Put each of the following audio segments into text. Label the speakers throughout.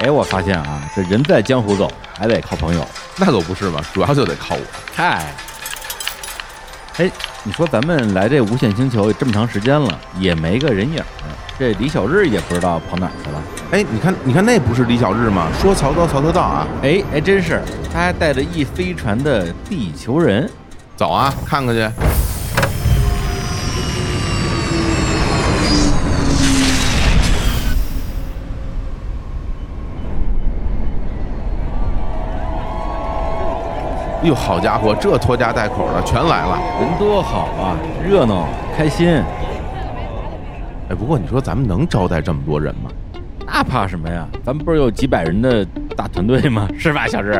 Speaker 1: 哎，我发现啊，这人在江湖走，还得靠朋友。
Speaker 2: 那可不是嘛，主要就得靠我。
Speaker 1: 嗨，哎，你说咱们来这无限星球这么长时间了，也没个人影儿，这李小日也不知道跑哪儿去了。
Speaker 2: 哎，你看，你看，那不是李小日吗？说曹操，曹操到啊！
Speaker 1: 哎哎，真是，他还带着一飞船的地球人。
Speaker 2: 走啊，看看去。哟，好家伙，这拖家带口的全来了。
Speaker 1: 人多好啊，热闹开心，
Speaker 2: 哎，不过你说咱们能招待这么多人吗？
Speaker 1: 那怕什么呀？咱们不是有几百人的大团队吗？是吧，小志？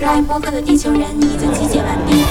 Speaker 3: 来播客的地球人已经集结完毕，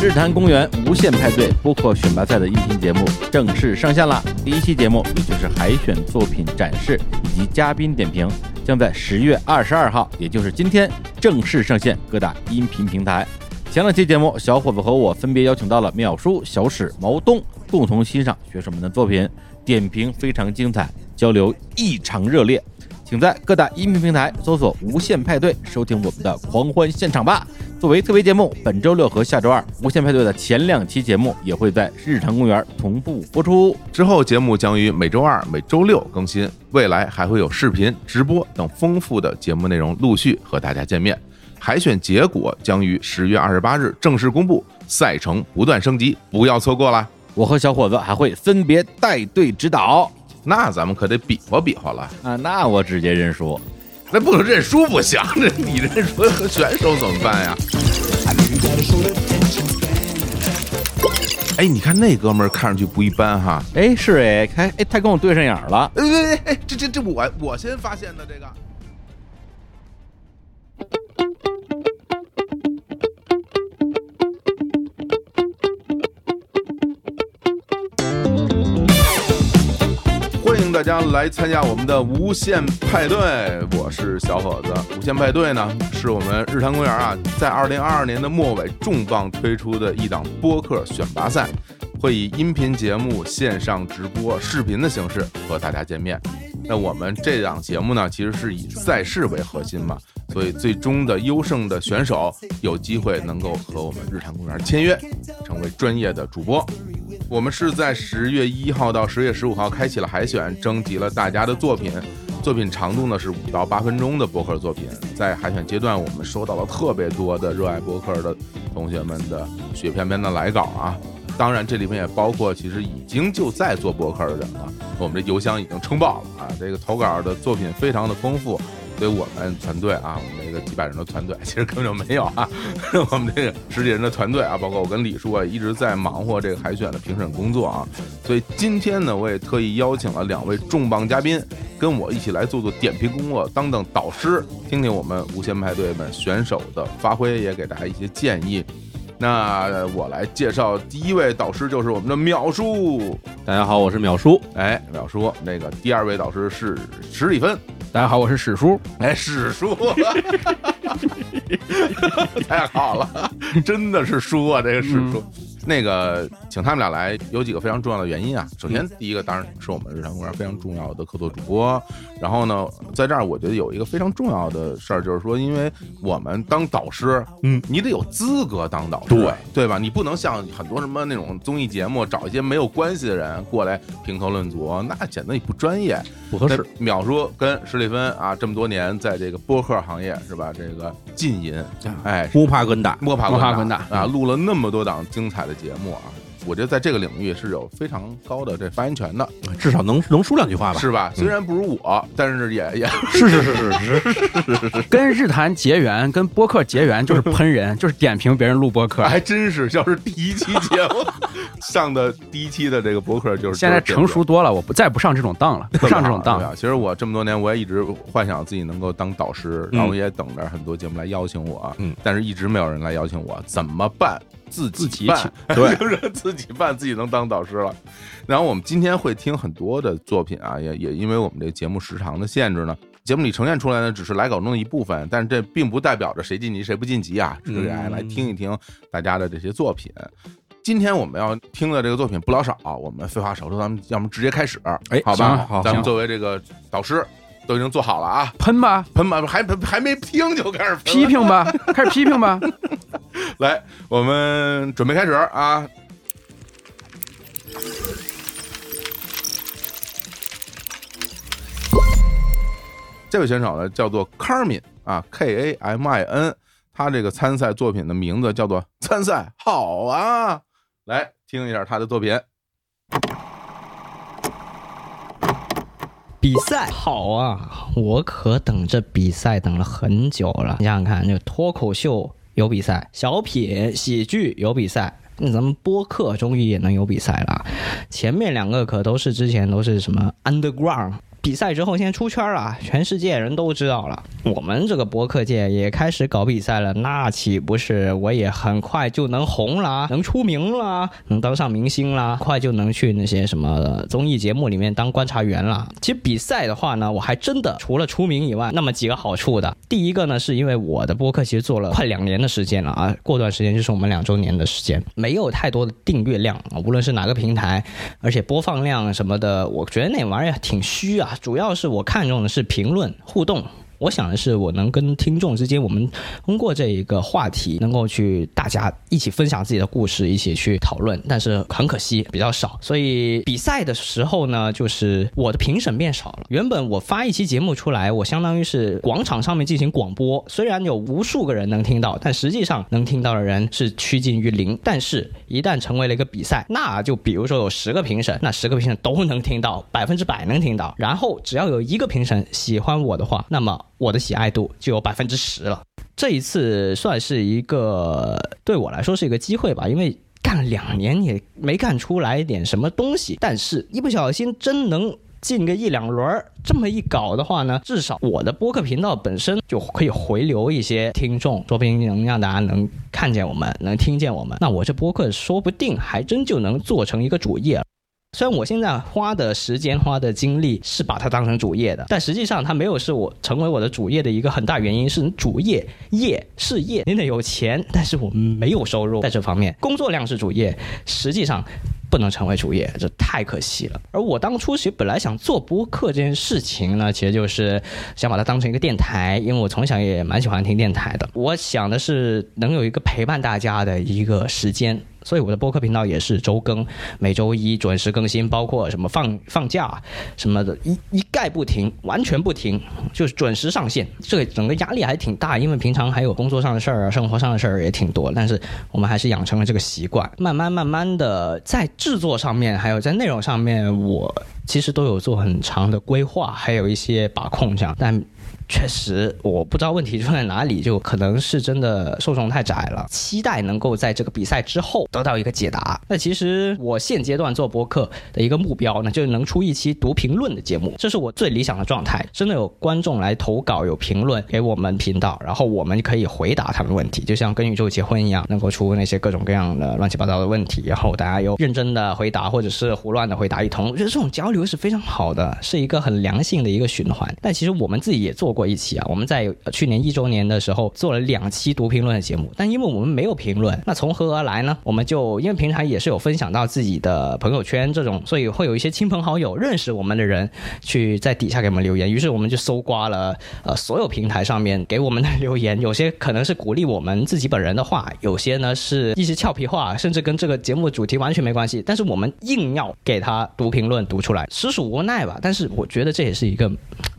Speaker 1: 日坛公园无限派对播客选拔赛的音频节目正式上线啦！第一期节目，也就是海选作品展示以及嘉宾点评，将在十月二十二号，也就是今天正式上线各大音频平台。前两期节目，小伙子和我分别邀请到了淼叔、小史、毛东，共同欣赏学生们的作品，点评非常精彩，交流异常热烈。请在各大音频平台搜索“无限派对”，收听我们的狂欢现场吧。作为特别节目，本周六和下周二，无限派对的前两期节目也会在日常公园同步播出。
Speaker 2: 之后节目将于每周二、每周六更新，未来还会有视频、直播等丰富的节目内容陆续和大家见面。海选结果将于十月二十八日正式公布，赛程不断升级，不要错过啦！
Speaker 1: 我和小伙子还会分别带队指导
Speaker 2: 那咱们可得比划比划了，
Speaker 1: 啊，那我直接认输。
Speaker 2: 那不能认输不行，这你认输和选手怎么办呀？哎，你看那哥们儿看上去不一般哈！
Speaker 1: 哎，是哎，看哎，他跟我对上眼儿了。
Speaker 2: 哎哎哎，这这这我我先发现的这个。欢迎大家来参加我们的无限派对，我是小伙子。无限派对呢，是我们日坛公园啊，在二零二二年的末尾重磅推出的一档播客选拔赛，会以音频节目、线上直播、视频的形式和大家见面。那我们这档节目呢，其实是以赛事为核心嘛，所以最终的优胜的选手有机会能够和我们日坛公园签约，成为专业的主播。我们是在十月一号到十月十五号开启了海选，征集了大家的作品。作品长度呢是五到八分钟的博客作品。在海选阶段，我们收到了特别多的热爱博客的同学们的雪片般的来稿啊。当然，这里面也包括其实已经就在做博客的人了。我们这邮箱已经撑爆了啊！这个投稿的作品非常的丰富，所以我们团队啊，我们这个几百人的团队，其实根本就没有啊， 我们这个十几人的团队啊，包括我跟李叔啊，一直在忙活这个海选的评审工作啊。所以今天呢，我也特意邀请了两位重磅嘉宾，跟我一起来做做点评工作，当当导师，听听我们无限派对们选手的发挥，也给大家一些建议。那呃我来介绍第一位导师，就是我们的淼叔。
Speaker 4: 大家好，我是淼叔。
Speaker 2: 哎，淼叔，那个第二位导师是史蒂芬。
Speaker 4: 大家好，我是史叔。
Speaker 2: 哎，史叔，太好了， 真的是叔啊，这个史
Speaker 4: 嗯
Speaker 2: 叔。那个，请他们俩来，有几个非常重要的原因啊。首先，第一个当然是我们日常公园非常重要的客座主播。然后呢，在这儿我觉得有一个非常重要的事儿，就是说，因为我们当导师，
Speaker 4: 嗯，
Speaker 2: 你得有资格当导师，
Speaker 4: 对
Speaker 2: 对吧？你不能像很多什么那种综艺节目找一些没有关系的人过来评头论足，那显得你不专业。
Speaker 4: 不合适。
Speaker 2: 那淼叔跟史蒂芬啊，这么多年在这个播客行业是吧？这个浸淫，哎，
Speaker 4: 啊摸爬滚打，
Speaker 2: 摸爬
Speaker 4: 摸爬
Speaker 2: 滚
Speaker 4: 滚
Speaker 2: 打
Speaker 4: 打
Speaker 2: 啊，录了那么多档精彩的节目啊，我觉得在这个领域是有非常高的这发言权的，
Speaker 4: 啊至少能能说两句话吧。嗯
Speaker 2: 是吧？虽然不如我，但是也也
Speaker 5: 是是是是是是，跟日坛结缘，跟播客结缘，就是喷人，就是点评别人录播客。
Speaker 2: 还真是，要是第一期节 目上的第一期的这个博客就是
Speaker 5: 现在成熟多了，我不再不上这种当了，不上这种当
Speaker 2: 对
Speaker 5: 了。
Speaker 2: 啊，其实我这么多年，我也一直幻想自己能够当导师，
Speaker 5: 嗯
Speaker 2: 然后也等着很多节目来邀请我，
Speaker 4: 嗯，
Speaker 2: 但是一直没有人来邀请我，怎么办？自
Speaker 5: 自己
Speaker 2: 办
Speaker 5: 请，
Speaker 2: 对，就是自己办，自己能当导师了。然后我们今天会听很多的作品啊，也也因为我们这个节目时长的限制呢，节目里呈现出来呢只是来稿中的一部分，但是这
Speaker 5: 嗯
Speaker 2: 并不代表着谁晋级谁不晋级啊，只是来来听一听大家的这些作品。今天我们要听的这个作品不老少，啊我们废话少说，咱们要么直接开始，
Speaker 4: 哎
Speaker 2: 好
Speaker 5: 行
Speaker 2: 吧
Speaker 5: 啊，好
Speaker 2: 咱
Speaker 5: 行
Speaker 2: 们作为这个导师都已经做好了啊，
Speaker 5: 喷吧，
Speaker 2: 喷吧，还还没听就开始喷
Speaker 5: 批
Speaker 2: 了
Speaker 5: 评吧，开始批评吧。
Speaker 2: 来，我们准备开始啊！这位选手呢叫做 Carmin 啊，K A M I N，他这个参赛作品的名字叫做《参赛哎好啊》，来听一下他的作品。
Speaker 6: 比赛好啊！我可等这比赛等了很久了。你想想看，就脱口秀有比赛，小品、喜剧有比赛，那咱们播客终于也能有比赛了。前面两个可都是之前都是什么 underground。比赛之后，现在出圈了，全世界人都知道了。我们这个博客界也开始搞比赛了，那岂不是我也很快就能红啦，能出名啦，能当上明星啦，快就能去那些什么综艺节目里面当观察员啦。其实比赛的话呢，我还真的除了出名以外，那么几个好处的。第一个呢，是因为我的播客其实做了快两年的时间了啊，过段时间就是我们两周年的时间，没有太多的订阅量啊，无论是哪个平台，而且播放量什么的，我觉得那玩意儿挺虚啊。主要是我看重的是评论互动。我想的是，我能跟听众之间，我们通过这一个话题，能够去大家一起分享自己的故事，一起去讨论。但是很可惜，比较少。所以比赛的时候呢，就是我的评审变少了。原本我发一期节目出来，我相当于是广场上面进行广播，虽然有无数个人能听到，但实际上能听到的人是趋近于零。但是，一旦成为了一个比赛，那就比如说有十个评审，那十个评审都能听到，百分之百能听到。然后只要有一个评审喜欢我的话，那么我的喜爱度就有百分之十了。这一次算是一个对我来说是一个机会吧，因为干了两年也没干出来一点什么东西，但是一不小心真能。进个一两轮儿，这么一搞的话呢，至少我的播客频道本身就可以回流一些听众，说不定能让大家能看见我们，能听见我们。那我这播客说不定还真就能做成一个主业了虽然我现在花的时间、花的精力是把它当成主业的，但实际上它没有是我成为我的主业的一个很大原因。是主业业事业，你得有钱，但是我没有收入，在这方面工作量是主业，实际上不能成为主业，这太可惜了。而我当初其实本来想做播客这件事情呢，其实就是想把它当成一个电台，因为我从小也蛮喜欢听电台的。我想的是能有一个陪伴大家的一个时间。所以我的播客频道也是周更，每周一准时更新，包括什么放放假什么的，一一概不停，完全不停，就是准时上线。这个整个压力还挺大，因为平常还有工作上的事儿啊，生活上的事儿也挺多，但是我们还是养成了这个习惯，慢慢慢慢的在制作上面，还有在内容上面，我其实都有做很长的规划，还有一些把控这样，但。确实，我不知道问题出在哪里，就可能是真的受众太窄了。期待能够在这个比赛之后得到一个解答。那其实我现阶段做播客的一个目标呢，就是能出一期读评论的节目，这是我最理想的状态。真的有观众来投稿，有评论给我们频道，然后我们可以回答他们问题，就像跟宇宙结婚一样，能够出那些各种各样的乱七八糟的问题，然后大家有认真的回答，或者是胡乱的回答一通。我觉得这种交流是非常好的，是一个很良性的一个循环。但其实我们自己也做过一期啊，我们在呃去年一周年的时候做了两期读评论的节目，但因为我们没有评论，那从何而来呢？我们就因为平常也是有分享到自己的朋友圈这种，所以会有一些亲朋好友认识我们的人去在底下给我们留言，于是我们就搜刮了呃所有平台上面给我们的留言，有些可能是鼓励我们自己本人的话，有些呢是一些俏皮话，甚至跟这个节目主题完全没关系，但是我们硬要给他读评论读出来，实属无奈吧。但是我觉得这也是一个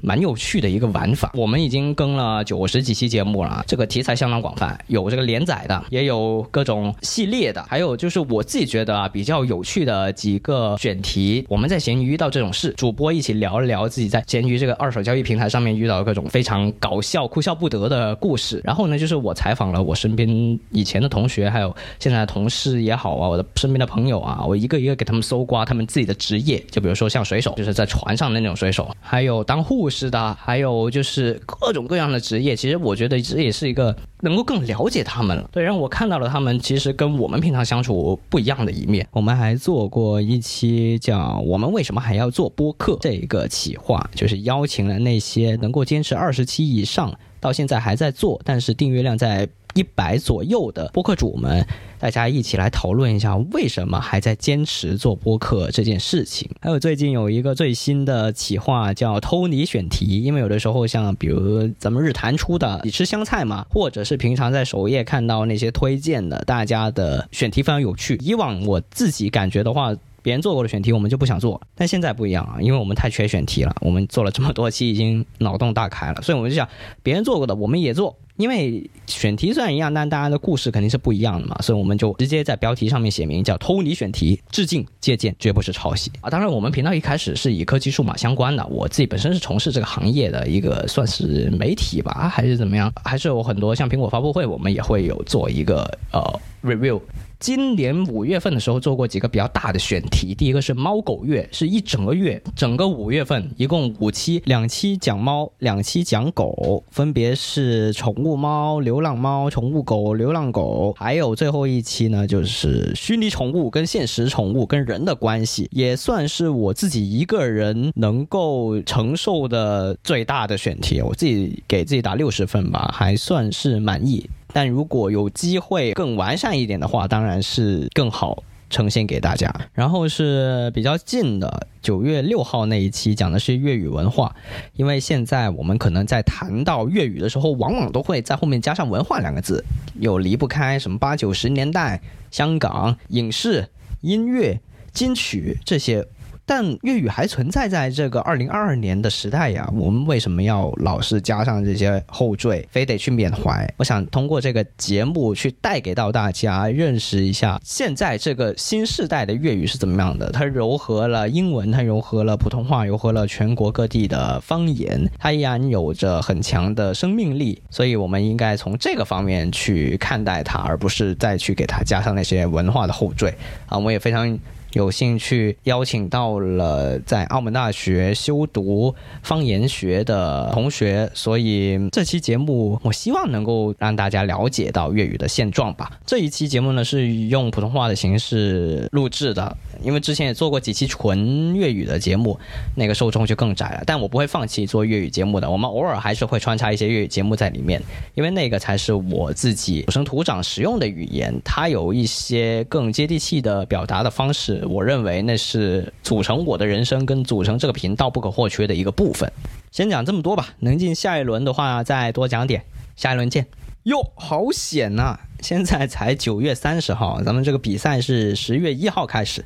Speaker 6: 蛮有趣的一个玩法。我们已经更了九十几期节目了，这个题材相当广泛，有这个连载的，也有各种系列的，还有就是我自己觉得啊比较有趣的几个选题。我们在闲鱼遇到这种事，主播一起聊一聊自己在闲鱼这个二手交易平台上面遇到的各种非常搞笑、哭笑不得的故事。然后呢，就是我采访了我身边以前的同学，还有现在的同事也好啊，我的身边的朋友啊，我一个一个给他们搜刮他们自己的职业，就比如说像水手，就是在船上的那种水手，还有当护士的，还有就是各种各样的职业。其实我觉得这也是一个能够更了解他们了，对，让我看到了他们其实跟我们平常相处不一样的一面。我们还做过一期叫“我们为什么还要做播客”这一个企划，就是邀请了那些能够坚持二十期以上。到现在还在做，但是订阅量在一百左右的播客主们，大家一起来讨论一下为什么还在坚持做播客这件事情。还有最近有一个最新的企划叫“偷你选题”，因为有的时候像比如咱们日坛出的“你吃香菜吗”，或者是平常在首页看到那些推荐的，大家的选题非常有趣。以往我自己感觉的话，别人做过的选题，我们就不想做。但现在不一样啊，因为我们太缺选题了，我们做了这么多期，已经脑洞大开了，所以我们就想，别人做过的我们也做。因为选题虽然一样，但大家的故事肯定是不一样的嘛，所以我们就直接在标题上面写明叫“偷你选题”，致敬借鉴，绝不是抄袭啊！当然，我们频道一开始是以科技数码相关的，我自己本身是从事这个行业的一个算是媒体吧，还是怎么样？还是有很多像苹果发布会，我们也会有做一个呃 review，今年五月份的时候做过几个比较大的选题，第一个是猫狗月，是一整个月，整个五月份一共五期，两期讲猫，两期讲狗，分别是宠物猫、流浪猫、宠物狗、流浪狗，还有最后一期呢就是虚拟宠物跟现实宠物跟人的关系，也算是我自己一个人能够承受的最大的选题，我自己给自己打六十分吧，还算是满意。但如果有机会更完善一点的话，当然是更好呈现给大家。然后是比较近的，九月六号那一期讲的是粤语文化，因为现在我们可能在谈到粤语的时候，往往都会在后面加上“文化”两个字，有离不开什么八九十年代香港影视、音乐、金曲这些。但粤语还存在在这个二零二二年的时代呀，我们为什么要老是加上这些后缀，非得去缅怀？我想通过这个节目去带给到大家认识一下，现在这个新时代的粤语是怎么样的？它糅合了英文，它糅合了普通话，糅合了全国各地的方言，它依然有着很强的生命力。所以我们应该从这个方面去看待它，而不是再去给它加上那些文化的后缀啊。我也非常有幸去邀请到了在澳门大学修读方言学的同学，所以这期节目我希望能够让大家了解到粤语的现状吧。这一期节目呢是用普通话的形式录制的，因为之前也做过几期纯粤语的节目，那个受众就更窄了。但我不会放弃做粤语节目的，我们偶尔还是会穿插一些粤语节目在里面，因为那个才是我自己土生土长使用的语言，它有一些更接地气的表达的方式，我认为那是组成我的人生跟组成这个频道不可或缺的一个部分。先讲这么多吧，能进下一轮的话再多讲点，下一轮见。哟，好险呐、现在才九月三十号，咱们这个比赛是十月一号开始，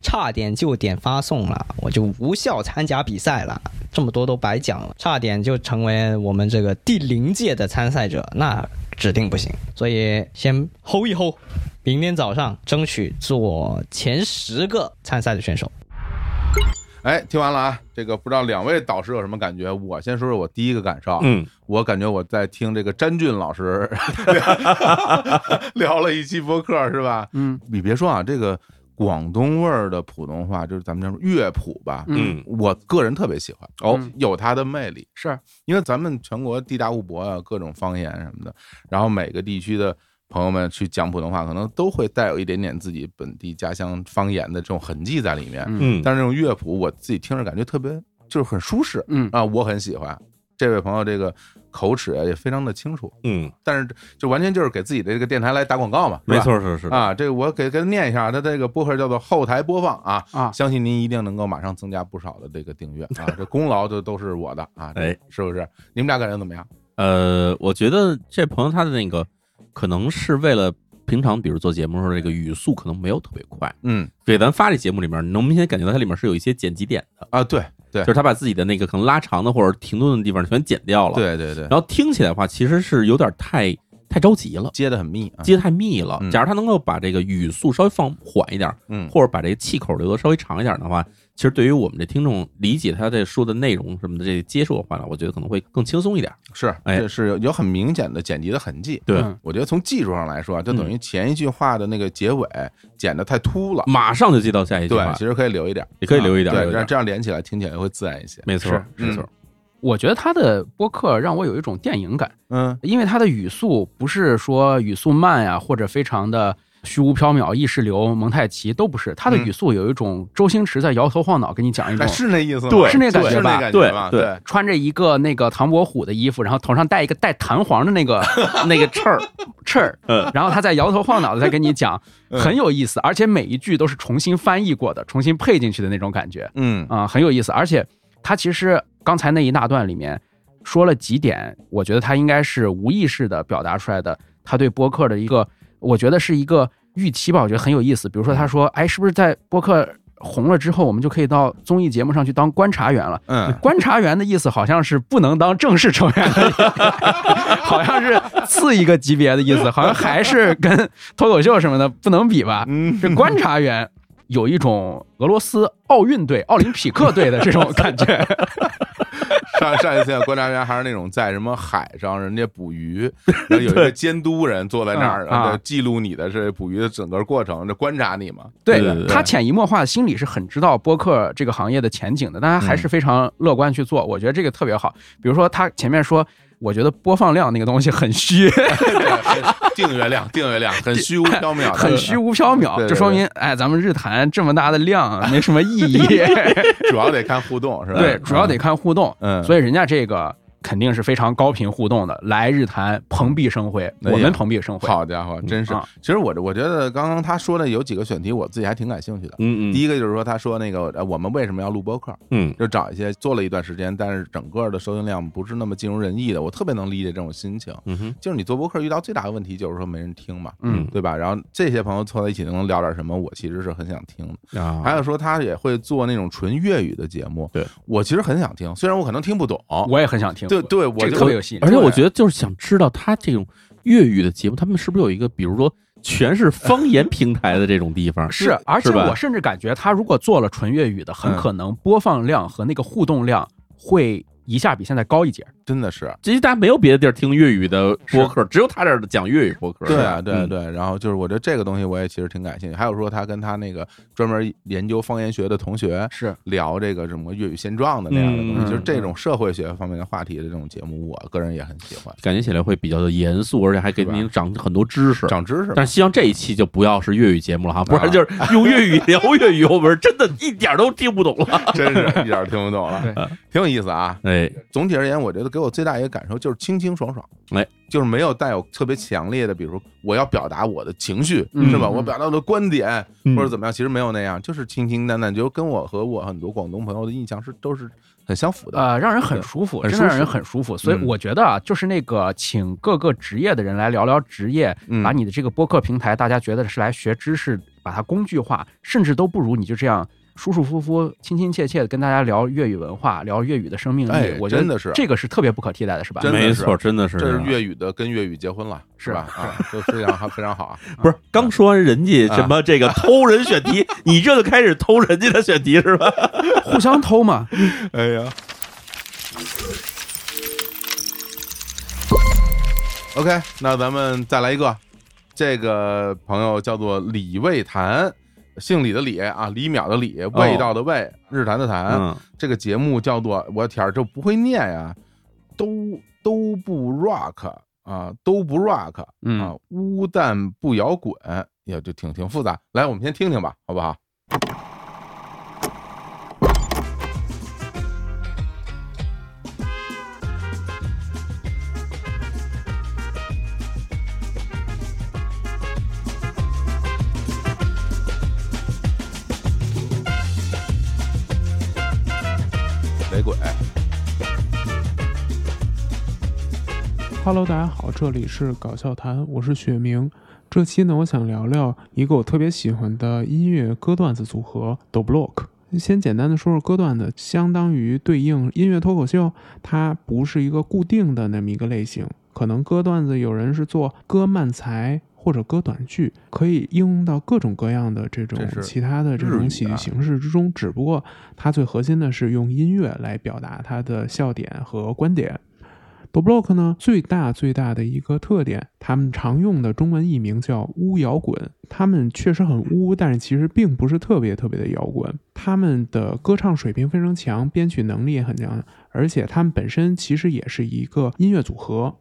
Speaker 6: 差点就点发送了，我就无效参加比赛了。这么多都白讲了，差点就成为我们这个第零届的参赛者，那指定不行。所以先 hold 一 hold，明天早上争取做前十个参赛的选手。
Speaker 2: 哎，听完了啊，这个不知道两位导师有什么感觉？我先说说我第一个感受，啊
Speaker 4: 嗯，
Speaker 2: 我感觉我在听这个詹俊老师 聊了一期播客，是吧？
Speaker 5: 嗯，
Speaker 2: 你别说啊，这个广东味儿的普通话，就是咱们叫乐谱吧，
Speaker 4: 嗯
Speaker 2: 我个人特别喜欢哦，有它的魅力，
Speaker 5: 是
Speaker 2: 因为咱们全国地大物博啊，各种方言什么的，然后每个地区的朋友们去讲普通话，可能都会带有一点点自己本地家乡方言的这种痕迹在里面。
Speaker 4: 嗯，
Speaker 2: 但是这种乐谱，我自己听着感觉特别，就是很舒适
Speaker 5: 嗯
Speaker 2: 啊，我很喜欢。这位朋友这个口齿啊也非常的清楚，
Speaker 4: 嗯，
Speaker 2: 但是就完全就是给自己的这个电台来打广告嘛，是吧
Speaker 4: 没错，是是，
Speaker 2: 啊。这个我给给他念一下，他这个播客叫做后台播放啊，
Speaker 5: 啊，
Speaker 2: 相信您一定能够马上增加不少的这个订阅 啊，这功劳就都是我的啊，这
Speaker 4: 哎，
Speaker 2: 是不是？你们俩感觉怎么样？
Speaker 4: 呃，我觉得这朋友他的那个可能是为了平常，比如做节目的时候，这个语速可能没有特别快。
Speaker 2: 嗯
Speaker 4: 给咱发这节目里面，你能明显感觉到它里面是有一些剪辑点的，
Speaker 2: 啊，对对
Speaker 4: 就是他把自己的那个可能拉长的或者停顿的地方全剪掉了。，
Speaker 2: 对对对，
Speaker 4: 然后听起来的话，其实是有点太太着急了。
Speaker 2: 接的很密啊，
Speaker 4: 接得太密了
Speaker 2: 嗯，
Speaker 4: 假如他能够把这个语速稍微放缓一点，
Speaker 2: 嗯
Speaker 4: 或者把这个气口留的稍微长一点的话，其实对于我们这听众理解他这说的内容什么的这接受的话呢，我觉得可能会更轻松一点。
Speaker 2: 是，
Speaker 4: 哎
Speaker 2: 这是有有很明显的剪辑的痕迹。
Speaker 4: 对嗯
Speaker 5: 嗯
Speaker 2: 我觉得从技术上来说啊，就等于前一句话的那个结尾剪的太突了。
Speaker 4: 马上就接到下一句
Speaker 2: 对
Speaker 4: 话，，
Speaker 2: 其实可以留一点，
Speaker 4: 也可以留一点
Speaker 2: 啊
Speaker 4: 留
Speaker 2: 对，
Speaker 4: 一
Speaker 2: 这样
Speaker 4: 点
Speaker 2: 这样连起来听起来会自然一些。
Speaker 4: 没错
Speaker 5: 是，
Speaker 4: 没错，
Speaker 5: 我觉得他的播客让我有一种电影感，
Speaker 2: 嗯
Speaker 5: 因为他的语速不是说语速慢呀、或者非常的虚无缥缈、意识流、蒙太奇都不是，他的
Speaker 2: 嗯
Speaker 5: 语速有一种周星驰在摇头晃脑跟你讲一
Speaker 2: 哎，
Speaker 5: 种。
Speaker 2: 是那意思吗？
Speaker 5: 对是那感觉
Speaker 2: 是那
Speaker 5: 吧
Speaker 2: 感
Speaker 4: 对
Speaker 2: 吧？
Speaker 4: 对
Speaker 2: 对，
Speaker 5: 穿着一个那个唐伯虎的衣服，然后头上戴一个带弹簧的那个那个翅儿翅儿，然后他在摇头晃脑的在跟你讲，很有意思，而且每一句都是重新翻译过的，重新配进去的那种感觉
Speaker 2: 嗯
Speaker 5: 啊、很有意思。而且他其实刚才那一大段里面说了几点，我觉得他应该是无意识的表达出来的，他对播客的一个，我觉得是一个预期吧，我觉得很有意思。比如说他说，哎，是不是在播客红了之后，我们就可以到综艺节目上去当观察员了？
Speaker 2: 嗯，
Speaker 5: 观察员的意思好像是不能当正式成员的， 好像是次一个级别的意思，好像还是跟脱口秀什么的不能比吧？这观察员有一种俄罗斯奥运队、奥林匹克队的这种感觉。
Speaker 2: 上上一次观察员还是那种在什么海上人家捕鱼，然后有一个监督人坐在那儿，
Speaker 5: 嗯
Speaker 2: 然后
Speaker 5: 啊
Speaker 2: 记录你的是捕鱼的整个过程，就观察你嘛。
Speaker 5: 对
Speaker 4: 对对对
Speaker 5: 他潜移默化的心里是很知道播客这个行业的前景的，但他还是非常乐观去做，我觉得这个特别好。比如说他前面说，我觉得播放量那个东西很虚，
Speaker 2: 对订阅量，订阅量很虚无缥缈的，
Speaker 5: 很虚无缥
Speaker 2: 对对
Speaker 5: 缈，
Speaker 2: 对
Speaker 5: 这说明哎，咱们日坛这么大的量没什么意义。
Speaker 2: 主要得看互动是吧？
Speaker 5: 对，主要得看互动。
Speaker 2: 嗯
Speaker 5: 所以人家这个肯定是非常高频互动的，来日坛蓬荜生辉，
Speaker 2: 哎呀
Speaker 5: 我们蓬荜生辉。
Speaker 2: 好家伙，真是
Speaker 5: 啊！
Speaker 2: 其实我我觉得刚刚他说的有几个选题，我自己还挺感兴趣的。
Speaker 4: 嗯
Speaker 2: 第
Speaker 4: 嗯
Speaker 2: 一个就是说，他说那个呃我们为什么要录播客？
Speaker 4: 嗯，
Speaker 2: 就找一些做了一段时间，但是整个的收听量不是那么尽如人意的，我特别能理解这种心情。
Speaker 4: 嗯哼，
Speaker 2: 就是你做播客遇到最大的问题就是说没人听嘛，
Speaker 5: 嗯
Speaker 2: 对吧？然后这些朋友凑在一起能聊点什么，我其实是很想听的。
Speaker 4: 啊，
Speaker 2: 还有说他也会做那种纯粤语的节目，
Speaker 4: 对
Speaker 2: 我其实很想听，虽然我可能听不懂，
Speaker 5: 我也很想听。
Speaker 2: 对对，我
Speaker 5: 这
Speaker 2: 就
Speaker 5: 个特别有吸引力。
Speaker 4: 而且我
Speaker 2: 对
Speaker 4: 觉得就是想知道他这种粤语的节目，他们是不是有一个，比如说全是方言平台的这种地 方？
Speaker 5: 是，而且
Speaker 4: 吧
Speaker 5: 我甚至感觉他如果做了纯粤语的，很
Speaker 2: 嗯
Speaker 5: 可能播放量和那个互动量会一下比现在高一截。
Speaker 2: 真的是。
Speaker 4: 其实大家没有别的地儿听粤语的播客，只有他这儿讲粤语播客。
Speaker 2: 对啊，对啊
Speaker 4: 嗯
Speaker 2: 对啊，然后就是我觉得这个东西我也其实挺感兴趣。还有说他跟他那个专门研究方言学的同学
Speaker 5: 是
Speaker 2: 聊这个什么粤语现状的那样的东
Speaker 4: 嗯
Speaker 2: 西，就是这种社会学方面的话题的这种节目，我个人也很喜欢，
Speaker 4: 感觉起来会比较的严肃，而且还给
Speaker 2: 是吧
Speaker 4: 您长很多知识。
Speaker 2: 长知识嘛。
Speaker 4: 但是希望这一期就不要是粤语节目了哈，不
Speaker 2: 啊
Speaker 4: 然就是用粤语聊粤语，我们真的一点儿都听不懂了。
Speaker 2: 真是一点儿听不懂了，挺有意思啊。
Speaker 4: 哎，
Speaker 2: 总体而言，我觉得给我最大一个感受就是清清爽爽，
Speaker 4: 哎，
Speaker 2: 就是没有带有特别强烈的，比如说我要表达我的情绪，
Speaker 5: 嗯
Speaker 2: 是吧？
Speaker 5: 嗯
Speaker 2: 我表达我的观点
Speaker 4: 嗯
Speaker 2: 或者怎么样，其实没有那样，就是清清淡淡，就跟我和我很多广东朋友的印象是都是很相符的。
Speaker 5: 呃，让人很舒服，
Speaker 2: 很
Speaker 5: 真的
Speaker 2: 舒
Speaker 5: 让人
Speaker 2: 服
Speaker 5: 很舒服。所以
Speaker 2: 嗯
Speaker 5: 我觉得啊，就是那个请各个职业的人来聊聊职业，
Speaker 2: 嗯
Speaker 5: 把你的这个播客平台，大家觉得是来学知识，把它工具化，甚至都不如你就这样舒舒服服、亲亲切切的跟大家聊粤语文化，聊粤语的生命力。
Speaker 2: 哎
Speaker 5: 我觉得
Speaker 2: 真的是
Speaker 5: 这个是特别不可替代的，是吧？
Speaker 2: 真的是
Speaker 4: 没错，真的是
Speaker 2: 这
Speaker 4: 样
Speaker 2: 是粤语的，跟粤语结婚了，是
Speaker 5: 是
Speaker 2: 吧？啊，就非常好，非常好啊！
Speaker 4: 不是刚说完人家什么这个偷人选 题，你这就开始偷人家的选题是吧？
Speaker 5: 互 相偷嘛。
Speaker 2: 哎呀，OK，那咱们再来一个，这个朋友叫做李味谈，姓李的李啊，李淼的李，味道的味，日坛的坛。
Speaker 4: 嗯，
Speaker 2: 这个节目叫做我天儿，这不会念呀，都都不 rock 啊，都不 rock 啊
Speaker 5: 嗯，，
Speaker 2: 乌蛋不摇滚，哎呀，这挺挺复杂。来，我们先听听吧，好不好？雷鬼，
Speaker 7: Hello，大家好，这里是搞笑谈，我是雪明。这期呢，我想聊聊一个我特别喜欢的音乐歌段子组合 The Block。先简单的说说歌段子，相当于对应音乐脱口秀，它不是一个固定的那么一个类型。可能歌段子有人是做歌漫才或者歌短剧，可以应用到各种各样的这种
Speaker 2: 这是
Speaker 7: 其他的这
Speaker 2: 日语啊
Speaker 7: 种喜剧形式之中。只不过它最核心的是用音乐来表达它的笑点和观点。The Block 呢，最大最大的一个特点，他们常用的中文译名叫“污摇滚”。他们确实很污，但是其实并不是特别特别的摇滚。他们的歌唱水平非常强，编曲能力也很强，而且他们本身其实也是一个音乐组合。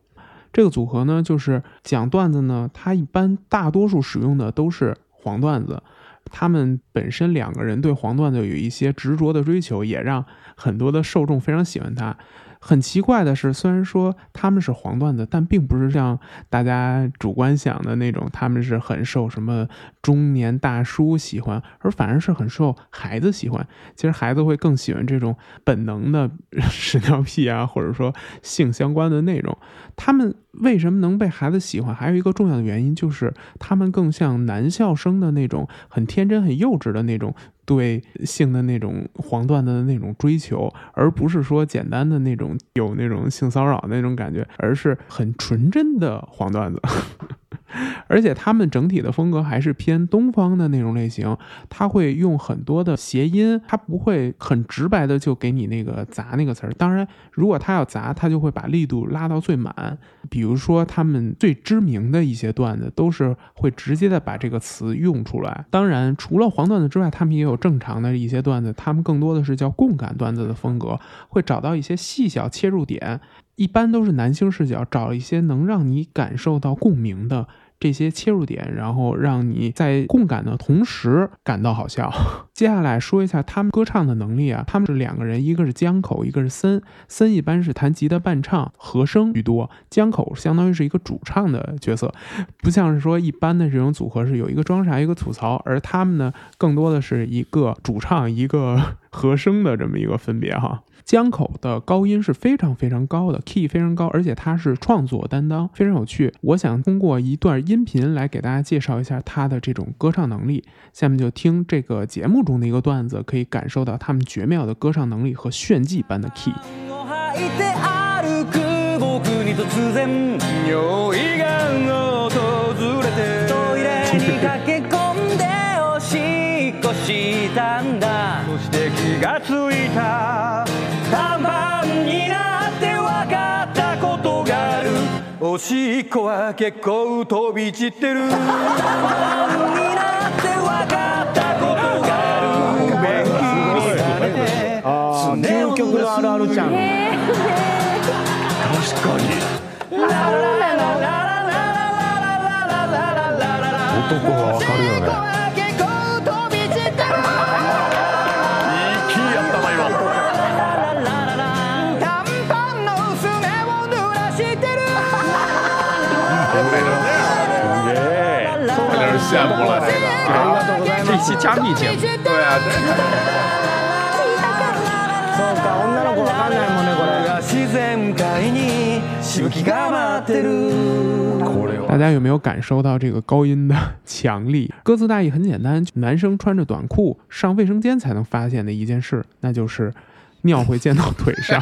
Speaker 7: 这个组合呢，就是讲段子呢，它一般大多数使用的都是黄段子。他们本身两个人对黄段子有一些执着的追求，也让很多的受众非常喜欢他。很奇怪的是，虽然说他们是黄段子，但并不是像大家主观想的那种，他们是很受什么中年大叔喜欢，而反而是很受孩子喜欢。其实孩子会更喜欢这种本能的 屎尿屁啊，或者说性相关的内容。他们为什么能被孩子喜欢？还有一个重要的原因就是，他们更像男校生的那种很天真、很幼稚的那种对性的那种黄段子的那种追求，而不是说简单的那种有那种性骚扰的那种感觉，而是很纯真的黄段子。而且他们整体的风格还是偏东方的那种类型，他会用很多的谐音，他不会很直白的就给你那个砸那个词儿。当然，如果他要砸，他就会把力度拉到最满。比如说，他们最知名的一些段子都是会直接的把这个词用出来。当然，除了黄段子之外，他们也有正常的一些段子，他们更多的是叫共感段子的风格，会找到一些细小切入点。一般都是男性视角，找一些能让你感受到共鸣的这些切入点，然后让你在共感的同时感到好笑。 接下来说一下他们歌唱的能力啊，他们是两个人，一个是江口，一个是森。森一般是弹吉他伴唱，和声居多；江口相当于是一个主唱的角色，不像是说一般的这种组合是有一个装傻，一个吐槽，而他们呢，更多的是一个主唱，一个 和声的这么一个分别哈。江口的高音是非常非常高的，key 非常高，而且他是创作担当，非常有趣。我想通过一段音频来给大家介绍一下他的这种歌唱能力。下面就听这个节目中的一个段子，可以感受到他们绝妙的歌唱能力和炫技般的 key。
Speaker 8: を履いて歩く僕に突然尿意が訪れてトイレに駆け込んでおしっこしたんだそして気がついた短パンになってわかったことがあるおしっこは結構飛び散ってる短パンになってわかったことがある便器にされて究極のあるあるちゃん男は
Speaker 5: 啊
Speaker 8: わかるよね
Speaker 2: 有点羡慕了，这个啊，
Speaker 4: 这期加密节目，
Speaker 2: 对啊，
Speaker 8: 自然界にしぶきが舞って る
Speaker 7: 大家有没有感受到这个高音的 强力？歌词大意很简单，男生穿着短裤上卫生间才能发现的一件事，那就是尿会溅到腿上。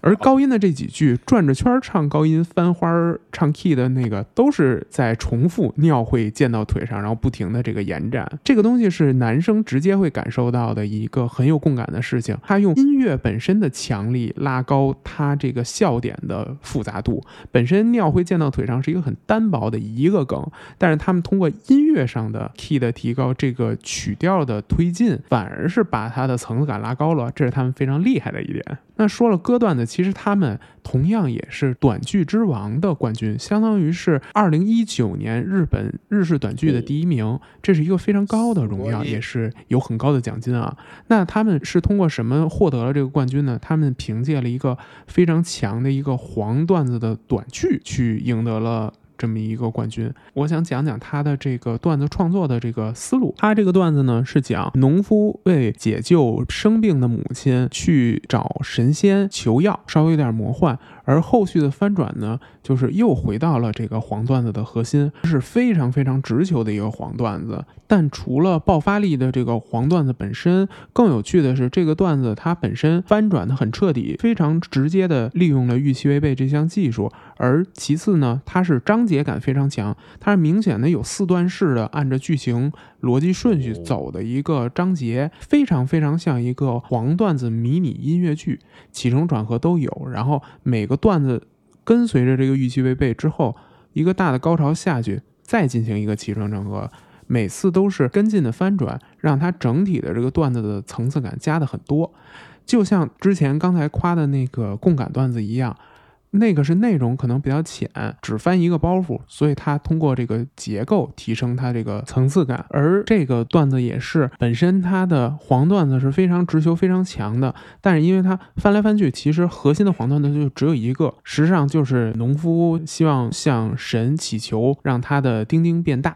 Speaker 7: 而高音的这几句转着圈儿唱高音、翻花儿唱 key 的那个，都是在重复尿会溅到腿上，然后不停的这个延展。这个东西是男生直接会感受到的一个很有共感的事情。他用音乐本身的强力拉高他这个笑点的复杂度。本身尿会溅到腿上是一个很单薄的一个梗，但是他们通过音乐上的 key 的提高，这个曲调的推进，反而是把它的层次感拉高了，这是他们非常厉害的一点。那说了歌段子，其实他们同样也是短剧之王的冠军，相当于是二零一九年日本日式短剧的第一名，这是一个非常高的荣耀，也是有很高的奖金啊。那他们是通过什么获得了这个冠军呢？他们凭借了一个非常强的一个黄段子的短剧去赢得了。这么一个冠军，我想讲讲他的这个段子创作的这个思路。他这个段子呢是讲农夫为解救生病的母亲去找神仙求药，稍微有点魔幻。而后续的翻转呢，就是又回到了这个黄段子的核心，是非常非常直球的一个黄段子。但除了爆发力的这个黄段子本身，更有趣的是，这个段子它本身翻转的很彻底，非常直接的利用了预期违背这项技术。而其次呢，它是章节感非常强，它是明显的有四段式的按着剧情逻辑顺序走的一个章节，非常非常像一个黄段子迷你音乐剧，起承转合都有。然后每个段子跟随着这个预期违背之后，一个大的高潮下去，再进行一个起承转合。每次都是跟进的翻转，让它整体的这个段子的层次感加的很多，就像之前刚才夸的那个共感段子一样，那个是内容可能比较浅，只翻一个包袱，所以它通过这个结构提升它这个层次感。而这个段子也是本身它的黄段子是非常直球、非常强的，但是因为它翻来翻去，其实核心的黄段子就只有一个，实际上就是农夫希望向神祈求让他的丁丁变大。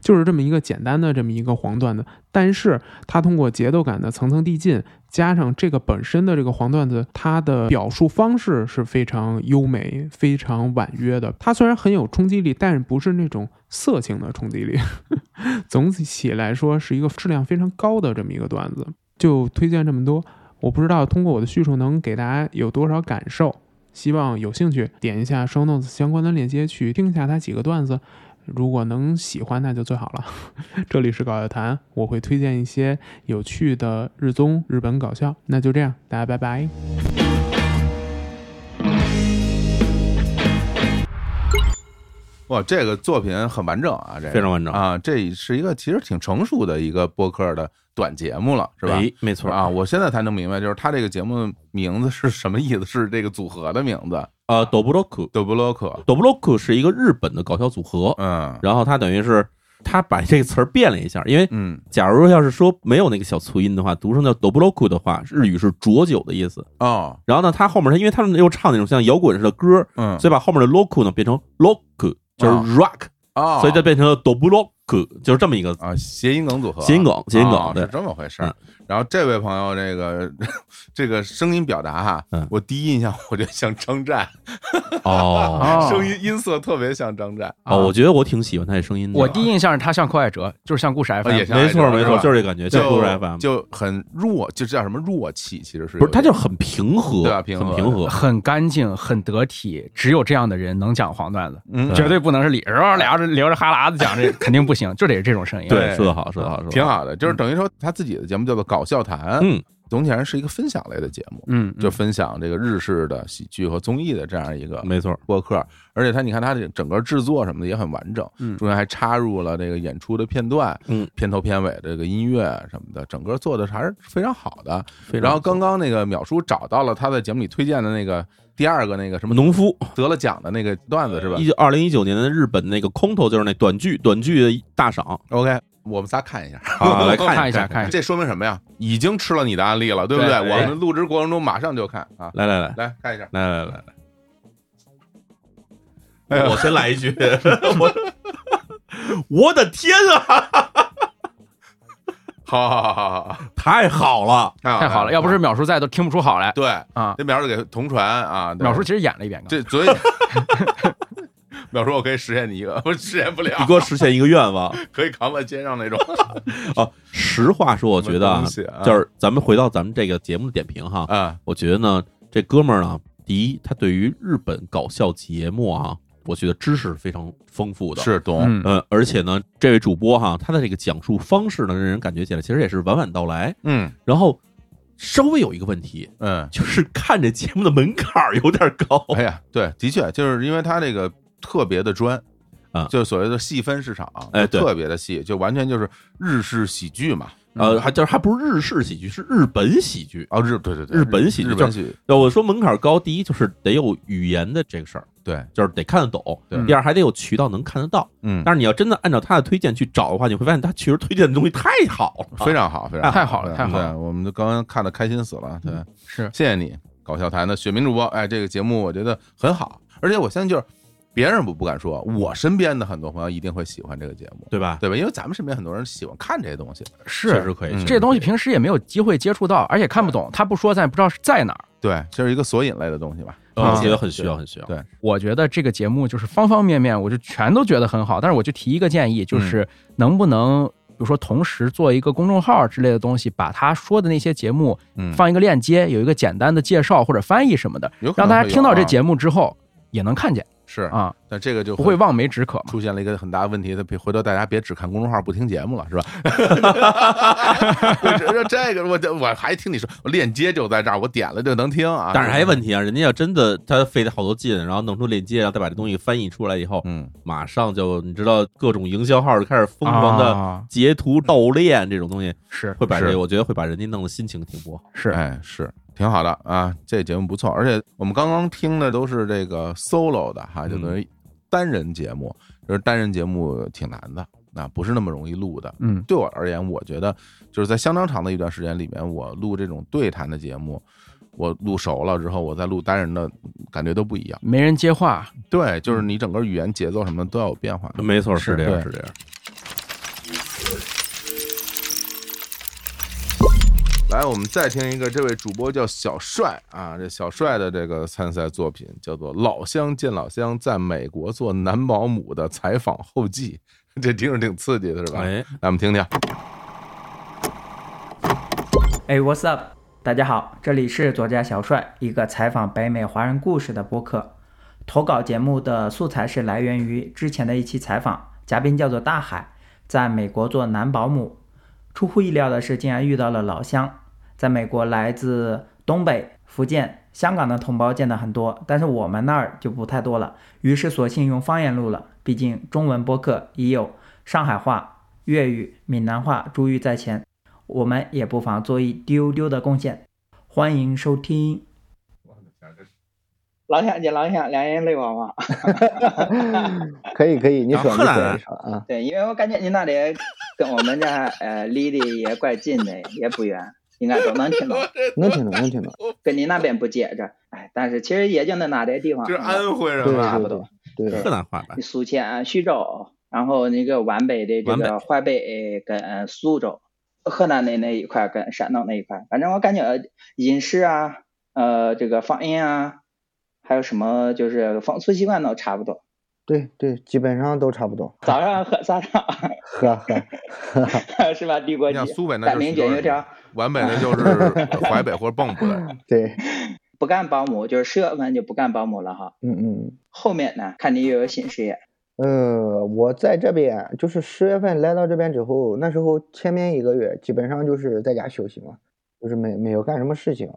Speaker 7: 就是这么一个简单的这么一个黄段子，但是它通过节奏感的层层递进，加上这个本身的这个黄段子，它的表述方式是非常优美、非常婉约的。它虽然很有冲击力，但是不是那种色情的冲击力。 总体来说是一个质量非常高的这么一个段子。就推荐这么多，我不知道通过我的叙述能给大家有多少感受。希望有兴趣点一下 show notes 相关的链接去听一下他几个段子，如果能喜欢那就最好了。 这里是搞笑谈，我会推荐一些有趣的日综、日本搞笑。那就这样，大家拜拜。
Speaker 2: 哇，这个作品很完整啊，这个
Speaker 4: 非常完整
Speaker 2: 啊，这是一个其实挺成熟的一个播客的短节目了，是吧？
Speaker 4: 哎没错
Speaker 2: 啊，，我现在才能明白，就是他这个节目名字是什么意思？是这个组合的名字，
Speaker 4: 呃 d o b l o k
Speaker 2: 德布洛克。
Speaker 4: d o b l o k 是一个日本的搞笑组合，
Speaker 2: 嗯
Speaker 4: 然后他等于是他把这个词儿变了一下，因为
Speaker 2: 嗯
Speaker 4: 假如要是说没有那个小促音的话，读成叫 d o b l o k 的话，日语是浊酒的意思。
Speaker 2: 哦
Speaker 4: 然后呢，他后面他因为他们又唱那种像摇滚似的歌，
Speaker 2: 嗯
Speaker 4: 所以把后面的 loku 呢变成 loku，就是 rock，、
Speaker 2: 哦，
Speaker 4: 所以就变成了 d o b l o k 就是这么一个
Speaker 2: 啊谐音梗组合，
Speaker 4: 谐音梗，谐音梗。
Speaker 2: 哦
Speaker 4: 对
Speaker 2: 是，这么回事儿
Speaker 4: 嗯。
Speaker 2: 然后这位朋友，这个这个声音表达哈
Speaker 4: 嗯，
Speaker 2: 我第一印象我觉得像张湛，
Speaker 4: 哦
Speaker 2: 声音音色特别像张湛，
Speaker 4: 哦，我觉得我挺喜欢他这声音的。
Speaker 5: 我第一印象是他像寇海哲，就是像故事 FM，、
Speaker 2: 啊也像
Speaker 4: 嗯没错
Speaker 2: 是吧
Speaker 4: 没错，就是这感觉，
Speaker 2: 就
Speaker 4: 故事 FM，
Speaker 2: 就很弱，就叫什么弱气，其实是
Speaker 4: 不是他就是
Speaker 2: 是
Speaker 4: 很平和，
Speaker 2: 对啊平和
Speaker 4: 很平和。
Speaker 5: 很干净，很得体，只有这样的人能讲黄段子，
Speaker 2: 嗯
Speaker 5: 绝对不能是李然俩人流着哈喇子讲这，肯定不行，就得是这种声音。
Speaker 4: 对，说得好，说得好，说得
Speaker 2: 挺。好的，就是等于说他自己的节目叫做搞笑谈，
Speaker 4: 嗯，
Speaker 2: 总体上是一个分享类的节目，
Speaker 5: 嗯，嗯
Speaker 2: 就分享这个日式的喜剧和综艺的这样一个
Speaker 4: 没错，
Speaker 2: 播客，而且他你看他这整个制作什么的也很完整，
Speaker 5: 嗯
Speaker 2: 中间还插入了这个演出的片段，
Speaker 4: 嗯，
Speaker 2: 片头片尾的这个音乐什么的，整个做的还是非常好的。
Speaker 4: 非常嗯
Speaker 2: 然后刚刚那个淼叔找到了他在节目里推荐的那个第二个那个什么
Speaker 4: 农夫，
Speaker 2: 得了奖的那个段子是吧
Speaker 4: 一九二零一九年的日本那个空头就是那短剧，短剧大赏，
Speaker 2: ？OK，我们仨看一下。
Speaker 4: 啊来
Speaker 5: 看
Speaker 4: 看
Speaker 5: 一
Speaker 4: 一
Speaker 5: 下，
Speaker 4: 下
Speaker 5: 看一下。
Speaker 2: 这说明什么呀？已经吃了你的案例了，对不对？
Speaker 5: 对
Speaker 2: 我们录制过程中马上就看啊，
Speaker 4: 哎来来来
Speaker 2: 来看一下。
Speaker 4: 来来来
Speaker 2: 哎
Speaker 4: 来，
Speaker 2: 呦
Speaker 4: 我先来 一句，我 我的天啊，
Speaker 2: 好好好好好，
Speaker 4: 太好了！
Speaker 5: 太
Speaker 2: 太
Speaker 5: 好了，要不是淼叔在，都听不出好来
Speaker 2: 对
Speaker 5: 啊！
Speaker 2: 这淼叔给同传啊，对
Speaker 5: 淼叔其实演了一遍，
Speaker 2: 这所以 淼叔，我可以实现你一 个，我实现不了，
Speaker 4: 你给我实现一个愿望
Speaker 2: 可以扛在街上 那种。
Speaker 4: 啊！实话说，我觉得啊
Speaker 2: 什么东西啊，
Speaker 4: 就是咱们回到咱们这个节目的点评哈，
Speaker 2: 啊，
Speaker 4: 我觉得呢，这哥们儿呢，第一，他对于日本搞笑节目啊，我觉得知识非常丰富的，
Speaker 2: 是懂，
Speaker 5: 嗯
Speaker 4: 呃，而且呢，这位主播哈，他的这个讲述方式呢，让人感觉起来其实也是娓娓道来。
Speaker 2: 嗯
Speaker 4: 然后稍微有一个问题，
Speaker 2: 嗯，
Speaker 4: 就是看这节目的门槛儿有点高。
Speaker 2: 哎呀，对，的确就是因为他这个特别的专。
Speaker 4: 啊
Speaker 2: 就是所谓的细分市场，
Speaker 4: 哎对
Speaker 2: 特别的细，就完全就是日式喜剧嘛，
Speaker 4: 呃，还就是还不是日式喜剧，是日本喜剧。
Speaker 2: 啊，日对对对，
Speaker 4: 日本喜剧
Speaker 2: 日本喜剧，
Speaker 4: 那我说门槛儿高，第一就是得有语言的这个事儿，
Speaker 2: 对，
Speaker 4: 就是得看得懂
Speaker 2: 对；
Speaker 4: 第二还得有渠道能看得到。
Speaker 2: 嗯，
Speaker 4: 但是你要真的按照他的推荐去找的话，你会发现他其实推荐的东西太好了，
Speaker 2: 非常好，非常
Speaker 5: 太好了
Speaker 2: 对
Speaker 5: 太好了
Speaker 2: 对我们都刚刚看的开心死了，对，
Speaker 5: 是
Speaker 2: 谢谢你，搞笑台的雪明主播，哎，这个节目我觉得很好，而且我相信就是别人我不敢说，我身边的很多朋友一定会喜欢这个节目，
Speaker 4: 对吧？
Speaker 2: 对吧？因为咱们身边很多人喜欢看这些东西，
Speaker 4: 确实
Speaker 5: 是，
Speaker 4: 可以
Speaker 2: 嗯。
Speaker 5: 这东西平时也没有机会接触到，而且看不懂，他不说咱也不知道是在哪儿。
Speaker 2: 对，这是一个索引类的东西吧？
Speaker 4: 我
Speaker 5: 啊
Speaker 4: 觉得很需要，很需要。
Speaker 2: 对
Speaker 5: 我觉得这个节目就是方方面面，我就全都觉得很好。但是我就提一个建议，
Speaker 2: 嗯
Speaker 5: 就是能不能，比如说同时做一个公众号之类的东西，把他说的那些节目
Speaker 2: 嗯，
Speaker 5: 放一个链接，有一个简单的介绍或者翻译什么的，
Speaker 2: 有可
Speaker 5: 让
Speaker 2: 能
Speaker 5: 大
Speaker 2: 会
Speaker 5: 家
Speaker 2: 有
Speaker 5: 听到这
Speaker 2: 啊
Speaker 5: 节目之后也能看见
Speaker 2: 是，
Speaker 5: 啊，
Speaker 2: 但这个就
Speaker 5: 不会望梅止渴嘛。
Speaker 2: 出现了一个很大的问题，他别回头大家别只看公众号不听节目了，是吧？ 我觉得这个我我还听你说，我链接就在这儿，我点了就能听啊。
Speaker 4: 但是还有问题啊，人家要真的他费了好多劲，然后弄出链接，然后再把这东西翻译出来以后，
Speaker 2: 嗯，
Speaker 4: 马上就你知道各种营销号就开始疯狂的
Speaker 5: 啊
Speaker 4: 截图盗链这种东西，
Speaker 5: 是
Speaker 4: 会
Speaker 2: 嗯
Speaker 4: 把
Speaker 2: 是
Speaker 4: 这我觉得会把人家弄得心情挺不好。
Speaker 5: 是，
Speaker 2: 哎，是挺好的啊，这节目不错，而且我们刚刚听的都是这个 solo 的哈，
Speaker 5: 嗯
Speaker 2: 就等于单人节目，就是单人节目挺难的，啊，不是那么容易录的。
Speaker 5: 嗯，
Speaker 2: 对我而言，我觉得就是在相当长的一段时间里面，我录这种对谈的节目，我录熟了之后，我再录单人的感觉都不一样。
Speaker 5: 没人接话，嗯
Speaker 2: 对，就是你整个语言节奏什么的都要有变化。
Speaker 4: 没错，是这样，
Speaker 2: 对
Speaker 4: 是这样。
Speaker 2: 来，我们再听一个，这位主播叫小帅啊，这小帅的这个参赛作品叫做《老乡见老乡》，在美国做男保姆的采访后记， 这听着挺刺激的，是吧？
Speaker 4: 哎，
Speaker 2: 来，我们听听。
Speaker 9: 哎，What's up？大家好，这里是作家小帅，一个采访北美华人故事的播客。投稿节目的素材是来源于之前的一期采访，嘉宾叫做大海，在美国做男保姆。出乎意料的是，竟然遇到了老乡。在美国，来自东北、福建、香港的同胞见的很多，但是我们那儿就不太多了。于是索性用方言录了，毕竟中文播客已有上海话、粤语、闽南话诸域在前。我们也不妨做一丢丢的贡献。欢迎收听。
Speaker 10: 老乡见老乡，两人泪汪 汪。
Speaker 11: 可以可以，你
Speaker 4: 啊
Speaker 11: 说
Speaker 4: 荷
Speaker 11: 你
Speaker 4: 兰
Speaker 11: 说
Speaker 4: 人
Speaker 11: 你说啊，
Speaker 10: 对，因为我感觉你那里跟我们这呃离得也怪近的，也不远，应该都能听 懂。
Speaker 11: 能听懂能听懂，
Speaker 10: 跟你那边不接着，哎，但是其实也就那哪点地方，
Speaker 2: 这是安徽人
Speaker 11: 对
Speaker 2: 吧？
Speaker 10: 啊差
Speaker 11: 对
Speaker 10: 不
Speaker 11: 对
Speaker 10: 多。
Speaker 11: 对
Speaker 4: 河南话吧
Speaker 10: 你，宿迁、徐州，然后那个皖北的这
Speaker 4: 皖
Speaker 10: 个淮北跟呃苏州，呃河南的那一块跟山东那一块，反正我感觉饮食啊，呃，这个方言啊，还有什么就是风俗习惯都差不多。
Speaker 11: 对对，基本上都差不多。
Speaker 10: 早上喝早 上
Speaker 11: 呵呵，
Speaker 10: 是吧？地锅
Speaker 2: 你
Speaker 10: 鸡
Speaker 2: 像、苏北那
Speaker 10: 擀
Speaker 2: 就是
Speaker 10: 饼
Speaker 2: 徐州
Speaker 10: 卷油
Speaker 2: 人
Speaker 10: 条。
Speaker 2: 皖北那就是淮北或者蚌埠的，
Speaker 11: 对，
Speaker 10: 不干保姆，就是十月份就不干保姆了哈。
Speaker 11: 嗯嗯，
Speaker 10: 后面呢，看你又有新事业，
Speaker 11: 呃，我在这边就是十月份来到这边之后，那时候前面一个月基本上就是在家休息嘛，就是没没有干什么事情。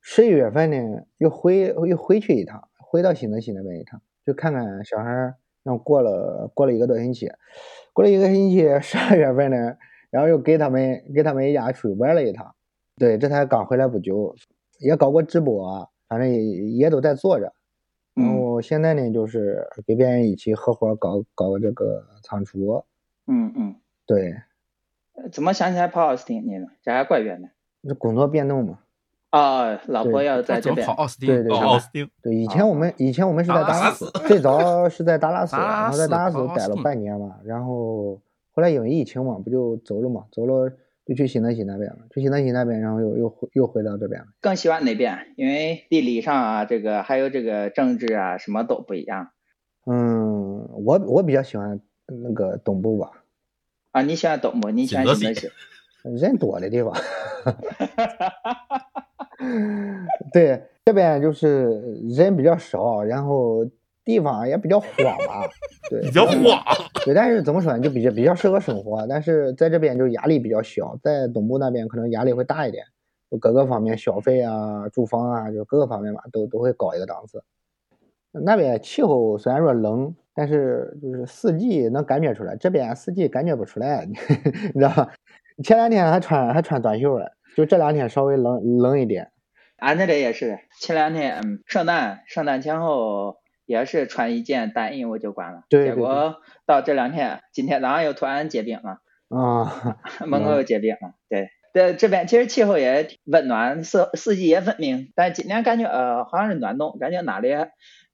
Speaker 11: 十一月份呢，又回又回去一趟，回到新泽西那边一趟，就看看小孩儿。然后过了过了一个多星期，过了一个星期，十二月份呢，然后又给他们给他们一家出去玩了一趟。对，这才刚回来不久，也搞过直播啊，反正也也都在做着。然
Speaker 10: 嗯
Speaker 11: 后现在呢，就是给别人一起合伙搞搞这个仓储。
Speaker 10: 嗯嗯，
Speaker 11: 对，
Speaker 10: 呃怎么想起来跑奥斯汀去了？这还怪远的。
Speaker 11: 这工作变动嘛。
Speaker 10: 哦，老婆
Speaker 11: 对
Speaker 10: 要在
Speaker 4: 怎
Speaker 10: 这
Speaker 4: 么
Speaker 10: 边
Speaker 4: 跑，奥斯汀？
Speaker 11: 对对对
Speaker 4: 哦奥斯汀，
Speaker 11: 对，以前我们以前我们是在
Speaker 4: 达
Speaker 11: 达
Speaker 4: 拉
Speaker 11: 拉
Speaker 4: 斯
Speaker 11: 斯，最早是在达拉斯，
Speaker 4: 达拉
Speaker 11: 然后在
Speaker 4: 斯
Speaker 11: 达拉
Speaker 4: 达
Speaker 11: 斯
Speaker 4: 拉
Speaker 11: 待了
Speaker 4: 斯
Speaker 11: 半年嘛，然后后来因为疫情嘛，不就走了嘛，走了就去新泽西那边了，去新泽西那边，然后又又回又回到这边了。
Speaker 10: 更喜欢哪边？因为地理上啊，这个还有这个政治啊，什么都不一样
Speaker 11: 嗯，我我比较喜欢那个东部吧，
Speaker 10: 啊。你喜欢东部，你喜欢
Speaker 4: 景德
Speaker 10: 新
Speaker 4: 西
Speaker 10: 泽西，
Speaker 11: 人多的地方。对，这边就是人比较少，然后地方也比 较荒吧。对，
Speaker 4: 比较晃，
Speaker 11: 对，但是怎么说呢，就比较比较适合生活，但是在这边就压力比较小，在东部那边可能压力会大一点，就各个方面消费啊、住房啊，就各个方面吧，都都会高一个档次。那边气候虽然说冷，但是就是四季能感觉出来，这边四季感觉不出来， 你知道吧？前两天还穿还穿短袖了，就这两天稍微冷冷一点。
Speaker 10: 俺啊这里也是。前两天嗯圣诞，圣诞前后也是穿一件单衣我就管了，
Speaker 11: 对
Speaker 10: 结
Speaker 11: 对对
Speaker 10: 果到这两天，今天早上又突然结冰了。
Speaker 11: 啊、
Speaker 10: 门口有结冰啊，对。这这边其实气候也挺温暖，四四季也分明，但今年感觉呃好像是暖冬，感觉哪里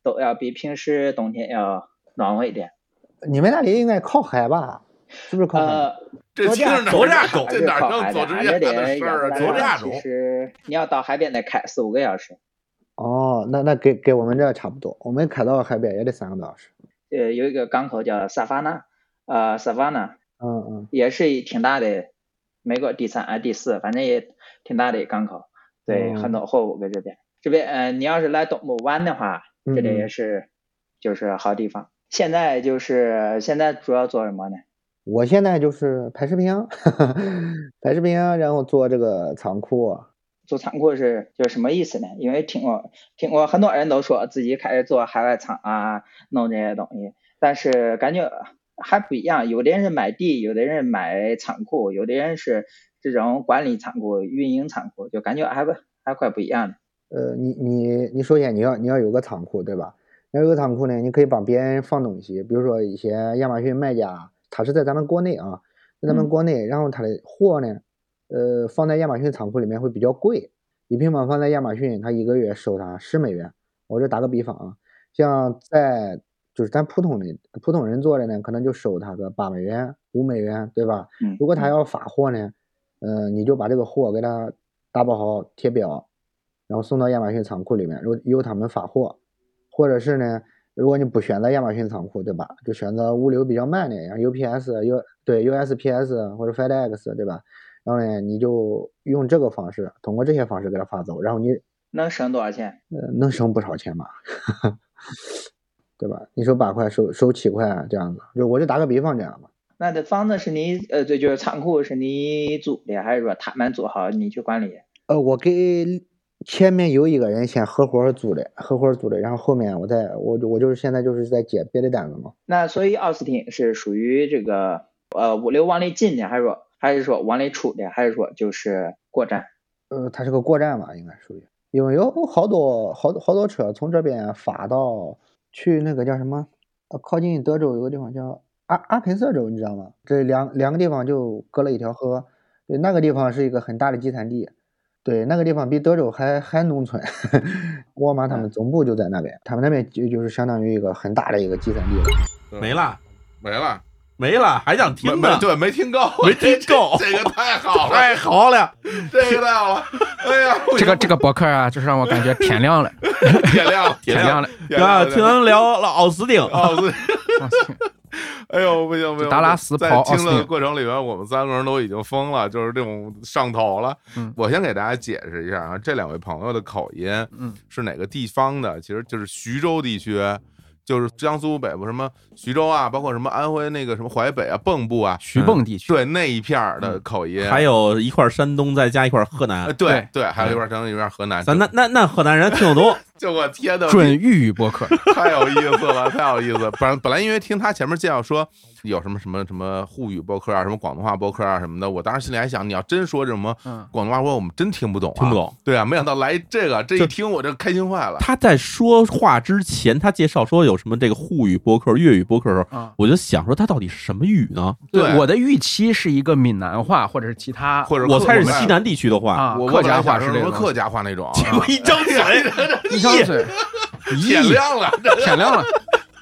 Speaker 10: 都要比平时冬天要暖和一点。
Speaker 11: 你们那里应该靠海吧？是不是靠海？
Speaker 10: 呃，
Speaker 2: 这听着哪
Speaker 4: 走俩狗
Speaker 2: 这哪
Speaker 10: 靠
Speaker 2: 能
Speaker 10: 海
Speaker 2: 走
Speaker 10: 的，
Speaker 2: 之
Speaker 10: 俺
Speaker 2: 前干
Speaker 10: 这里
Speaker 2: 的事儿啊？走
Speaker 10: 要不然
Speaker 2: 俩
Speaker 10: 其
Speaker 2: 狗，
Speaker 10: 实你要到海边得开四五个小时，
Speaker 11: 哦，那那给给我们这差不多，我们开到海边也得三个多小时。
Speaker 10: 呃，有一个港口叫萨凡纳，呃，萨凡纳
Speaker 11: 嗯嗯，
Speaker 10: 也是挺大的，美国第三啊第四，反正也挺大的港口，对，
Speaker 11: 嗯
Speaker 12: 哦
Speaker 10: 很多货物搁这边。这边呃，你要是来东部湾的话，
Speaker 11: 嗯
Speaker 10: 这里也是就是好地方。现在就是现在主要做什么呢？
Speaker 11: 我现在就是拍视频啊， 拍视频啊，然后做这个仓库啊。
Speaker 10: 做仓库是就是什么意思呢？因为听过听过很多人都说自己开始做海外仓啊，弄这些东西，但是感觉还不一样。有的人是买地，有的人买仓库，有的人是这种管理仓库、运营仓库，就感觉还不还快不一样了。
Speaker 11: 呃，你你你首先你要你要有个仓库，对吧？要有个仓库呢，你可以帮别人放东西，比如说一些亚马逊卖家，他是在咱们国内啊，在
Speaker 10: 嗯
Speaker 11: 咱们国内，然后他的货呢，呃，放在亚马逊仓库里面会比较贵，一平方放在亚马逊，他一个月收他十美元，我这打个比方啊，像在就是咱普通的普通人做的呢，可能就收他个八美元、五美元，对吧？
Speaker 10: 嗯
Speaker 11: 如果他要发货呢，呃，你就把这个货给他打包好、贴标，然后送到亚马逊仓库里面，由由他们发货，或者是呢，如果你不选择亚马逊仓库，对吧？就选择物流比较慢的，像 UPS、U 对 USPS 啊或者 FedEx，对吧？然后呢，你就用这个方式，通过这些方式给他发走，然后你
Speaker 10: 能省多少钱？
Speaker 11: 呃能省不少钱吧， 对吧？你收八块，收收七块啊这样子，就我就打个比方这样吧。
Speaker 10: 那这房子是你呃，这就是仓库是你租的，还是说他们租好你去管理？
Speaker 11: 呃，我跟前面有一个人先合伙租的，合伙租的，然后后面我再我就我就是现在就是在接别的单子嘛。
Speaker 10: 那所以奥斯汀是属于这个呃物流往里进的，还是说还是说往里出的，还是说就是过站？
Speaker 11: 呃，它是个过站吧，应该属于，因为有好多好多好多车从这边发到去那个叫什么，呃，靠近德州有个地方叫阿阿肯色州，你知道吗？这两两个地方就隔了一条河，对，那个地方是一个很大的集散地，对，那个地方比德州还还农村， 沃尔玛他们总部就在那边，他们那边就就是相当于一个很大的一个集散地了。
Speaker 4: 没了，
Speaker 2: 嗯没了，
Speaker 4: 没了，还想听
Speaker 2: 没
Speaker 4: 呢？
Speaker 2: 对，没听够，
Speaker 4: 没听够
Speaker 2: 这个太好了，
Speaker 4: 太好了，
Speaker 2: 这个太好了，哎呀，
Speaker 5: 这个这个博客啊，就是让我感觉天亮 了，
Speaker 2: 点亮了，
Speaker 5: 天亮了，
Speaker 2: 点亮
Speaker 4: 啊，
Speaker 2: 了，
Speaker 4: 听咱聊了奥斯汀，
Speaker 2: 奥斯汀。哎呦，不行不行！
Speaker 5: 达拉斯
Speaker 2: 在
Speaker 5: 跑
Speaker 2: 听
Speaker 5: 奥斯
Speaker 2: 的
Speaker 5: 汀
Speaker 2: 过程里面，我们三个人都已经疯了，就是这种上头了。
Speaker 5: 嗯
Speaker 2: 我先给大家解释一下啊，这两位朋友的口音，
Speaker 5: 嗯，
Speaker 2: 是哪个地方的？其实就是徐州地区，就是江苏北部什么徐州啊，包括什么安徽那个什么淮北啊、蚌埠啊，
Speaker 5: 徐蚌地区，嗯
Speaker 2: 对那一片儿的口音。
Speaker 4: 还有一块山东，再加一块河
Speaker 2: 呃
Speaker 4: 南，
Speaker 2: 对对，还有一边江一边河南。
Speaker 4: 咱那那那河南人听 得懂，
Speaker 2: 就我天的
Speaker 5: 准粤语 博客，
Speaker 2: 太有意思了，太有意思了。本本来因为听他前面介绍说有什么什么什么沪语播客啊，什么广东话播客啊什么的，我当时心里还想，你要真说这什么
Speaker 5: 嗯
Speaker 2: 广东话播客，我们真听不懂、啊，
Speaker 4: 听不懂。
Speaker 2: 对啊，没想到来这个，这一
Speaker 4: 就
Speaker 2: 听我这开心坏了。
Speaker 4: 他在说话之前，他介绍说有什么这个沪语播客、粤语播客的时候，
Speaker 5: 啊。
Speaker 4: 我就想说他到底是什么语呢？
Speaker 2: 对
Speaker 5: 我的预期是一个闽南话或者是其他
Speaker 2: 或者
Speaker 4: 我猜是
Speaker 2: 客
Speaker 4: 西南地区的话，
Speaker 5: 啊
Speaker 2: 我
Speaker 5: 客家话
Speaker 2: 是
Speaker 5: 是这个
Speaker 2: 客家话那 种，啊
Speaker 4: 结果一张嘴，
Speaker 5: 一张嘴
Speaker 2: 点亮了，这
Speaker 5: 舔亮了，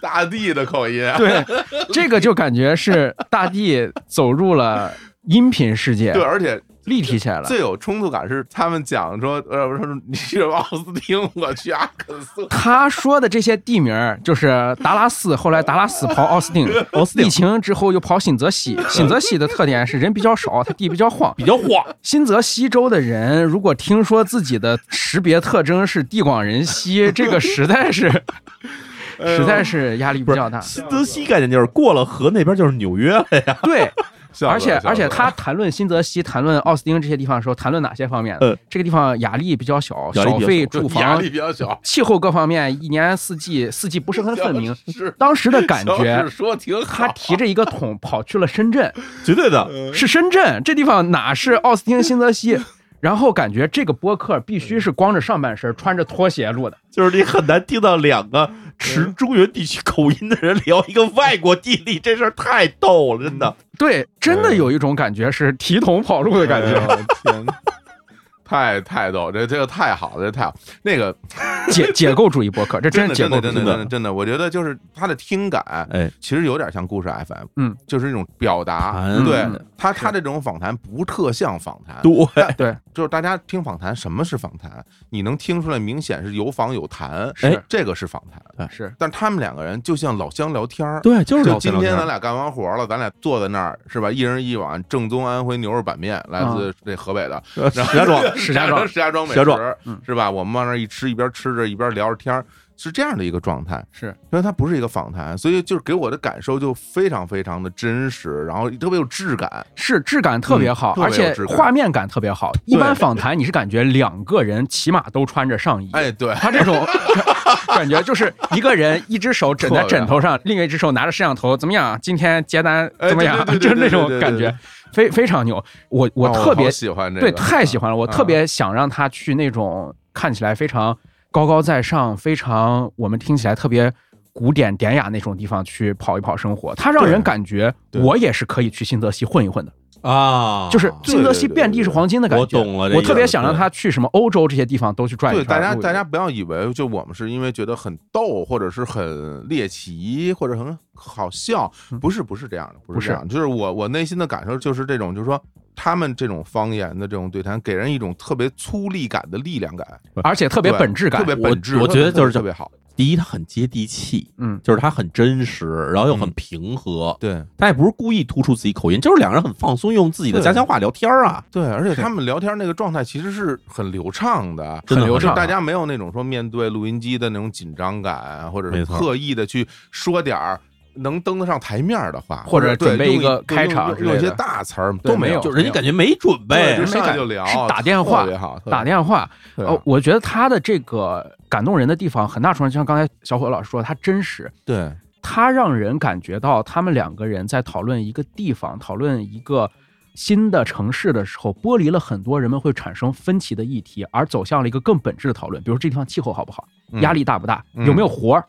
Speaker 2: 大地的口音。啊
Speaker 5: 对，这个就感觉是大地走入了音频世界
Speaker 2: 对，，而且
Speaker 5: 立体起来了。
Speaker 2: 最有冲突感是他们讲说，呃，我说你去奥斯汀，我去阿肯色，
Speaker 5: 他说的这些地名儿就是达拉斯，后来达拉斯跑奥斯汀，
Speaker 4: 奥斯汀
Speaker 5: 疫情之后又跑新泽西。新泽西的特点是人比较少，它地比较荒。
Speaker 4: 比较晃，
Speaker 5: 新泽西州的人如果听说自己的识别特征是地广人稀，这个实在是，
Speaker 4: 哎
Speaker 5: 实在是压力比较大。
Speaker 4: 新泽西概念就是过了河那边就是纽约了呀。
Speaker 5: 对，
Speaker 2: 笑死了
Speaker 5: 而且
Speaker 2: 笑死了
Speaker 5: 而且他谈论新泽西、谈论奥斯汀这些地方的时候，谈论哪些方面呢？
Speaker 4: 呃
Speaker 5: 这个地方压力比较小，
Speaker 4: 压力
Speaker 5: 小
Speaker 4: 比较小
Speaker 5: 费、
Speaker 2: 就
Speaker 5: 住
Speaker 2: 压
Speaker 5: 房
Speaker 2: 力、比较小，
Speaker 5: 气候各方面，一年四季四季不 是很分明。
Speaker 2: 是
Speaker 5: 当时的感
Speaker 2: 小
Speaker 5: 觉
Speaker 2: 史，说挺好
Speaker 5: 他提着一个桶 跑去了深圳，
Speaker 4: 绝对的，
Speaker 5: 是深圳这地方哪是奥斯汀、新泽西？ 然后感觉这个播客必须是光着上半身，穿着拖鞋录的。
Speaker 4: 就是你很难听到两个持中原地区口音的人 聊一个外国地理，这事儿太逗了，真的。
Speaker 5: 嗯对，真的有一种感觉是提桶跑路的感觉。
Speaker 2: 哎呦天哪，太太逗，这这个太好了，这太好。那个
Speaker 5: 解解构主义播客，这真
Speaker 2: 真
Speaker 5: 是
Speaker 2: 的
Speaker 5: 解
Speaker 2: 真
Speaker 5: 构
Speaker 2: 的
Speaker 5: 主
Speaker 2: 真
Speaker 5: 义
Speaker 2: 的
Speaker 5: 播
Speaker 2: 真
Speaker 5: 客
Speaker 2: 的。真的，我觉得就是它的听感，
Speaker 4: 哎，
Speaker 2: 其实有点像故事 FM，
Speaker 5: 嗯，
Speaker 2: 就是那种表达。
Speaker 4: 嗯
Speaker 2: 对
Speaker 5: 嗯
Speaker 2: 它它这种访谈不特像访谈，
Speaker 4: 对，
Speaker 5: 对，
Speaker 2: 就是大家听访谈，什么是访谈？你能听出来，明显是有访有谈，
Speaker 5: 是
Speaker 2: 这个是访谈。
Speaker 5: 是
Speaker 2: 但他们两个人就像老乡聊天儿，
Speaker 4: 对，就是
Speaker 2: 就
Speaker 4: 聊
Speaker 2: 今天咱俩干完活了，咱俩坐在那儿是吧？一人一碗正宗安徽牛肉板面，来自这河北的，
Speaker 4: 石家庄，
Speaker 5: 石家庄
Speaker 2: 石家庄美食
Speaker 4: 石家庄
Speaker 5: 嗯
Speaker 2: 是吧？我们往那儿一吃，一边吃着一边聊着天儿，是这样的一个状态，
Speaker 5: 是
Speaker 2: 因为它不是一个访谈，所以就是给我的感受就非常非常的真实，然后特别有质感。
Speaker 5: 是质感特别好，
Speaker 2: 嗯
Speaker 5: 而
Speaker 2: 特别有
Speaker 5: 且
Speaker 2: 质感
Speaker 5: 画面感特别好。一
Speaker 2: 对
Speaker 5: 般访谈你是感觉两个人起码都穿着上衣，
Speaker 2: 哎，对，
Speaker 5: 他这种 感觉就是一个人一只手枕在枕头上，另一只手拿着摄像头，怎么样？今天接单
Speaker 2: 哎
Speaker 5: 怎么样？就
Speaker 2: 对对对
Speaker 5: 是那
Speaker 2: 对对
Speaker 5: 种
Speaker 2: 对对
Speaker 5: 感
Speaker 2: 对
Speaker 5: 觉，非非常牛。我我
Speaker 2: 哦
Speaker 5: 特别
Speaker 2: 好喜欢这个，嗯
Speaker 5: 对，太喜欢了！我特别想让他去那种看起来非常高高在上、非常我们听起来特别古典典雅那种地方去跑一跑生活。他让
Speaker 2: 对
Speaker 5: 人感觉
Speaker 2: 对
Speaker 5: 我也是可以去新泽西混一混的，
Speaker 4: 啊
Speaker 5: 就是新泽西
Speaker 2: 对对对
Speaker 5: 遍地是黄金的感觉。
Speaker 4: 我懂了这
Speaker 5: 我
Speaker 4: 意
Speaker 5: 特别
Speaker 4: 思
Speaker 5: 想让
Speaker 4: 对
Speaker 5: 他去什么欧洲这些地方都去转一
Speaker 2: 对，
Speaker 5: 圈。
Speaker 2: 大家
Speaker 5: 录一
Speaker 2: 大
Speaker 5: 录
Speaker 2: 家不要以为就我们是因为觉得很逗，或者是很猎奇，或者很好笑，不是不是这样的，不
Speaker 5: 嗯不是
Speaker 2: 是这样的，就是我我内心的感受就是这种，就是说他们这种方言的这种对谈，给人一种特别粗粝感的力量感，
Speaker 5: 而且特
Speaker 2: 特
Speaker 5: 别本质感
Speaker 2: 特，别
Speaker 4: 我
Speaker 2: 本质，
Speaker 4: 我觉得就是
Speaker 2: 特别特别好，
Speaker 4: 第一，它很接地气，
Speaker 5: 嗯，
Speaker 4: 就是它很真实，然后又很
Speaker 2: 嗯
Speaker 4: 平和。
Speaker 2: 对
Speaker 4: 他也不是故意突出自己口音，就是两个人很放松，用自己的
Speaker 2: 对
Speaker 4: 家乡话聊天儿啊。
Speaker 2: 对，而且他们聊天那个状态其实是很流畅的，
Speaker 4: 真的
Speaker 2: 就是
Speaker 4: 很流畅
Speaker 2: 大家没有那种说面对录音机的那种紧张感，或者
Speaker 4: 没
Speaker 2: 是
Speaker 4: 错
Speaker 2: 刻意的去说点儿。能登得上台面儿的话，
Speaker 5: 或者
Speaker 2: 对
Speaker 5: 准备
Speaker 2: 用
Speaker 5: 一个
Speaker 2: 对
Speaker 5: 开
Speaker 2: 用
Speaker 5: 场
Speaker 2: 用
Speaker 5: 之类
Speaker 2: 用一些
Speaker 5: 的
Speaker 2: 大词儿
Speaker 5: 对
Speaker 2: 都没
Speaker 5: 没有
Speaker 2: 就
Speaker 4: 就是人家感觉没准
Speaker 2: 对，
Speaker 4: 备
Speaker 2: 就，上来
Speaker 5: 感
Speaker 2: 就聊，啊
Speaker 5: 是打电话
Speaker 2: 特别好，特别好
Speaker 5: 打电话。
Speaker 2: 对
Speaker 5: 呃，我觉得他的这个感动人的地方，很大程度上就像刚才小伙老师说，他真实。
Speaker 2: 对
Speaker 5: 它让人感觉到他们两个人在讨论一个地方、讨论一个新的城市的时候，剥离了很多人们会产生分歧的议题，而走向了一个更本质的讨论。比如这地方气候好不好，
Speaker 2: 嗯
Speaker 5: 压力大不大，
Speaker 2: 嗯哎
Speaker 5: 有没有活儿，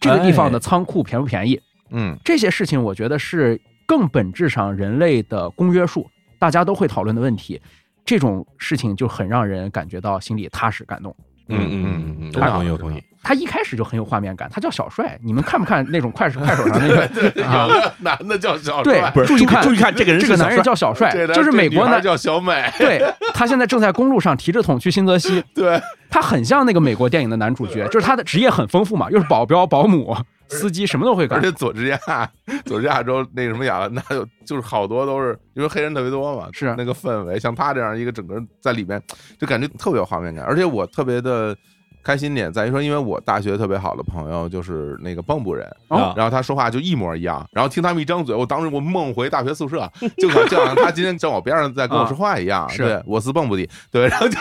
Speaker 5: 这个地方的仓库便不便宜，
Speaker 2: 嗯
Speaker 5: 这些事情，我觉得是更本质上人类的公约数，大家都会讨论的问题。这种事情就很让人感觉到心里踏实、感动。
Speaker 4: 嗯嗯嗯嗯，我同意，我同意。
Speaker 5: 他一开始就很有画面感，他叫小帅，你们看不看那种快手快手上那 个？啊
Speaker 2: 有个男的叫小
Speaker 5: 对
Speaker 2: 帅，
Speaker 5: 不是注意看
Speaker 4: 注意看这个人
Speaker 5: 这
Speaker 4: 是
Speaker 5: 个
Speaker 4: 小
Speaker 5: 男人
Speaker 4: 帅
Speaker 5: 叫小帅
Speaker 2: 这，男
Speaker 5: 就是
Speaker 2: 这
Speaker 5: 美
Speaker 2: 女
Speaker 5: 国
Speaker 2: 孩
Speaker 5: 男。
Speaker 2: 叫小美，
Speaker 5: 对他现在正在公路上提着桶去新泽 西，
Speaker 2: 对，
Speaker 5: 他很像那个美国电影的男主角，就是他的职业很丰富嘛，又是保镖、保姆、司机，什么都会
Speaker 2: 而
Speaker 5: 干。
Speaker 2: 且佐治亚，佐治亚州那什么亚兰大有，就是好多都是因为黑人特别多嘛，
Speaker 5: 是啊
Speaker 2: 那个氛围。像他这样一个整个在里面，就感觉特别有画面感。而且我特别的开心点在于说，因为我大学特别好的朋友就是那个蚌埠人，
Speaker 5: 哦
Speaker 2: 然后他说话就一模一样，然后听他们一张嘴，我当时我梦回大学宿舍，就好就好像他今天站我边上在跟我说话一样，
Speaker 5: 啊是
Speaker 2: 对，我是蚌埠的，对，然 后就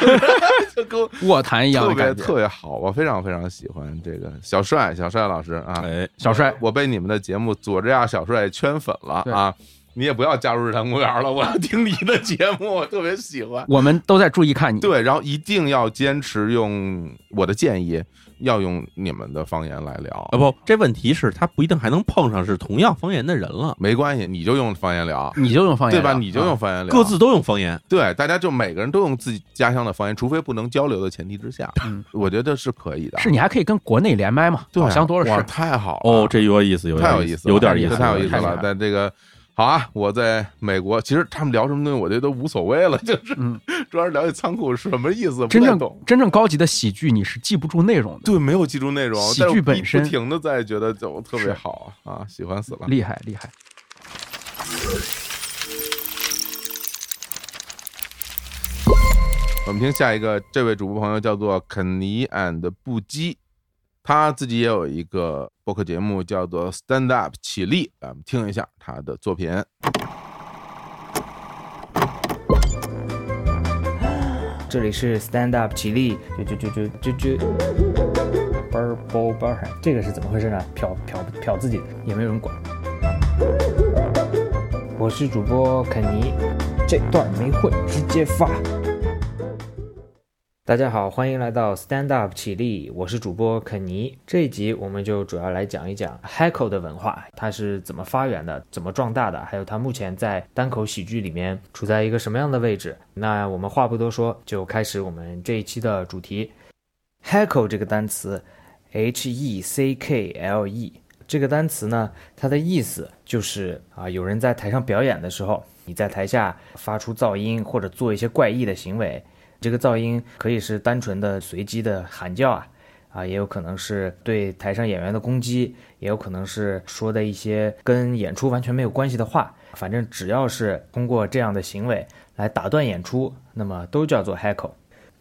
Speaker 2: 就跟我
Speaker 5: 卧谈一样
Speaker 2: 特
Speaker 5: 的
Speaker 2: 别
Speaker 5: 感觉，
Speaker 2: 特别好，我非常非常喜欢这个小帅小帅老师啊，
Speaker 4: 哎，
Speaker 5: 小帅
Speaker 2: 我被你们的节目《佐治亚小帅》圈粉了
Speaker 5: 对
Speaker 2: 啊！你也不要加入日坛公园了，我要听你的节目，我特别喜欢。
Speaker 5: 我们都在注意看你。
Speaker 2: 对，然后一定要坚持用我的建议，要用你们的方言来聊
Speaker 4: 啊，不，这问题是他不一定还能碰上是同样方言的人了，
Speaker 2: 没关系，你就用方言聊，
Speaker 5: 你就用方言
Speaker 2: 对
Speaker 5: 聊，
Speaker 2: 吧？你就用方言聊，
Speaker 4: 啊各自都用方
Speaker 5: 嗯
Speaker 4: 言。
Speaker 2: 对，大家就每个人都用自己家乡的方言，除非不能交流的前提之下，
Speaker 5: 嗯
Speaker 2: 我觉得是可
Speaker 4: 啊
Speaker 2: 以的。
Speaker 5: 是你还可以跟国内连麦嘛，
Speaker 2: 对啊，
Speaker 5: 好像多了
Speaker 2: 哇
Speaker 5: 是。
Speaker 2: 太好了
Speaker 4: 哦，这有点意思，有
Speaker 2: 太有
Speaker 4: 点
Speaker 2: 意思了，
Speaker 4: 有点意思，
Speaker 2: 这太有意思
Speaker 5: 太厉害
Speaker 2: 了
Speaker 5: 了。
Speaker 2: 但这个好啊，我在美国，其实他们聊什么东西，我觉得都无所谓了， 就是
Speaker 5: 嗯
Speaker 2: 主要是聊这仓库是什么意思，不
Speaker 5: 真
Speaker 2: 太
Speaker 5: 正
Speaker 2: 懂。
Speaker 5: 真正高级的喜剧，你是记不住内容的，
Speaker 2: 对，没有记住内容，
Speaker 5: 喜
Speaker 2: 但是
Speaker 5: 剧
Speaker 2: 我
Speaker 5: 本
Speaker 2: 一
Speaker 5: 身
Speaker 2: 不停的在觉得就特别
Speaker 5: 是
Speaker 2: 好啊，喜欢死了。
Speaker 5: 厉害厉害。
Speaker 2: 我们听下一个，这位主播朋友叫做肯尼 and 布基，他自己也有一个播客节目叫做 Stand Up 起立，啊我们听一下他的作品。
Speaker 12: 这里是 Stand Up 起立，啾啾啾啾啾啾。嘣儿嘣儿嘣儿，这个是怎么回事呢？瞟瞟瞟自己，也没有人管。我是主播肯尼，这段没会直接发。大家好，欢迎来到 Stand Up 起立，我是主播肯尼。这一集我们就主要来讲一讲 heckle 的文化，它是怎么发源的，怎么壮大的，还有它目前在单口喜剧里面处在一个什么样的位置。那我们话不多说，就开始我们这一期的主题。heckle 这个单词，h e c k l e 这个单词呢，它的意思就是啊，有人在台上表演的时候，你在台下发出噪音或者做一些怪异的行为。这个噪音可以是单纯的随机的喊叫啊，啊，也有可能是对台上演员的攻击，也有可能是说的一些跟演出完全没有关系的话。反正只要是通过这样的行为来打断演出，那么都叫做 heckle。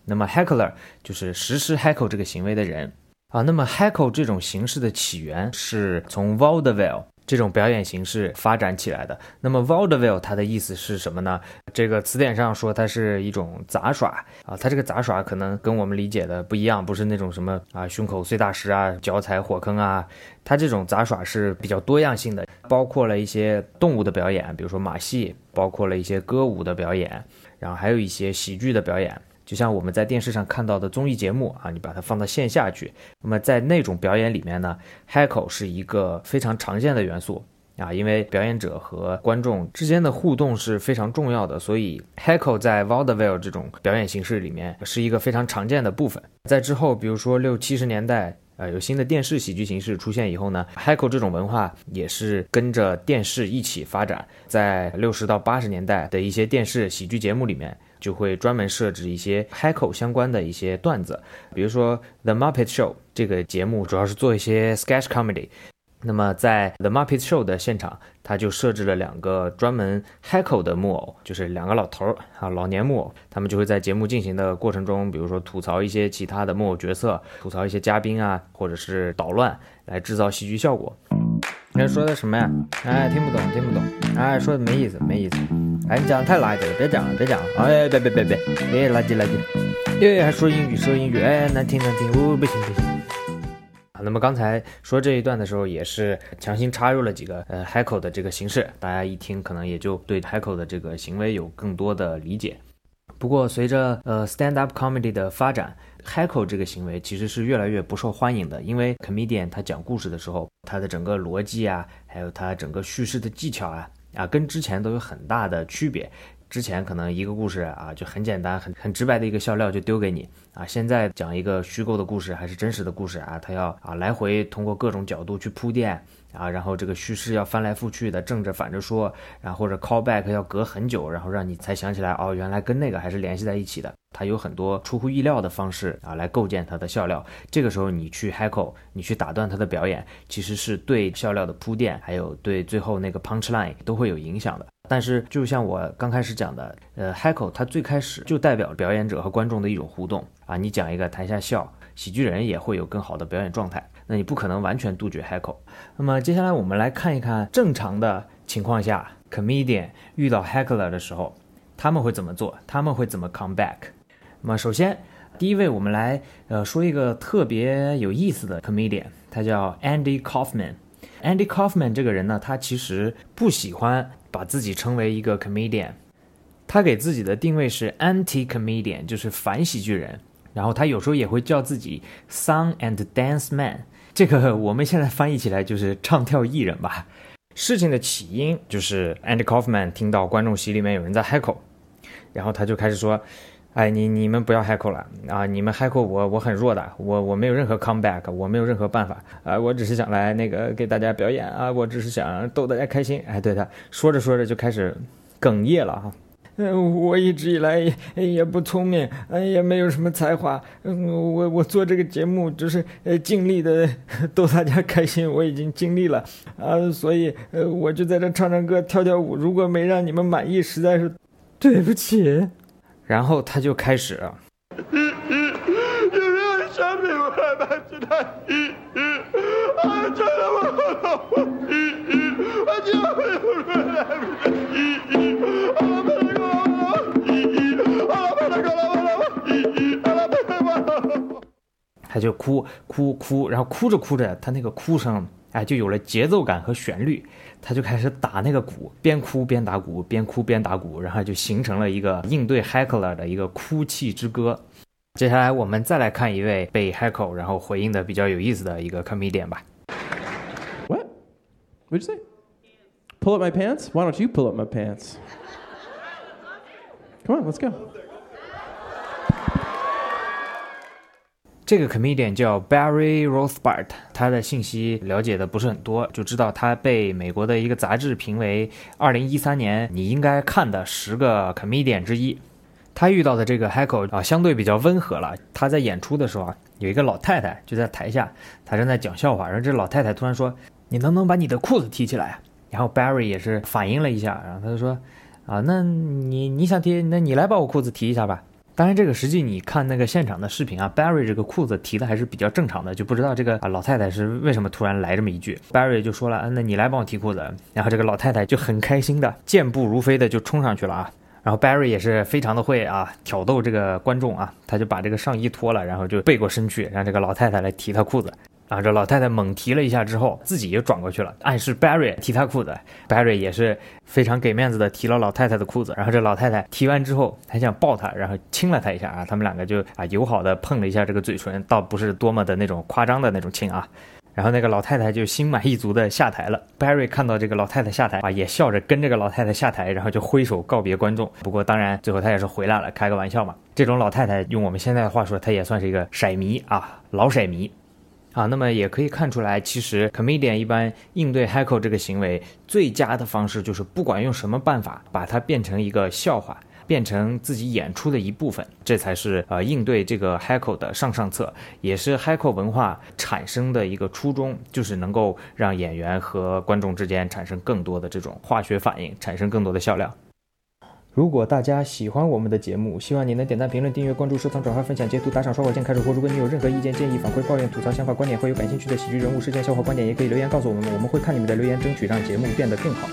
Speaker 12: 那么 heckler 就是实施 heckle 这个行为的人。啊，那么 hackle 这种形式的起源是从 vaudeville 这种表演形式发展起来的。那么 vaudeville 它的意思是什么呢？这个词典上说它是一种杂耍啊，它这个杂耍可能跟我们理解的不一样，不是那种什么啊胸口碎大石啊、脚踩火坑啊，它这种杂耍是比较多样性的，包括了一些动物的表演，比如说马戏，包括了一些歌舞的表演，然后还有一些喜剧的表演。就像我们在电视上看到的综艺节目啊，你把它放到线下去，那么在那种表演里面呢，hackle 是一个非常常见的元素啊，因为表演者和观众之间的互动是非常重要的，所以 hackle 在 vaudeville 这种表演形式里面是一个非常常见的部分。在之后，比如说六七十年代。呃，有新的电视喜剧形式出现以后呢，hackle 这种文化也是跟着电视一起发展。在六十到八十年代的一些电视喜剧节目里面，就会专门设置一些 hackle 相关的一些段子，比如说《The Muppet Show》这个节目主要是做一些 sketch comedy。那么在《The Muppet Show》的现场，他就设置了两个专门 hackle 的木偶，就是两个老头儿啊，老年木偶，他们就会在节目进行的过程中，比如说吐槽一些其他的木偶角色，吐槽一些嘉宾啊，或者是捣乱，来制造戏剧效果。人家说的什么呀？哎，听不懂，听不懂。哎，说的没意思，没意思。哎，你讲的太垃圾了，别讲了，别讲了。哎，别别别别，别垃圾垃圾。哎，还说英语，说英语，哎，难听难听，哦，不行不行。啊，那么刚才说这一段的时候，也是强行插入了几个呃 hackle 的这个形式，大家一听可能也就对 hackle 的这个行为有更多的理解。不过，随着呃 stand up comedy 的发展，hackle 这个行为其实是越来越不受欢迎的，因为 comedian 他讲故事的时候，他的整个逻辑啊，还有他整个叙事的技巧啊，啊，跟之前都有很大的区别。之前可能一个故事啊，就很简单、很很直白的一个笑料就丢给你啊。现在讲一个虚构的故事还是真实的故事啊，它要啊来回通过各种角度去铺垫啊，然后这个叙事要翻来覆去的正着反着说，然后或者 callback 要隔很久，然后让你才想起来哦，原来跟那个还是联系在一起的。它有很多出乎意料的方式啊来构建它的笑料。这个时候你去 hackle，你去打断它的表演，其实是对笑料的铺垫，还有对最后那个 punch line 都会有影响的。但是，就像我刚开始讲的，呃，hackle 它最开始就代表表演者和观众的一种互动啊。你讲一个，台下笑，喜剧人也会有更好的表演状态。那你不可能完全杜绝 hackle。那么接下来我们来看一看正常的情况下，comedian 遇到 hackler 的时候，他们会怎么做？他们会怎么 come back？那么首先，第一位我们来呃说一个特别有意思的 comedian，他叫 Andy Kaufman。Andy Kaufman 这个人呢，他其实不喜欢把自己称为一个 comedian，他给自己的定位是 anti comedian，就是反喜剧人。然后他有时候也会叫自己 song and dance man，这个我们现在翻译起来就是唱跳艺人吧。事情的起因就是 Andy Kaufman 听到观众席里面有人在 hackle，然后他就开始说：“哎，你你们不要 hackle 了啊！你们 hackle 我，我很弱的，我我没有任何 comeback，我没有任何办法啊！我只是想来那个给大家表演啊，我只是想逗大家开心。哎，对的，说着说着就开始哽咽了哈。嗯，我一直以来也也不聪明，哎，也没有什么才华。嗯，我我做这个节目只是呃尽力的逗大家开心，我已经尽力了啊，所以呃我就在这唱唱歌、跳跳舞。如果没让你们满意，实在是对不起。然后他就开始
Speaker 8: 有人商品我害怕吃它，嗯嗯，啊，真的我好痛，嗯嗯，我就没有人来，嗯嗯，阿拉贝拉格拉巴，嗯嗯，阿拉贝拉格拉巴，嗯嗯，阿拉贝拉巴。
Speaker 12: 他就哭哭哭，然后哭着哭着，他那个哭声，哎，就有了节奏感和旋律，他就开始打那个鼓，边哭边打鼓，边哭边打鼓，然后就形成了一个应对 heckler 的一个哭泣之歌。接下来我们再来看一位被 heckle 然后回应的比较有意思的一个 comedian 吧。
Speaker 13: What'd you say? Pull up my pants? Why don't you pull up my pants? Come on, let's go.
Speaker 12: 这个 comedian 叫 Barry Rothbard，他的信息了解的不是很多，就知道他被美国的一个杂志评为2013年你应该看的十个 comedian 之一。他遇到的这个 heckle 啊，相对比较温和了。他在演出的时候啊，有一个老太太就在台下，她正在讲笑话，然后这老太太突然说：“你能不能把你的裤子提起来啊？”然后 Barry 也是反应了一下，然后他就说：“啊，那你你想提，那你来把我裤子提一下吧。”当然，这个实际你看那个现场的视频啊，Barry 这个裤子提的还是比较正常的，就不知道这个啊老太太是为什么突然来这么一句。Barry 就说了：“啊，那你来帮我提裤子。”然后这个老太太就很开心的健步如飞的就冲上去了啊。然后 Barry 也是非常的会啊挑逗这个观众啊，他就把这个上衣脱了，然后就背过身去，让这个老太太来提他裤子。啊，这老太太猛提了一下之后，自己又转过去了，暗示 Barry 提她裤子。Barry 也是非常给面子的提了老太太的裤子，然后这老太太提完之后还想抱他，然后亲了他一下啊，他们两个就啊友好的碰了一下这个嘴唇，倒不是多么的那种夸张的那种亲啊。然后那个老太太就心满意足的下台了。Barry 看到这个老太太下台啊，也笑着跟这个老太太下台，然后就挥手告别观众。不过当然最后她也是回来了，开个玩笑嘛。这种老太太用我们现在的话说，她也算是一个色迷啊，老色迷。啊，那么也可以看出来，其实 comedian 一般应对 heckle 这个行为，最佳的方式就是不管用什么办法，把它变成一个笑话，变成自己演出的一部分，这才是呃应对这个 heckle 的上上策，也是 heckle 文化产生的一个初衷，就是能够让演员和观众之间产生更多的这种化学反应，产生更多的笑料。
Speaker 13: 如果大家喜欢我们的节目，希望你能点赞、评论、订阅、关注、收藏、转发、分享、截图、打赏、刷火箭、开水货。如果你有任何意见、建议、反馈、抱怨、吐槽、想法、观点，或有感兴趣的喜剧人物、事件、笑话、观点，也可以留言告诉我们，我们会看你们的留言，争取让节目变得更好。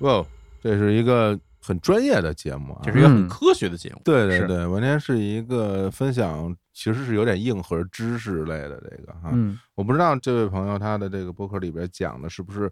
Speaker 2: 哇，这是一个很专业的节目啊，
Speaker 4: 这是一个
Speaker 5: 嗯
Speaker 4: 很科学的节目。
Speaker 2: 对对
Speaker 4: 是
Speaker 2: 对，完全是一个分享，其实是有点硬核知识类的这个哈。
Speaker 4: 嗯，
Speaker 2: 我不知道这位朋友他的这个博客里边讲的是不是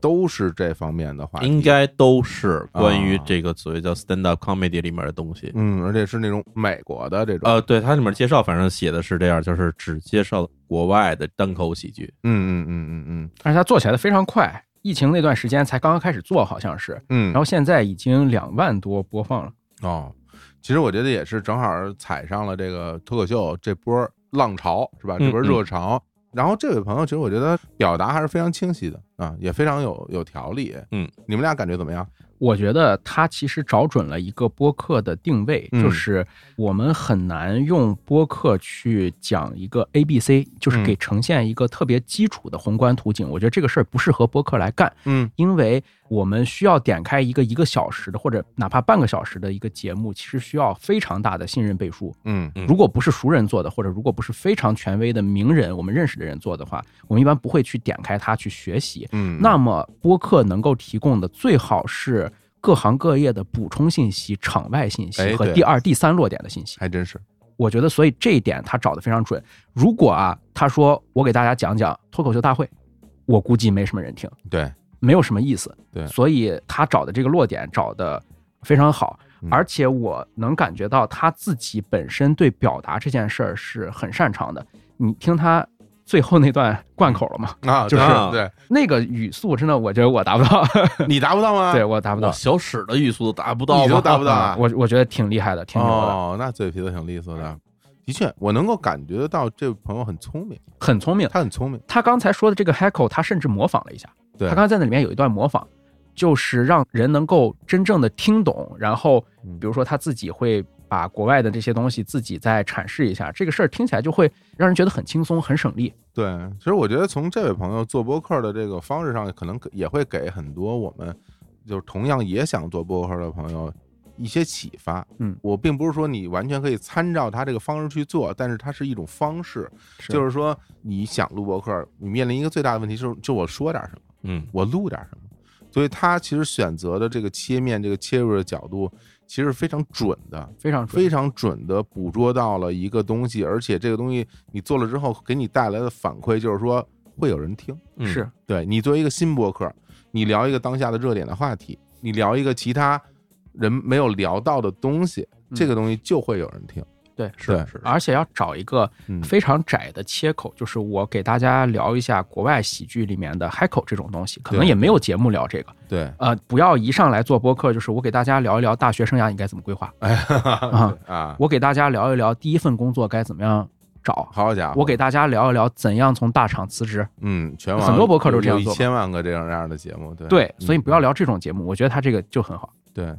Speaker 2: 都是这方面的话题，
Speaker 4: 应该都是关于
Speaker 2: 啊
Speaker 4: 这个所谓叫 stand up comedy 里面的东西。
Speaker 2: 嗯，而且是那种美国的这种，
Speaker 4: 呃，对，它里面介绍反正写的是这样，就是只介绍国外的单口喜剧。
Speaker 2: 嗯嗯嗯嗯嗯，
Speaker 5: 而且它做起来的非常快，疫情那段时间才刚刚开始做，好像是，
Speaker 2: 嗯
Speaker 5: 然后现在已经两万多播放了。
Speaker 2: 哦，其实我觉得也是正好踩上了这个脱口秀这波浪潮，是吧？
Speaker 4: 嗯
Speaker 2: 这波热潮。然后这位朋友，其实我觉得表达还是非常清晰的啊，也非常有有条理。
Speaker 4: 嗯，
Speaker 2: 你们俩感觉怎么样？
Speaker 5: 我觉得呃他其实找准了一个播客的定位，
Speaker 2: 嗯
Speaker 5: 就是我们很难用播客去讲一个 A、B、C，就是
Speaker 2: 嗯
Speaker 5: 给呈现一个特别基础的宏观图景。我觉得这个事儿不适合播客来干，
Speaker 2: 嗯，
Speaker 5: 因为我们需要点开一个一个小时的或者哪怕半个小时的一个节目，其实需要非常大的信任背书。
Speaker 2: 嗯
Speaker 5: 如果不是熟人做的，或者如果不是非常权威的名人，我们认识的人做的话，我们一般不会去点开它去学习。
Speaker 2: 嗯
Speaker 5: 那么播客能够提供的最好是各行各业的补充信息、场外信息
Speaker 2: 哎
Speaker 5: 和
Speaker 2: 对
Speaker 5: 第二、第三落点的信息。
Speaker 2: 还真是，
Speaker 5: 我觉得，所以这一点他找的非常准。如果啊，他说我给大家讲讲脱口秀大会，我估计没什么人听。
Speaker 2: 对，
Speaker 5: 没有什么意思。
Speaker 2: 对
Speaker 5: 所以他找的这个落点找的非常好，
Speaker 2: 嗯
Speaker 5: 而且我能感觉到他自己本身对表达这件事儿是很擅长的。你听他最后那段贯口了吗？
Speaker 2: 啊
Speaker 5: 就是
Speaker 2: 对对
Speaker 5: 那个语速，真的我觉得我达不到，
Speaker 2: 你达不到吗？
Speaker 5: 对我达不到，
Speaker 4: 小史的语速都达不
Speaker 2: 到你都吗达不到 啊
Speaker 5: 我我觉得挺厉害的，挺牛的，
Speaker 2: 哦，那嘴皮子挺利索的，的确，我能够感觉得到这位朋友很聪明，
Speaker 5: 很聪明。
Speaker 2: 他很聪明，
Speaker 5: 他刚才说的这个 heckle，他甚至模仿了一下。
Speaker 2: 对
Speaker 5: 他刚才在那里面有一段模仿，就是让人能够真正的听懂，然后
Speaker 2: 嗯
Speaker 5: 比如说他自己会把国外的这些东西自己再阐释一下，这个事儿听起来就会让人觉得很轻松、很省力。
Speaker 2: 对，其实我觉得从这位朋友做播客的这个方式上，可能也会给很多我们就是同样也想做播客的朋友一些启发。
Speaker 5: 嗯，
Speaker 2: 我并不是说你完全可以参照他这个方式去做，但是它是一种方式，就是说你想录播客，你面临一个最大的问题就是，就我说点什么，
Speaker 4: 嗯，
Speaker 2: 我录点什么。所以他其实选择的这个切面、这个切入的角度，其实是非常准的，
Speaker 5: 非常准
Speaker 2: 非常准的捕捉到了一个东西，而且这个东西你做了之后，给你带来的反馈就是说会有人听。
Speaker 8: Hmm.
Speaker 4: 嗯
Speaker 5: 是
Speaker 2: 对你作为一个新播客，你聊一个当下的热点的话题，你聊一个其他人没有聊到的东西，
Speaker 5: 嗯
Speaker 2: 这个东西就会有人听。
Speaker 5: 对，
Speaker 2: 是是是嗯
Speaker 5: 而且要找一个非常窄的切口，就是我给大家聊一下国外喜剧里面的 heckle 这种东西，可能
Speaker 2: 对
Speaker 5: 也没有节目聊这个。
Speaker 2: 对，
Speaker 5: 呃，不要一上来做播客，就是我给大家聊一聊大学生涯应该怎么规 划，啊
Speaker 8: Ah.
Speaker 2: 啊，
Speaker 5: 我给大家聊一聊第一份工作该怎么样找，
Speaker 2: 好家伙，
Speaker 5: 我给大家聊一聊怎样从大厂辞职。
Speaker 2: 嗯，全网
Speaker 5: 很多博客都这样
Speaker 2: 有一
Speaker 5: 做嘛
Speaker 2: 千万个这样这样的节目，对
Speaker 5: 对，所以
Speaker 2: 嗯
Speaker 5: 不要聊这种节目，我觉得他这个就很好。
Speaker 2: 对。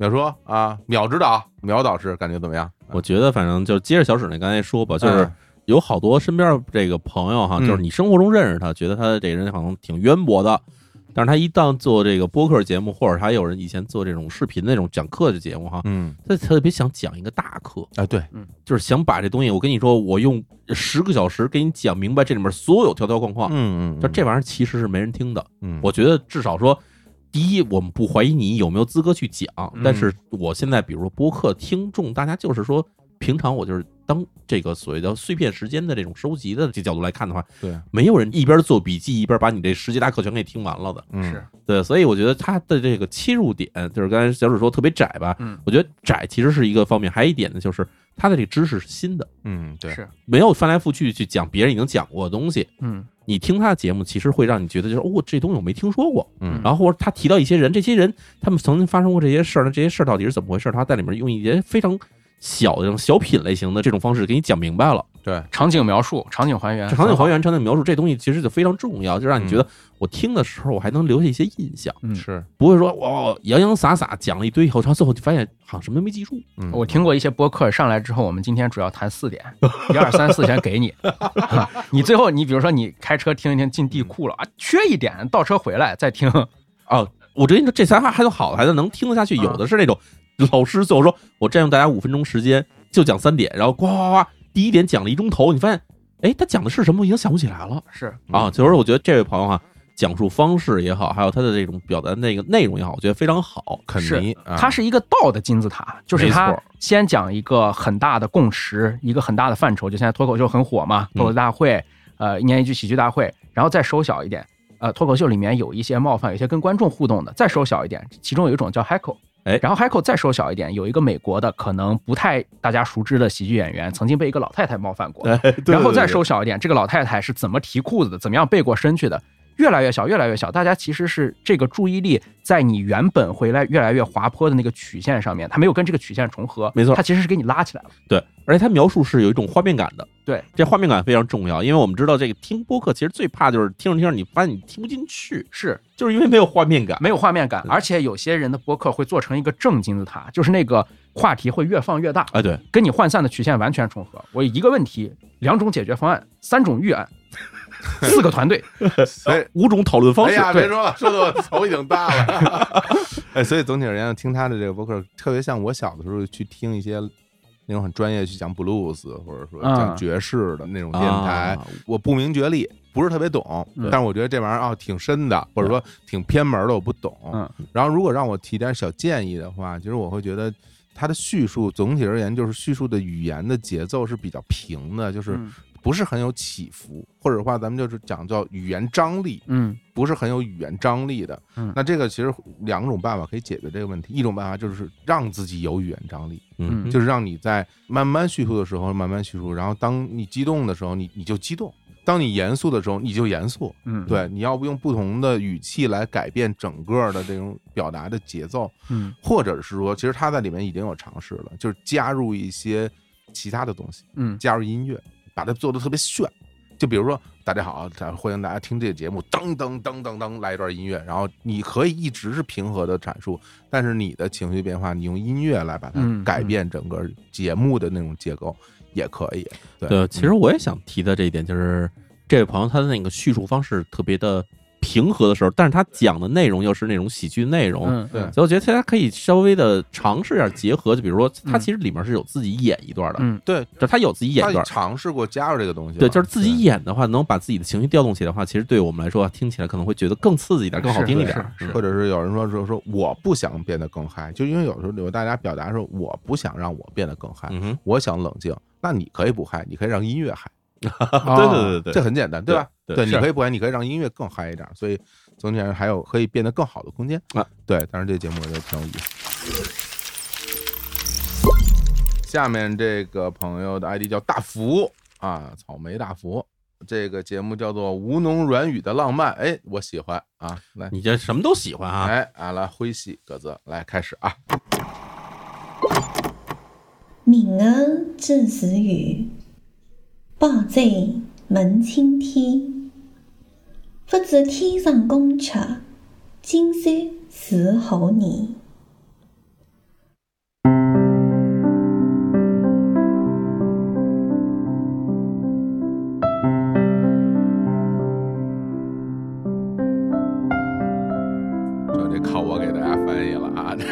Speaker 2: 秒说啊，秒指导，秒导师感觉怎么样？
Speaker 4: 我觉得反正就接着小史那刚才说吧，就是
Speaker 2: 嗯
Speaker 4: 有好多身边这个朋友哈，
Speaker 2: 嗯
Speaker 4: 就是你生活中认识他，觉得他这人好像挺渊博的，但是他一旦做这个播客节目，或者还有人以前做这种视频那种讲课的节目哈，
Speaker 2: 嗯，
Speaker 4: 他特别想讲一个大课
Speaker 2: 啊，对，
Speaker 5: 嗯，
Speaker 4: 就是想把这东西，我跟你说，我用十个小时给你讲明白这里面所有条条框
Speaker 2: 嗯
Speaker 4: 框，
Speaker 2: 嗯嗯
Speaker 4: 就这玩意儿其实是没人听的，
Speaker 2: 嗯
Speaker 4: 我觉得至少说。第一，我们不怀疑你有没有资格去讲，
Speaker 2: 嗯
Speaker 4: 但是我现在比如说播客听众，大家就是说，平常我就是当这个所谓的碎片时间的这种收集的这角度来看的话，
Speaker 2: 对，
Speaker 4: 没有人一边做笔记一边把你这十节大课全给听完了的，
Speaker 2: 嗯是
Speaker 4: 对，所以我觉得他的这个切入点就是刚才小史说特别窄吧，
Speaker 2: 嗯
Speaker 4: 我觉得窄其实是一个方面，还有一点呢就是他的这个知识是新的，
Speaker 2: 嗯，对，
Speaker 4: 是没有翻来覆去去讲别人已经讲过的东西，
Speaker 5: 嗯，
Speaker 4: 你听他的节目，其实会让你觉得就是哦，这东西我没听说过，
Speaker 2: 嗯
Speaker 4: 然后或者他提到一些人，这些人他们曾经发生过这些事儿，那这些事儿到底是怎么回事？他在里面用一些非常小的这种小品类型的这种方式给你讲明白了。
Speaker 2: 对，
Speaker 5: 场景描述、场景还原、嗯
Speaker 4: 场景还原、场景描述这东西其实就非常重要，就让你觉得我听的时候我还能留下一些印象，
Speaker 2: 是
Speaker 4: 不会说哇洋洋洒洒讲了一堆以后，然后最后就发现好像什么都没记住。
Speaker 2: 嗯
Speaker 5: 我听过一些播客上来之后，我们今天主要谈四点，一二三四先 给你，啊你最后你比如说你开车听一听进地库了啊，缺一点，倒车回来再听。
Speaker 4: 哦，我觉得这仨还还都好，还能听得下去。有的是那种老师最后说，我占用大家五分钟时间就讲三点，然后呱呱呱，第一点讲了一钟头，你发现，哎，他讲的是什么，我已经想不起来了。
Speaker 5: 是
Speaker 4: 啊，就是我觉得这位朋友啊，讲述方式也好，还有他的这种表达那个内容也好，我觉得非常好。
Speaker 2: 肯
Speaker 5: 是，
Speaker 4: 啊
Speaker 5: 它是一个道的金字塔，就是
Speaker 4: 没
Speaker 5: 它
Speaker 4: 错
Speaker 5: 先讲一个很大的共识，一个很大的范畴，就现在脱口秀很火嘛，
Speaker 4: 嗯
Speaker 5: 脱口秀大会，呃，一年一聚喜剧大会，然后再收小一点，呃，脱口秀里面有一些冒犯，有一些跟观众互动的，再收小一点，其中有一种叫 heckle。
Speaker 4: 哎，
Speaker 5: 然后 Heckle 再收小一点，有一个美国的可能不太大家熟知的喜剧演员，曾经被一个老太太冒犯过，
Speaker 4: 哎对
Speaker 5: 然后再
Speaker 4: 对对
Speaker 5: 收小一点，这个老太太是怎么提裤子的，怎么样背过身去的，越来越小，越来越小。大家其实是这个注意力在你原本回来越来越滑坡的那个曲线上面，它没有跟这个曲线重合，
Speaker 4: 没错
Speaker 5: 它其实是给你拉起来了。
Speaker 4: 对，而且他描述是有一种画面感的。
Speaker 5: 对，
Speaker 4: 这画面感非常重要，因为我们知道这个听播客其实最怕就是听着听着你发现你听不进去，
Speaker 5: 是
Speaker 4: 就是因为没有画面感，
Speaker 5: 没有画面感，而且有些人的播客会做成一个正金字塔，就是那个话题会越放越大，
Speaker 4: 哎，对，
Speaker 5: 跟你涣散的曲线完全重合。我一个问题，两种解决方案，三种预 案，四个团队，
Speaker 4: 五种讨论
Speaker 2: 哎呀，
Speaker 5: 对
Speaker 2: 别说了，说 的我头已经大了。哎，所以总体而言，听他的这个播客，特别像我小的时候去听一些那种很专业去讲布鲁斯或者说讲
Speaker 4: 嗯
Speaker 2: 爵士的那种电台
Speaker 4: 啊，
Speaker 2: 我不明觉厉，不是特别懂
Speaker 4: 对，
Speaker 2: 但是我觉得这玩意儿啊挺深的，或者说挺偏门的，我不懂。
Speaker 4: 嗯
Speaker 2: 然后如果让我提点小建议的话，其实我会觉得。它的叙述总体而言就是叙述的语言的节奏是比较平的，就是
Speaker 5: 嗯
Speaker 2: 不是很有起伏，或者的话咱们就是讲叫语言张力。
Speaker 5: 嗯，
Speaker 2: 不是很有语言张力的。
Speaker 5: 嗯
Speaker 2: 那这个其实两种办法可以解决这个问题，一种办法就是让自己有语言张力，
Speaker 4: 嗯
Speaker 2: 就是让你在慢慢叙述的时候慢慢叙述，然后当你激动的时候，你你就激动。当你严肃的时候，你就严肃。
Speaker 5: 嗯
Speaker 2: 对，你要不用不同的语气来改变整个的这种表达的节奏，
Speaker 5: 嗯
Speaker 2: 或者是说，其实他在里面已经有尝试了，就是加入一些其他的东西，
Speaker 5: 嗯
Speaker 2: 加入音乐，把它做的特别炫。就比如说，大家好，咱欢迎大家听这个节目，噔噔噔噔噔来一段音乐，然后你可以一直是平和的阐述，但是你的情绪变化，你用音乐来把它
Speaker 4: 嗯
Speaker 2: 改变整个节目的那种结构也可以。对，
Speaker 4: 对，嗯其实我也想提的这一点就是，这位朋友他的那个叙述方式特别的平和的时候，但是他讲的内容又是那种喜剧内容，
Speaker 5: 嗯对
Speaker 4: 所以我觉得大家可以稍微的尝试一下结合，就比如说他其实里面是有自己演一段的，
Speaker 5: 嗯，
Speaker 2: 对，
Speaker 4: 就他有自己演一
Speaker 2: 他
Speaker 4: 段。
Speaker 2: 尝试过加入这个东西了，
Speaker 4: 对，就是自己演的话，能把自己的情绪调动起来的话，其实对我们来说啊听起来可能会觉得更刺激一点，更好听一点。嗯
Speaker 2: 或者是有人说说说我不想变得更嗨，就因为有时候有大家表达说我不想让我变得更
Speaker 4: 嗯
Speaker 2: 嗨，我想冷静，那你可以不嗨，你可以让音乐嗨，
Speaker 4: 对对对对
Speaker 2: 这很简单，对吧？
Speaker 4: 对
Speaker 2: 对，
Speaker 4: 对
Speaker 2: 你
Speaker 4: 是
Speaker 2: 可以不嗨，你可以让音乐更嗨一点，所以总体上还有可以变得更好的空间
Speaker 4: 啊。
Speaker 2: 对，当然这节目我觉得挺有意思。下面这个朋友的 ID 叫大福啊，草莓大福。这个节目叫做《吴侬软语的浪漫》，哎，我喜欢啊！来，
Speaker 4: 你这什么都喜欢啊！
Speaker 2: 哎啊，来欢喜各自来开始啊！
Speaker 14: 闽安正时雨，百济门清天。不知天上宫阙，今宵是何年？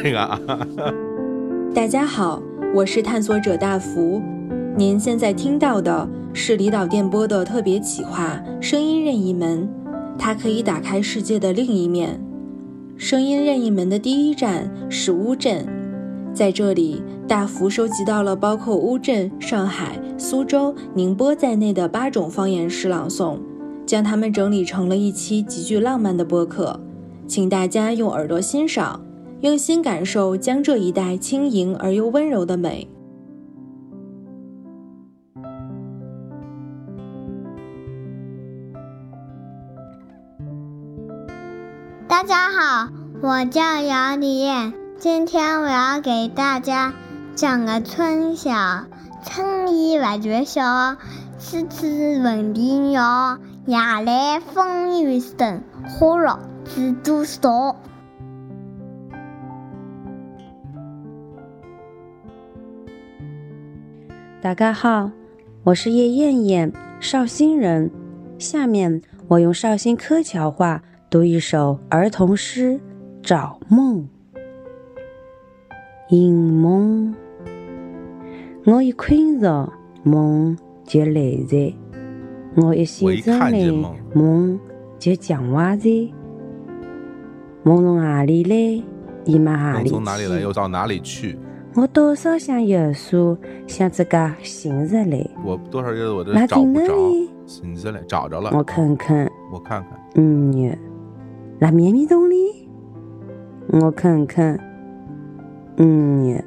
Speaker 2: 这个啊。
Speaker 15: 大家好，我是探索者大福。您现在听到的是离岛电波的特别企划“声音任意门”，它可以打开世界的另一面。声音任意门的第一站是乌镇，在这里，大福收集到了包括乌镇、上海、苏州、宁波在内的八种方言诗朗诵，将它们整理成了一期极具浪漫的播客，请大家用耳朵欣赏。用心感受江浙一带轻盈而又温柔的美。
Speaker 16: 大家好，我叫姚李艳，今天我要给大家讲个春晓。春意万卷袖，此次闻啼鸟。夜来风雨声，花落知多少。
Speaker 17: 大家好，我是叶燕燕，绍兴人。下面我用绍兴柯桥话读一首儿童诗《找梦》。寻梦，我一困着，梦就来在；我一醒着
Speaker 2: 我一看见
Speaker 17: 来
Speaker 2: 梦，
Speaker 17: 梦就讲话在。梦从哪里来，伊往哪
Speaker 2: 能
Speaker 17: 里
Speaker 2: 从哪里来，
Speaker 17: 去
Speaker 2: 又到哪里去？
Speaker 17: 我多少想有书，想自家寻着来。
Speaker 2: 我多少日子我都
Speaker 17: 那
Speaker 2: 找
Speaker 17: 挺
Speaker 2: 不
Speaker 17: 能
Speaker 2: 着
Speaker 17: 哩，
Speaker 2: 你这里找着了，
Speaker 17: 我看看，
Speaker 2: 我看看，
Speaker 17: 嗯呀，那绵密洞里，我看看，嗯呀，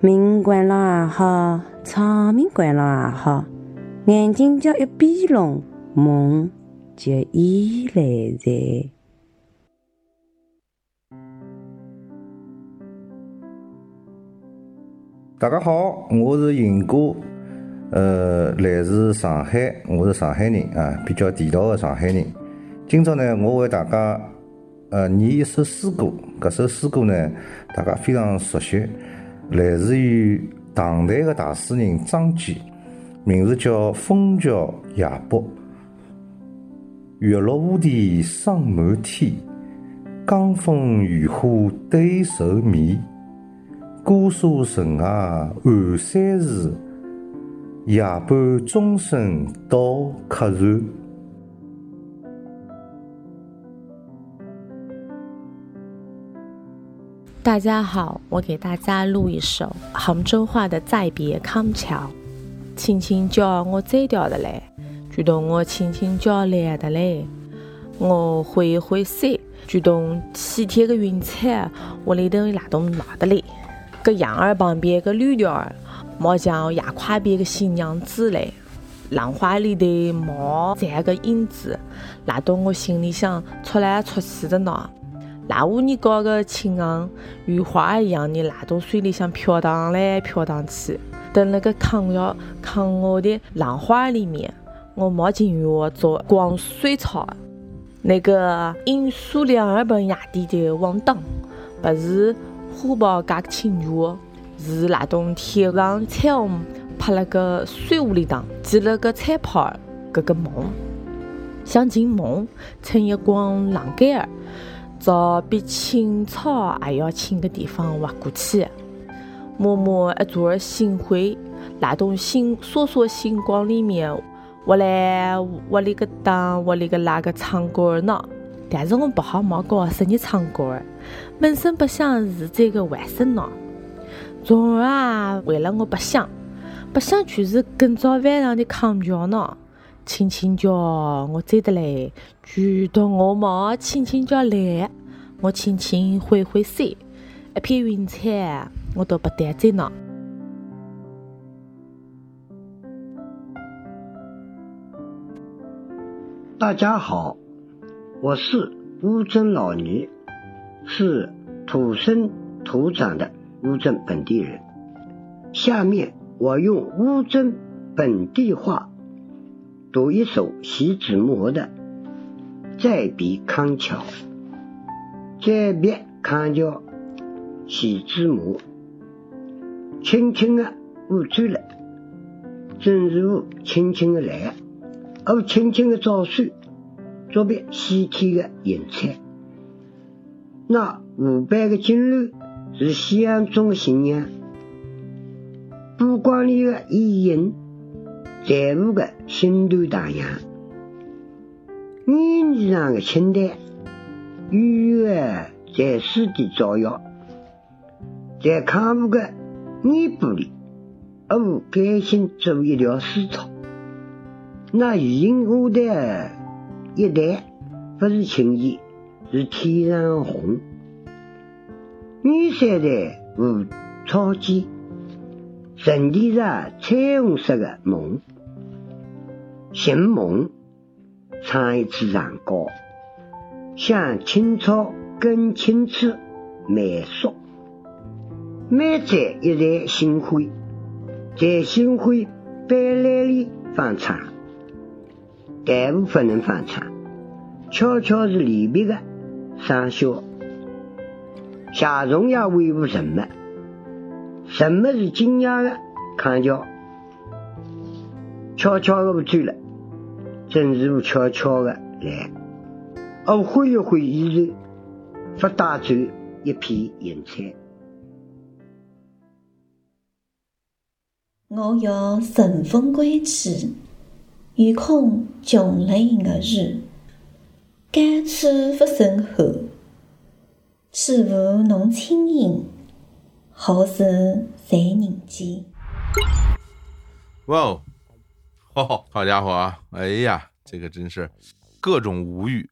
Speaker 17: 门关了也好，窗明关了也好，眼睛只要一闭拢，梦就已来在。
Speaker 18: 大家好，我是云哥，呃，来自上海，我是上海人啊，比较地道的上海人。今朝呢，我为大家呃念一首诗歌，搿首诗歌呢，大家非常熟悉，来自于唐代的大诗人张继，名字叫《枫桥夜泊》。月落乌啼霜满天，江枫渔火对愁眠。姑苏城外寒山寺，夜半钟声到客船。
Speaker 19: 大家好，我给大家录一首杭州话的《再别康桥》。轻轻叫我摘掉的来，举动我轻轻叫来的来。我挥挥手，举动西天的云彩，我里头哪动哪的嘞？搿羊儿旁边个绿条儿，毛像牙块边个新娘子嘞。浪花里头毛攒个影子，拉到我心里向出来出去的呢。赖屋里高个青昂，如花一样的赖到水里向飘荡来飘荡去。等那个康桥康我的浪花里面，我没情愿我做光水草。那个因苏两儿本夜里头往东，不是花豹介清泉，是赖东天上彩虹拍了个水壶里荡，系了个彩泡儿，搿个梦。想进梦，趁一光浪盖儿，找比青草还要青的地方滑过去。默默一座儿星辉，拉动星烁烁星光里面，我来我里个当我里个拉个唱歌儿呢。但是我不好冒高声的唱歌儿，闷声不响是这个外声呢。总而啊，为了我白相，白相就是今朝晚上的康桥呢。轻轻叫我追得来，举动我毛轻轻叫来，我轻轻挥挥手，一片云彩我都不担在呢。
Speaker 20: 大家好，我是乌镇老倪，是土生土长的乌镇本地人。下面我用乌镇本地话读一首席子墨的《再别康桥》。再别康桥，席子墨，轻轻的我走了，正是我轻轻的来。而轻轻的早睡，作别西天的云彩。那下班的进入是西安中心的波光里的意淫，财务的心头荡漾，安全上的清淡，愉悦的在水底照耀，在康复的内部里，而我甘心做一条丝草。那语音下的一代，不是情谊，是天上虹。女山的无草间，尘地上彩虹色的梦，寻梦，唱一支长歌，向青草跟青枝满说，满载一袋星辉，在星辉斑斓里放唱，队伍不能放唱，悄悄是离别的笙箫。夏虫也恢复沉默。什么是惊讶的看叫？悄悄的不走了，正是我悄悄的来。我挥一挥衣袖，不带走一片云彩。
Speaker 14: 我欲乘风归去，愿困穷累的日，该去不胜寒。去无侬轻盈，好受谁人见？
Speaker 2: 哇哦，哦，好家伙啊！哎呀，这个真是各种吴语，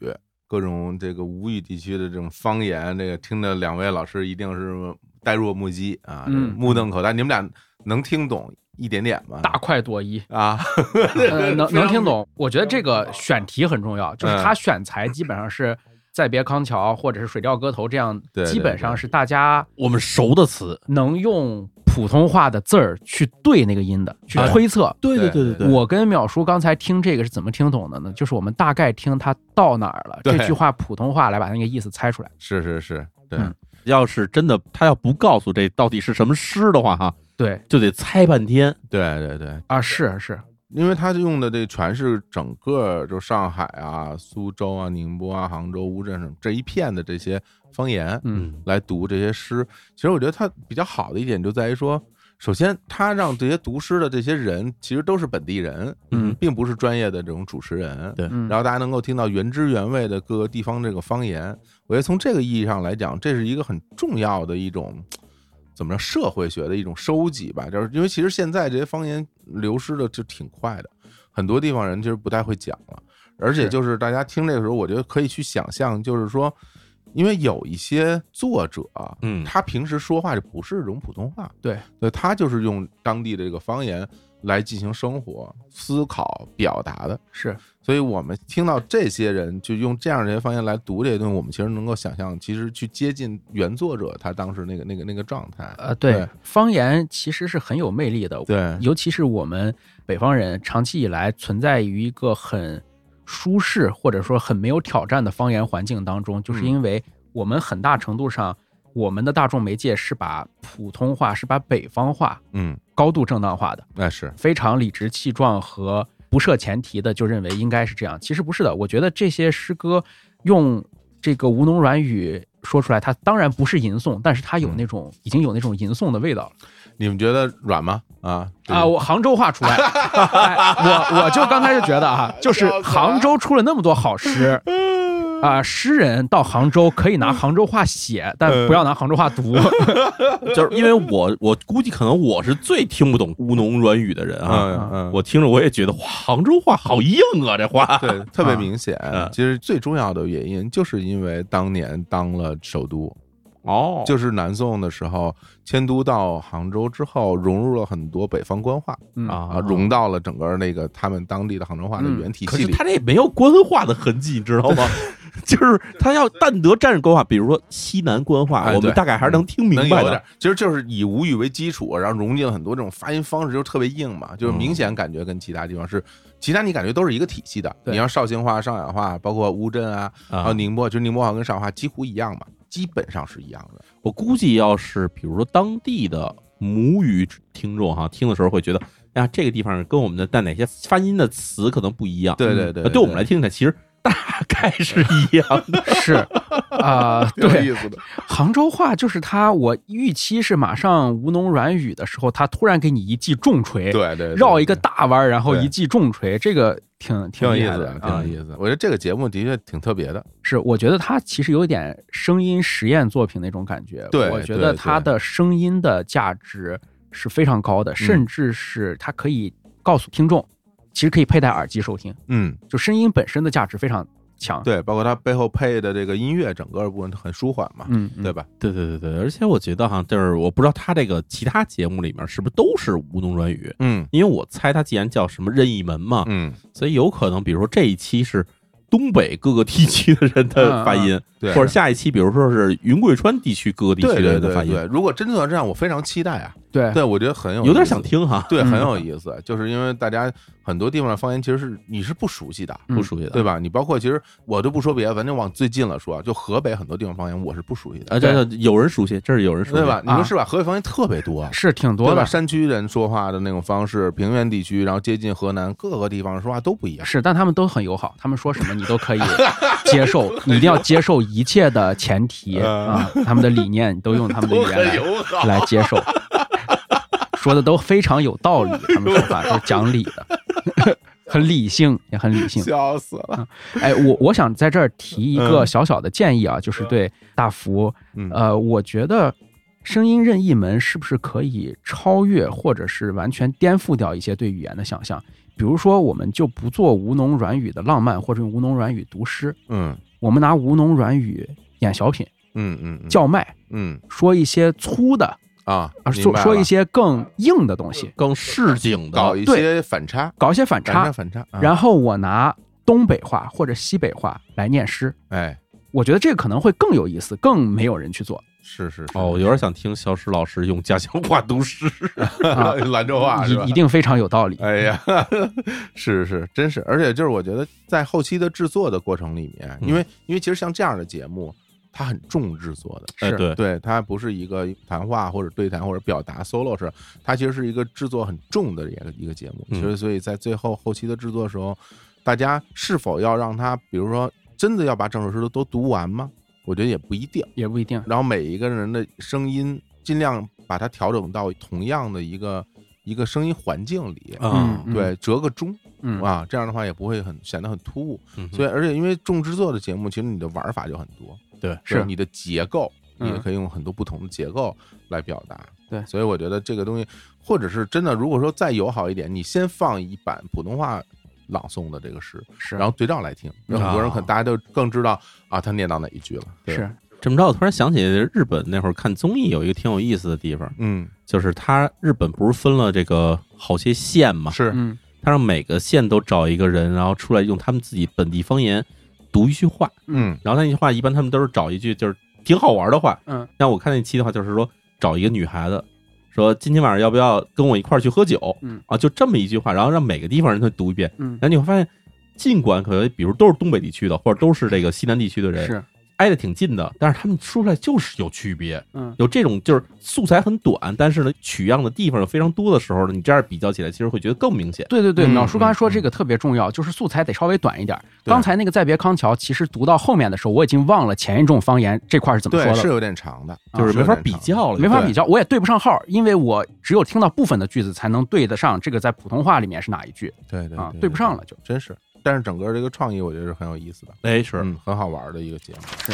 Speaker 2: 各种这个吴语地区的这种方言，这个听着两位老师一定是呆若木鸡啊，这
Speaker 5: 嗯
Speaker 2: 目瞪口呆。你们俩能听懂一点点吗？
Speaker 5: 大快朵颐
Speaker 2: 啊，
Speaker 5: 呃能能听懂。我觉得这个选题很重要，就是
Speaker 2: 嗯
Speaker 5: 他选材基本上是《再别康桥》或者是《水调歌头》这样
Speaker 4: 对，对
Speaker 5: 基本上是大家
Speaker 4: 我们熟的词，
Speaker 5: 能用普通话的字儿去对那个音的，去推测。
Speaker 4: 啊对对对对对
Speaker 5: 我跟淼叔刚才听这个是怎么听懂的呢？就是我们大概听他到哪儿了，
Speaker 4: 对
Speaker 5: 这句话普通话来把那个意思猜出来。
Speaker 2: 是是是，对。
Speaker 4: 嗯要是真的，他要不告诉这到底是什么诗的话，哈，
Speaker 5: 对，
Speaker 4: 就得猜半天。
Speaker 2: 对对对，
Speaker 5: 啊，是是，
Speaker 2: 因为他用的这全是整个就上海啊、苏州啊、宁波啊、杭州、乌镇什么这一片的这些方言，
Speaker 5: 嗯，
Speaker 2: 来读这些诗。其实我觉得他比较好的一点就在于说，首先他让这些读诗的这些人其实都是本地人，
Speaker 4: 嗯，
Speaker 2: 并不是专业的这种主持人，
Speaker 4: 对
Speaker 5: 嗯
Speaker 2: 然后大家能够听到原汁原味的各个地方这个方言。我觉得从这个意义上来讲，这是一个很重要的一种。怎么着社会学的一种收集吧，就是因为其实现在这些方言流失的就挺快的，很多地方人其实不太会讲了，而且
Speaker 4: 是
Speaker 2: 就是大家听这个时候，我觉得可以去想象，就是说，因为有一些作者，嗯，他平时说话就不是这种普通话，
Speaker 5: 对，
Speaker 2: 对他就是用当地的这个方言来进行生活、思考、表达的，
Speaker 5: 是，
Speaker 2: 所以我们听到这些人就用这样的这些方言来读这些东西，我们其实能够想象，其实去接近原作者他当时那个那个那个状态，
Speaker 5: 呃，对，方言其实是很有魅力的，
Speaker 2: 对，
Speaker 5: 尤其是我们北方人长期以来存在于一个很舒适或者说很没有挑战的方言环境当中，就是因为我们很大程度上，我们的大众媒介是把普通话是把北方话
Speaker 2: 嗯，
Speaker 5: 高度正当化的，
Speaker 2: 那哎是
Speaker 5: 非常理直气壮和不设前提的就认为应该是这样。其实不是的，我觉得这些诗歌用这个吴侬软语说出来，它当然不是吟诵，但是它有那种、已经有那种吟诵的味道了
Speaker 2: 你们觉得软吗？啊
Speaker 5: 啊！我杭州话除 外，哎、我我就刚开始觉得啊，就是杭州出了那么多好 诗。啊，诗人到杭州可以拿杭州话写，但不要拿杭州话 读。
Speaker 4: 就是因为我我估计可能我是最听不懂乌侬软语的人
Speaker 2: 嗯
Speaker 4: 啊，我听着我也觉得哇，杭州话好硬啊，这话
Speaker 2: 对，特别明显。
Speaker 4: 嗯
Speaker 2: 其实最重要的原因，就是因为当年当了首都，
Speaker 4: 哦，
Speaker 2: 就是南宋的时候迁都到杭州之后，融入了很多北方官话
Speaker 4: 嗯
Speaker 2: 啊，融到了整个那个他们当地的杭州话的
Speaker 5: 嗯
Speaker 2: 原体
Speaker 4: 可
Speaker 2: 系
Speaker 4: 是
Speaker 2: 里。
Speaker 4: 他这也没有官话的痕迹，你知道吗？ 就是他要但得战士官话，比如说西南官话，
Speaker 2: 哎
Speaker 4: 我们
Speaker 2: 对
Speaker 4: 大概还是能听明
Speaker 2: 能
Speaker 4: 白
Speaker 2: 有
Speaker 4: 的
Speaker 2: 点。，其实就是以吴语为基础，然后融进了很多这种发音方式，就特别硬嘛，
Speaker 4: 嗯
Speaker 2: 就是明显感觉跟其他地方是，其他你感觉都是一个体系的。
Speaker 4: 对
Speaker 2: 你要绍兴话、上海话，包括乌镇啊，
Speaker 4: 啊
Speaker 2: 还有宁波，其实宁波话跟上海话几乎一样嘛，基本上是一样的。
Speaker 4: 我估计要是比如说当地的母语听众哈，听的时候会觉得，哎呀，这个地方跟我们的但哪些发音的词可能不一样。
Speaker 2: 对对对
Speaker 4: 呃对我们来听起来，其实大概是一样的，
Speaker 5: 是啊、
Speaker 4: 挺有
Speaker 5: 对，
Speaker 4: 意思的
Speaker 5: 杭州话就是它，我预期是马上吴侬软语的时候，它突然给你一记重锤，
Speaker 2: 对对对
Speaker 5: 绕一个大弯儿，然后
Speaker 2: 对
Speaker 5: 一记重锤，这个挺
Speaker 2: 挺有
Speaker 5: 厉
Speaker 2: 意
Speaker 5: 害
Speaker 2: 思
Speaker 5: 的
Speaker 2: 的，，挺
Speaker 5: 啊
Speaker 4: 嗯
Speaker 2: 有意思的。我觉得这个节目的确挺特别的，
Speaker 5: 是，我觉得它其实有一点声音实验作品那种感觉。
Speaker 2: 对
Speaker 5: 我觉
Speaker 2: 对
Speaker 5: 得
Speaker 2: 对
Speaker 5: 它的声音的价值是非常
Speaker 2: 嗯
Speaker 5: 高的，甚至是它可以告诉听众，其实可以佩戴耳机收听，
Speaker 2: 嗯，
Speaker 5: 就声音本身的价值非常强。
Speaker 2: 对，包括它背后配的这个音乐，整个部分很舒缓嘛，
Speaker 5: 嗯
Speaker 2: 对吧？
Speaker 4: 对对对对，而且我觉得哈，就是我不知道他这个其他节目里面是不是都是吴侬软语，
Speaker 2: 嗯，
Speaker 4: 因为我猜他既然叫什么任意门嘛，
Speaker 2: 嗯，
Speaker 4: 所以有可能，比如说这一期是东北各个地区的人的发音，
Speaker 2: 嗯嗯对
Speaker 4: 或者下一期比如说是云贵川地区各个地
Speaker 2: 对
Speaker 4: 区的
Speaker 2: 对
Speaker 4: 人的
Speaker 2: 对
Speaker 4: 发音，
Speaker 2: 对，如果真的这样，我非常期待啊。
Speaker 5: 对
Speaker 2: 对，我觉得很有
Speaker 4: 有点
Speaker 2: 意思
Speaker 4: 想听
Speaker 5: 啊
Speaker 4: 哈
Speaker 2: 对，
Speaker 4: 嗯
Speaker 2: 很有意思，就是因为大家很多地方的方言其实是你是不熟悉的，
Speaker 4: 嗯不熟悉的
Speaker 2: 对吧？你包括其实我都不说别的，咱就往最近了说，啊就河北很多地方方言我是不熟悉的
Speaker 4: 啊，这这有人熟悉，这是有人熟悉，啊
Speaker 2: 对吧？你说是
Speaker 4: 吧？
Speaker 2: 吧？河北方言特别多，
Speaker 5: 啊是挺多
Speaker 2: 对吧？
Speaker 5: 的
Speaker 2: 山区人说话的那种方式，平原地区，然后接近河南各个地方说话都不一样。
Speaker 5: 是，但他们都很友好，他们说什么你都可以接受，你一定要接受一切的前提啊，他们的理念你都用他们的语言
Speaker 2: 都很友好
Speaker 5: 来来接受，说的都非常有道理，他们说话都是讲理的，很理性，也很理性。
Speaker 2: 笑死了！
Speaker 5: 哎，我我想在这儿提一个
Speaker 2: 嗯
Speaker 5: 小小的建议啊，就是对大福，呃，我觉得声音任意门是不是可以超越或者是完全颠覆掉一些对语言的想象？比如说，我们就不做吴侬软语的浪漫，或者用吴侬软语读诗，
Speaker 2: 嗯，
Speaker 5: 我们拿吴侬软语演小品，
Speaker 2: 嗯嗯，
Speaker 5: 叫卖，
Speaker 2: 嗯，
Speaker 5: 说一些粗的
Speaker 2: 啊
Speaker 5: 啊，
Speaker 2: 明
Speaker 5: 说
Speaker 2: 白
Speaker 5: 说一
Speaker 2: 了
Speaker 5: 些更硬的东西，
Speaker 4: 更市井
Speaker 2: 搞一些反差，
Speaker 5: 搞一些反
Speaker 2: 反
Speaker 5: 差，
Speaker 2: 差反差啊
Speaker 5: 然后我拿东北话或者西北话来念诗，
Speaker 2: 哎，
Speaker 5: 我觉得这个可能会更有意思，更没有人去做。
Speaker 2: 是是
Speaker 4: 哦，我有点想听肖石老师用家乡话 读诗，
Speaker 5: 啊
Speaker 2: 兰州话是吧
Speaker 5: 一一定非常有道理。
Speaker 2: 哎 呀， 是是，真是，而且就是我觉得在后期的制作的过程里面，
Speaker 4: 嗯
Speaker 2: 因为因为其实像这样的节目，它很重制作的，呃
Speaker 4: 哎是对
Speaker 2: 对，它不是一个谈话或者对谈或者表达 solo 是，它其实是一个制作很重的一个一个节目，
Speaker 4: 嗯
Speaker 2: 所以所以在最后后期的制作的时候，大家是否要让它，比如说真的要把整首诗都都读完吗？我觉得也不一定，
Speaker 5: 也不一定。
Speaker 2: 然后每一个人的声音尽量把它调整到同样的一个一个声音环境里
Speaker 4: 啊嗯
Speaker 2: 对，折个中，
Speaker 5: 嗯
Speaker 2: 啊，这样的话也不会很显得很突兀。
Speaker 4: 嗯哼
Speaker 2: 所以，而且因为重制作的节目，其实你的玩法就很多，
Speaker 4: 对
Speaker 2: 就是你的结构，你
Speaker 4: 嗯
Speaker 2: 也可以用很多不同的结构来表达。
Speaker 5: 对
Speaker 2: 所以我觉得这个东西，或者是真的，如果说再友好一点，你先放一版普通话朗诵的这个诗，
Speaker 5: 是啊
Speaker 2: 然后对照来听，让很多人可能大家都更知道啊，他念到哪一句了。对
Speaker 5: 是
Speaker 4: 这么着，我突然想起日本那会儿看综艺有一个挺有意思的地方，
Speaker 2: 嗯，
Speaker 4: 就是它日本不是分了这个好些县嘛，
Speaker 2: 是，
Speaker 5: 嗯，
Speaker 4: 它让每个县都找一个人，然后出来用他们自己本地方言读一句话，
Speaker 2: 嗯，
Speaker 4: 然后那句话一般他们都是找一句就是挺好玩的话，
Speaker 5: 嗯，
Speaker 4: 像我看那期的话就是说找一个女孩子。说今天晚上要不要跟我一块儿去喝酒？
Speaker 5: 嗯
Speaker 4: 啊，就这么一句话，然后让每个地方人都读一遍。
Speaker 5: 嗯
Speaker 4: 然后你会发现，尽管可能比如都是东北地区的，或者都是这个西南地区的人，
Speaker 5: 是
Speaker 4: 挨得挺近的，但是他们说出来就是有区别。
Speaker 5: 嗯
Speaker 4: 有这种就是素材很短，但是呢取样的地方又非常多的时候呢，你这样比较起来，其实会觉得更明显。
Speaker 5: 对对对，淼叔刚才说这个特别重要，就是素材得稍微短一点儿。刚才那个《再别康桥》，其实读到后面的时候，我已经忘了前一种方言这块儿是怎么说
Speaker 2: 对，
Speaker 5: 的，
Speaker 2: 是有点长的，
Speaker 5: 啊
Speaker 2: 有点长
Speaker 4: 较
Speaker 5: 没法
Speaker 2: 对
Speaker 5: 比较，我也对不上号，因为我只有听到部分的句子，才能对得上这个在普通话里面是哪一句。
Speaker 2: 对对
Speaker 5: 啊
Speaker 2: 对，
Speaker 5: 对不上了就
Speaker 2: 真是。但是整个这个创意，我觉得是很有意思的，
Speaker 4: 哎，是
Speaker 2: 嗯，很好玩的一个节目，
Speaker 5: 是。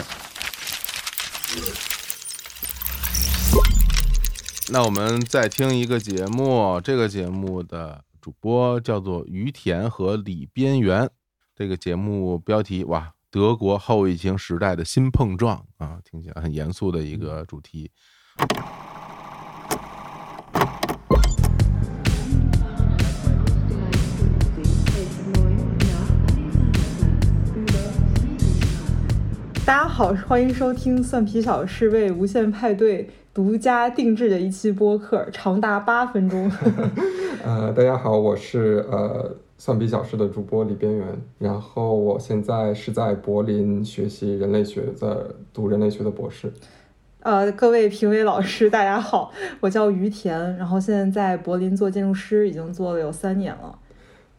Speaker 2: 那我们再听一个节目，这个节目的主播叫做于田和李边缘。这个节目标题哇，德国后疫情时代的新碰撞啊，听起来很严肃的一
Speaker 5: 嗯
Speaker 2: 个主题。
Speaker 21: 大家好，欢迎收听蒜皮小事为无限派对独家定制的一期播客，长达八分钟。
Speaker 22: 呃，大家好，我是呃蒜皮小事的主播李边缘，然后我现在是在柏林学习人类学的，读人类学的博士。
Speaker 21: 呃，各位评委老师，大家好，我叫于田，然后现在在柏林做建筑师，已经做了有三年了。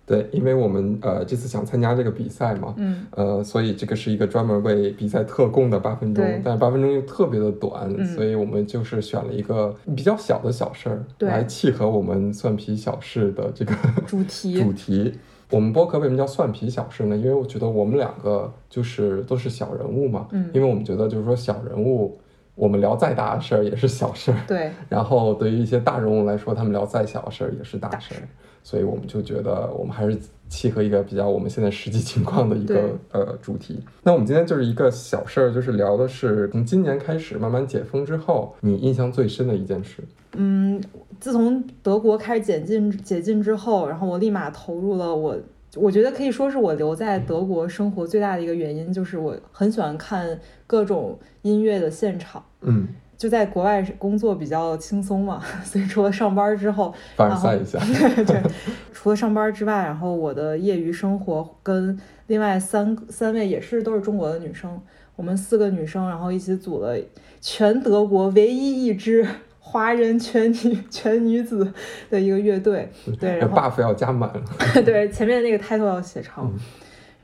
Speaker 22: 对，因为我们呃这次想参加这个比赛嘛，
Speaker 21: 嗯
Speaker 22: 呃，所以这个是一个专门为比赛特供的八分钟
Speaker 21: 对，
Speaker 22: 但是八分钟又特别的短，
Speaker 21: 嗯
Speaker 22: 所以我们就是选了一个比较小的小事儿
Speaker 21: 对
Speaker 22: 来契合我们蒜皮小事的这个
Speaker 21: 主题
Speaker 22: 主题。我们播客为什么叫蒜皮小事呢？因为我觉得我们两个就是都是小人物嘛，
Speaker 21: 嗯
Speaker 22: 因为我们觉得就是说小人物，我们聊再大的事儿也是小事儿，
Speaker 21: 对，
Speaker 22: 然后对于一些大人物来说，他们聊再小的事儿也是大事儿，所以我们就觉得我们还是契合一个比较我们现在实际情况的一个对呃主题。那我们今天就是一个小事儿，就是聊的是从今年开始慢慢解封之后，你印象最深的一件事。
Speaker 21: 嗯，自从德国开始解禁解禁之后，然后我立马投入了我，我觉得可以说是我留在德国生活最大的一个原因，就是我很喜欢看各种音乐的现场。
Speaker 22: 嗯，
Speaker 21: 就在国外工作比较轻松嘛， 所以除了上班之后，
Speaker 22: 凡
Speaker 21: 然
Speaker 22: 尔
Speaker 21: 后
Speaker 22: 赛一下
Speaker 21: 对对，除了上班之外，然后我的业余生活跟另外三三位也是都是中国的女生，我们四个女生，然后一起组了全德国唯一一支华人全女全女子的一个乐队，对，然后
Speaker 22: buff 要加满，
Speaker 21: 对，前面那个 title 要写长。
Speaker 22: 嗯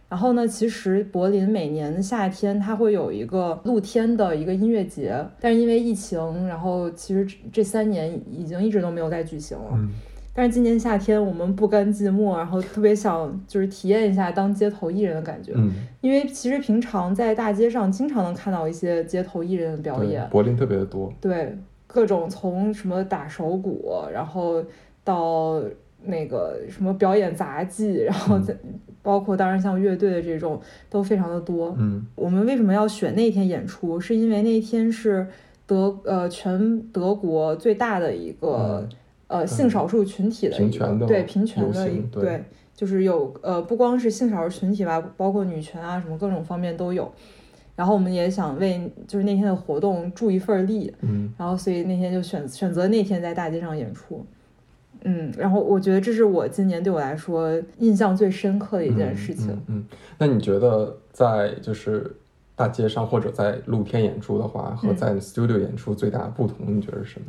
Speaker 21: 然后呢，其实柏林每年的夏天它会有一个露天的一个音乐节，但是因为疫情，然后其实这这三年已经一直都没有再举行了。
Speaker 22: 嗯
Speaker 21: 但是今年夏天我们不甘寂寞，然后特别想就是体验一下当街头艺人的感觉，
Speaker 22: 嗯，
Speaker 21: 因为其实平常在大街上经常能看到一些街头艺人的表
Speaker 22: 对
Speaker 21: 演，
Speaker 22: 柏林特别的多，
Speaker 21: 对，各种从什么打手鼓，然后到那个什么表演杂技，然后再包括当然像乐队的这种都非常的多。
Speaker 22: 嗯，
Speaker 21: 我们为什么要选那天演出？是因为那天是德呃全德国最大的一
Speaker 14: 嗯
Speaker 21: 个、呃性少数群体的
Speaker 22: 嗯平
Speaker 21: 一个
Speaker 22: 权的
Speaker 21: 对平权
Speaker 22: 游
Speaker 21: 的一
Speaker 22: 行对
Speaker 21: 对。就是有呃，不光是性少数群体吧，包括女权啊，什么各种方面都有。然后我们也想为就是那天的活动助一份力，
Speaker 22: 嗯，
Speaker 21: 然后所以那天就选选择那天在大街上演出，嗯，然后我觉得这是我今年对我来说印象最深刻的一件事情。
Speaker 22: 嗯。嗯，那你觉得在就是大街上或者在露天演出的话，和
Speaker 21: 嗯
Speaker 22: 在 studio 演出最大的不同，你觉得是什么？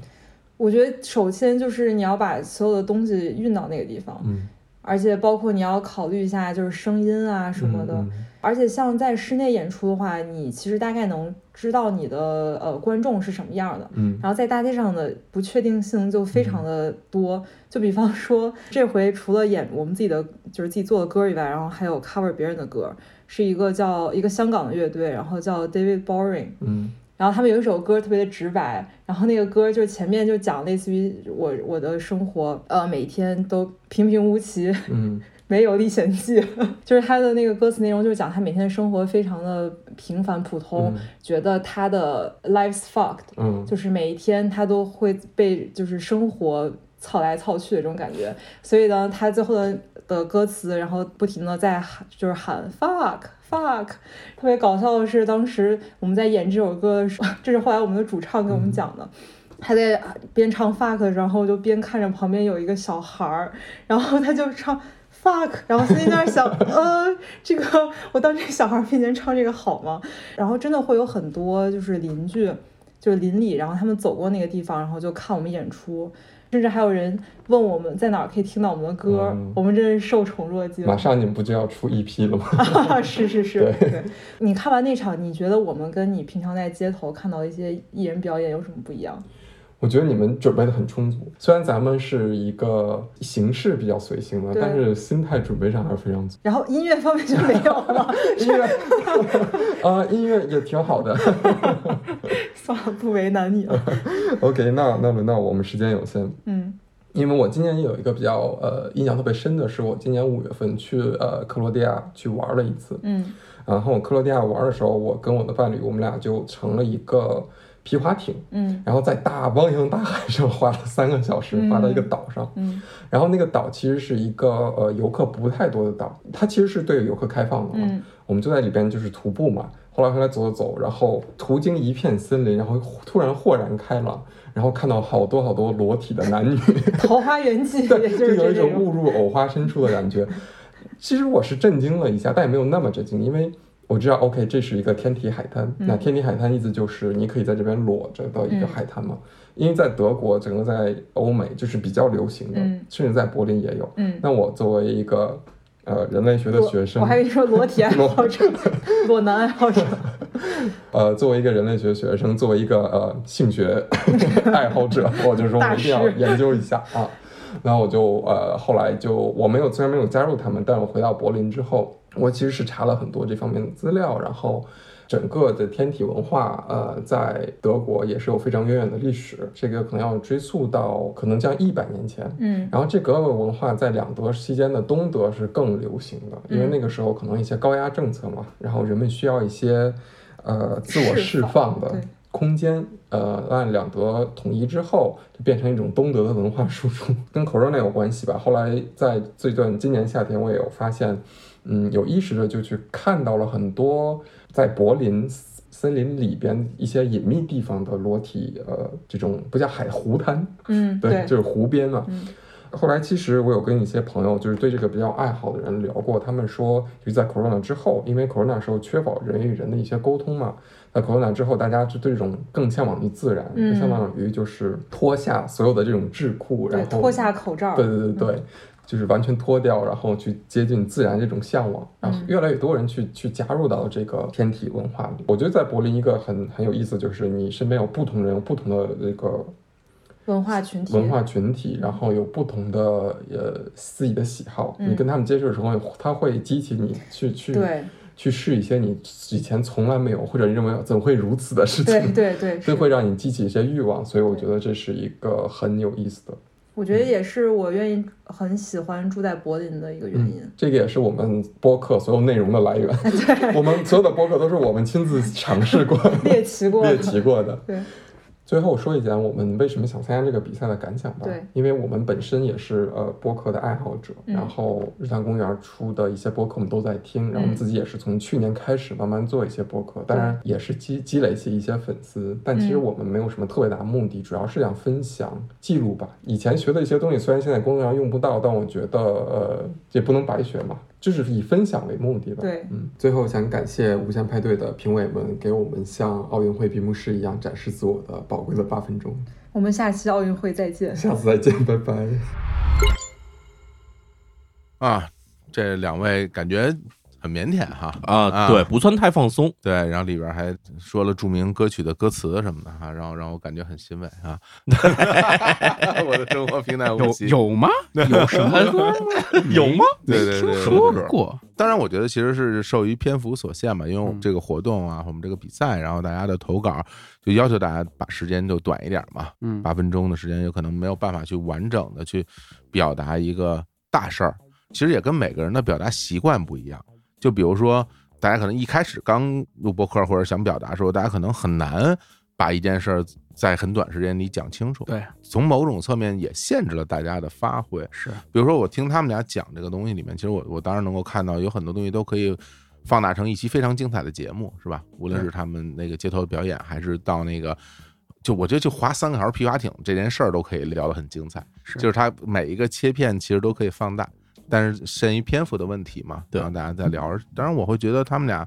Speaker 21: 我觉得首先就是你要把所有的东西运到那个地方，
Speaker 22: 嗯，
Speaker 21: 而且包括你要考虑一下就是声音啊什么的，而且像在室内演出的话，你其实大概能知道你的呃观众是什么样的，
Speaker 22: 嗯
Speaker 21: 然后在大街上的不确定性就非常的多，就比方说这回除了演我们自己的就是自己做的歌以外，然后还有 cover 别人的歌，是一个叫一个香港的乐队，然后叫 David Boring，
Speaker 22: 嗯
Speaker 21: 然后他们有一首歌特别的直白，然后那个歌就是前面就讲类似于我我的生活，呃，每天都平平无奇，
Speaker 22: 嗯，
Speaker 21: 没有历险记， 就是他的那个歌词内容就是讲他每天的生活非常的平凡普通，
Speaker 22: 嗯
Speaker 21: 觉得他的 life's fucked，
Speaker 22: 嗯
Speaker 21: 就是每一天他都会被就是生活操来操去的这种感觉，所以呢，他最后的的歌词，然后不停的在喊，就是喊 fuck fuck。特别搞笑的是，当时我们在演这首歌的时候， 这是后来我们的主唱给我
Speaker 22: 嗯
Speaker 21: 们讲的。他在边唱 fuck，的时候然后就边看着旁边有一个小孩儿，然后他就唱 fuck，然后心里在那儿想，呃，这个我当这小孩儿面前唱这个好吗？然后真的会有很多就是邻居，就是邻里，然后他们走过那个地方，然后就看我们演出，甚至还有人问我们在哪儿可以听到我们的歌，
Speaker 22: 嗯
Speaker 21: 我们真是受宠若惊。
Speaker 22: 马上你们不就要出 EP 了吗？
Speaker 21: 是是是，
Speaker 22: 对
Speaker 21: 对。你看完那场，你觉得我们跟你平常在街头看到的一些艺人表演有什么不一样？
Speaker 22: 我觉得你们准备的很充足，虽然咱们是一个形式比较随性的，
Speaker 21: 对
Speaker 22: 但是心态准备上还是非常足。
Speaker 21: 然后音乐方面就没有 了，
Speaker 22: 音乐啊、音乐也挺好的。
Speaker 21: 算了，不为难你了。
Speaker 22: OK，那那轮到我们时间有限，
Speaker 21: 嗯
Speaker 22: 因为我今年也有一个比较呃印象特别深的是，我今年五月份去呃克罗地亚去玩了一次，
Speaker 21: 嗯
Speaker 22: 然后我克罗地亚玩的时候，我跟我的伴侣，我们俩就乘了一个皮划艇，
Speaker 21: 嗯
Speaker 22: 然后在大汪洋大海上花了三个小时，
Speaker 21: 嗯
Speaker 22: 花到一个岛上。
Speaker 21: 嗯
Speaker 22: 然后那个岛其实是一个呃游客不太多的岛，它其实是对游客开放的嘛。
Speaker 21: 嗯
Speaker 22: 我们就在里边就是徒步嘛，后来后来走走走，然后途经一片森林，然后突然豁然开朗，然后看到好多好多裸体的男女，
Speaker 21: 桃花源记
Speaker 22: 对，
Speaker 21: 也就是
Speaker 22: 有
Speaker 21: 这
Speaker 22: 一种
Speaker 21: 种
Speaker 22: 误入藕花深处的感觉。其实我是震惊了一下，但也没有那么震惊，因为我知道 OK，这是一个天体海滩。
Speaker 7: 嗯
Speaker 22: 那天体海滩意思就是你可以在这边裸着的一个
Speaker 7: 嗯
Speaker 22: 海滩嘛。因为在德国，整个在欧美就是比较流行的，
Speaker 7: 嗯
Speaker 22: 甚至在柏林也有。
Speaker 7: 嗯
Speaker 22: 那我作为一个呃人类学的学生，
Speaker 21: 我还以为说裸体爱好者， 裸男爱好者。
Speaker 22: 呃，作为一个人类学学生，作为一个呃性 学爱好者，我就说我
Speaker 7: 大
Speaker 22: 一定要
Speaker 7: 师
Speaker 22: 研究一下啊。然后我就呃后来就我没有虽然没有加入他们，但我回到柏林之后，我其实是查了很多这方面的资料，然后。整个的天体文化，呃，在德国也是有非常悠远的历史，这个可能要追溯到可能将一百年前。
Speaker 7: 嗯
Speaker 22: 然后这革命文化在两德期间的东德是更流行的，因为
Speaker 7: 嗯
Speaker 22: 那个时候可能一些高压政策嘛，然后人们需要一些呃自我
Speaker 7: 释
Speaker 22: 释
Speaker 7: 放
Speaker 22: 放的
Speaker 7: 对
Speaker 22: 空间。呃，按两德统一之后，就变成一种东德的文化输出，跟 Corona 有关系吧。后来在最近今年夏天，我也有发现，嗯，有意识的就去看到了很多在柏林森林里边一些隐秘地方的裸体，呃，这种不叫海湖滩，
Speaker 7: 嗯对
Speaker 22: 就是湖边嘛。
Speaker 7: 嗯
Speaker 22: 后来其实我有跟一些朋友，就是对这个比较爱好的人聊过，他们说，就是在 Corona 之后，因为 Corona 时候缺乏人与人的一些沟通嘛，在 Corona 之后，大家就对这种更向往于自然，
Speaker 21: 嗯
Speaker 22: 更向往于就是脱下所有的这种桎梏， 然
Speaker 21: 对，
Speaker 22: 后
Speaker 21: 脱下嗯口罩。
Speaker 22: 对对对对，就是完全脱掉，然后去接近自然这种向往，然后
Speaker 21: 嗯
Speaker 22: 越来越多人去去加入到这个天体文化里。我觉得在柏林一个很很有意思，就是你身边有不同人，有不同的这个
Speaker 21: 文化群体。
Speaker 22: 文化群体，然后有不同的呃自己的喜好，
Speaker 21: 嗯
Speaker 22: 你跟他们接触的时候，他会激起你去去
Speaker 21: 对
Speaker 22: 去试一些你以前从来没有或者认为怎么会如此的事
Speaker 21: 对
Speaker 22: 情，
Speaker 21: 对 对
Speaker 22: 这会让你激起一些欲望，所以我觉得这是一个很有意思的。
Speaker 21: 我
Speaker 22: 嗯
Speaker 21: 觉得也是我愿意很喜欢住在柏林的一个原因。
Speaker 22: 嗯这个也是我们播客所有内容的来源。我们所有的播客都是我们亲自尝试过、
Speaker 21: 猎奇过的
Speaker 22: 猎奇过的。
Speaker 21: 对，
Speaker 22: 最后说一点我们为什么想参加这个比赛的感想吧。
Speaker 21: 对
Speaker 22: 因为我们本身也是呃播客的爱好者，
Speaker 7: 嗯
Speaker 22: 然后日坛公园出的一些播客我们都在听，然后我们
Speaker 7: 嗯
Speaker 22: 自己也是从去年开始慢慢做一些播客，当然也是积积累起一些粉丝，但其实
Speaker 7: 嗯
Speaker 22: 我们没有什么特别大的目的，主要是想分享记录吧。以前学的一些东西，虽然现在工作上用不到，但我觉得呃也不能白学嘛，就是以分享为目的吧。
Speaker 7: 对
Speaker 22: 嗯，最后想感谢无限派对的评委们，给我们像奥运会闭幕式一样展示自我的宝贵的八分钟。
Speaker 21: 我们下期奥运会再见。
Speaker 22: 下次再见，拜拜。
Speaker 2: 啊，这两位感觉很腼腆哈
Speaker 4: 啊对不算太放松。
Speaker 2: 对，然后里边还说了著名歌曲的歌词什么的哈，然后让我感觉很欣慰 啊。我的生活平淡无奇，
Speaker 5: 有有 吗有什么歌吗
Speaker 2: 有吗？
Speaker 5: 没
Speaker 2: 对对对，
Speaker 5: 听说
Speaker 2: 没有
Speaker 5: 过。嗯
Speaker 2: 当然，我觉得其实是受于篇幅所限吧，因为我们这个活动啊，我们这个比赛，然后大家的投稿，就要求大家把时间就短一点嘛，
Speaker 5: 嗯
Speaker 2: 八分钟的时间，有可能没有办法去完整的去表达一个大事儿。其实也跟每个人的表达习惯不一样，就比如说，大家可能一开始刚录播客或者想表达的时候，大家可能很难把一件事儿在很短时间里讲清楚。
Speaker 5: 对，
Speaker 2: 从某种侧面也限制了大家的发挥。
Speaker 5: 是，
Speaker 2: 比如说我听他们俩讲这个东西里面，其实我我当然能够看到有很多东西都可以放大成一期非常精彩的节目，是吧？无论是他们那个街头表演，还是到那个。就我觉得，就划三个小时皮划艇这件事儿都可以聊得很精彩，
Speaker 5: 是
Speaker 2: 就是它每一个切片其实都可以放大，但是限于篇幅的问题嘛，对，让大家
Speaker 5: 嗯
Speaker 2: 再聊。当然，我会觉得他们俩